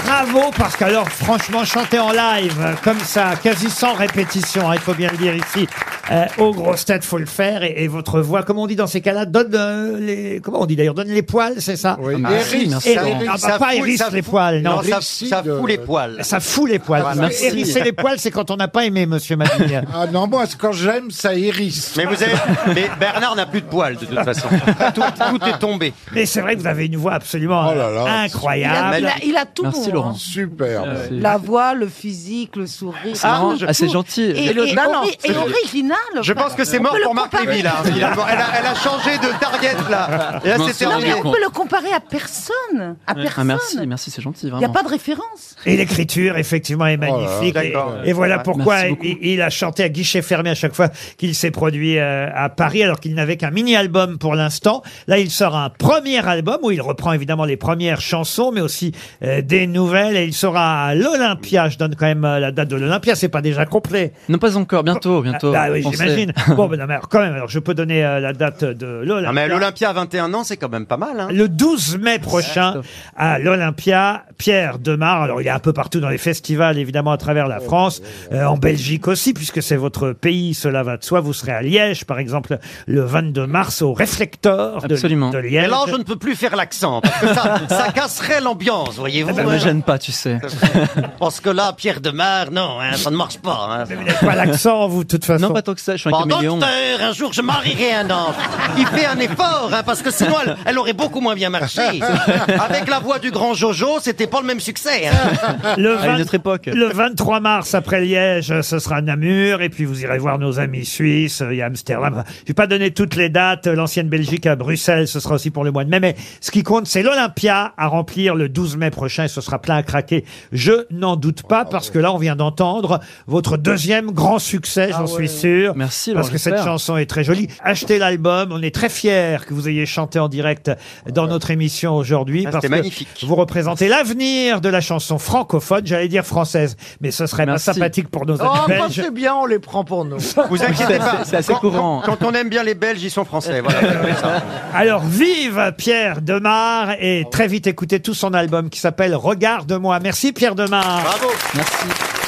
Bravo, parce qu'alors, franchement, chanter en live, euh, comme ça, quasi sans répétition, hein, il faut bien le dire ici, euh, aux grosses têtes, faut le faire, et, et votre voix, comme on dit dans ces cas-là, donne euh, les, comment on dit d'ailleurs, donne les poils, c'est ça? Oui, Ah, hérisse, hérisse. Ça bah, pas fout- hérisse ça les fout- poils, non. non, ça- ça fout les poils. Ça fout les poils. Ah, bah, Voilà. Parce que Merci. Hérisser les poils, c'est quand on n'a pas aimé, monsieur Mabille. Ah non, moi, quand j'aime, ça hérisse. Mais, vous avez... Mais Bernard n'a plus de poils de toute façon. Tout, tout est tombé. Mais c'est vrai que vous avez une voix absolument euh, incroyable. Il a- il a- il a tout Merci, bon, Laurent. hein. Super. La voix, le physique, le sourire. Ah, tout. ah, c'est gentil. Et, Et le- et non, non, ori- c'est- et original. original. Je pense que c'est mort pour Marc Lévy, là, hein, finalement. Elle a- elle a changé de target, Ah, là. Et là, c'est Non, mais terminé. on peut le comparer à personne. À personne. Ah, merci, merci, c'est gentil, Il vraiment. n'y a pas de référence. Et l'écriture, effectivement, est magnifique. Et- d'accord. et, voilà Ouais. pourquoi Merci il, beaucoup. il a chanté à guichet fermé à chaque fois qu'il s'est produit euh, à Paris, alors qu'il n'avait qu'un mini-album pour l'instant. Là, il sort un premier album où il reprend évidemment les premières chansons, mais aussi euh, des nouvelles. Et il sera à l'Olympia. Je donne quand même euh, la date de l'Olympia. C'est pas déjà complet. Non, pas encore, bientôt, bientôt. Ah, ah oui, on j'imagine. sait. bon, ben non, mais alors, quand même, alors je peux donner euh, la date de l'Olympia. Non, mais l'Olympia à 21 ans, c'est quand même pas mal. Hein. Le 12 mai prochain, à l'Olympia, Pierre Demar. Alors, il est un peu partout dans les festivals, évidemment, à travers la France, euh, en Belgique aussi, puisque c'est votre pays, cela va de soi. Vous serez à Liège, par exemple, le 22 mars, au Réflector de, de Liège. Et là, je ne peux plus faire l'accent, parce que ça, ça casserait l'ambiance, voyez-vous. Ah, bah, Ça Ah bah, me hein. gêne pas, tu sais. Parce que là, Pierre Demar, non, hein, ça ne marche pas. hein. Pas l'accent, vous, de toute façon. Non, pas tant que ça, je suis un Bon, caméléon. docteur, un jour je marierai un ange. Il fait un effort, hein, parce que sinon elle, elle aurait beaucoup moins bien marché. Avec la voix du grand Jojo, c'était pas le même succès. hein. Ah, Le 20 Le 23 mars, après Liège, ce sera Namur, et puis vous irez voir nos amis suisses, euh, il y a Amsterdam. Je vais pas donner toutes les dates, euh, l'ancienne Belgique à Bruxelles, ce sera aussi pour le mois de mai, mais ce qui compte, c'est l'Olympia à remplir le 12 mai prochain, et ce sera plein à craquer. Je n'en doute pas, parce que là, on vient d'entendre votre deuxième grand succès, Ah j'en suis sûr. Merci, Parce Laurent, que cette j'espère. chanson est très jolie. Achetez l'album, on est très fiers que vous ayez chanté en direct dans notre émission aujourd'hui, Ah, parce que c'était magnifique. vous représentez l'avenir de la chanson francophone, j'allais dire française, mais ce serait pas Merci. sympathique pour nos Oh, amis moi, belges. c'est bien, on les prend pour nous. Vous inquiétez pas. Quand- Quand, quand on aime bien les Belges, ils sont français. Voilà, c'est comme ça. Alors vive Pierre Demar et très vite écoutez tout son album qui s'appelle Regarde-moi. Merci Pierre Demar. Bravo. Merci.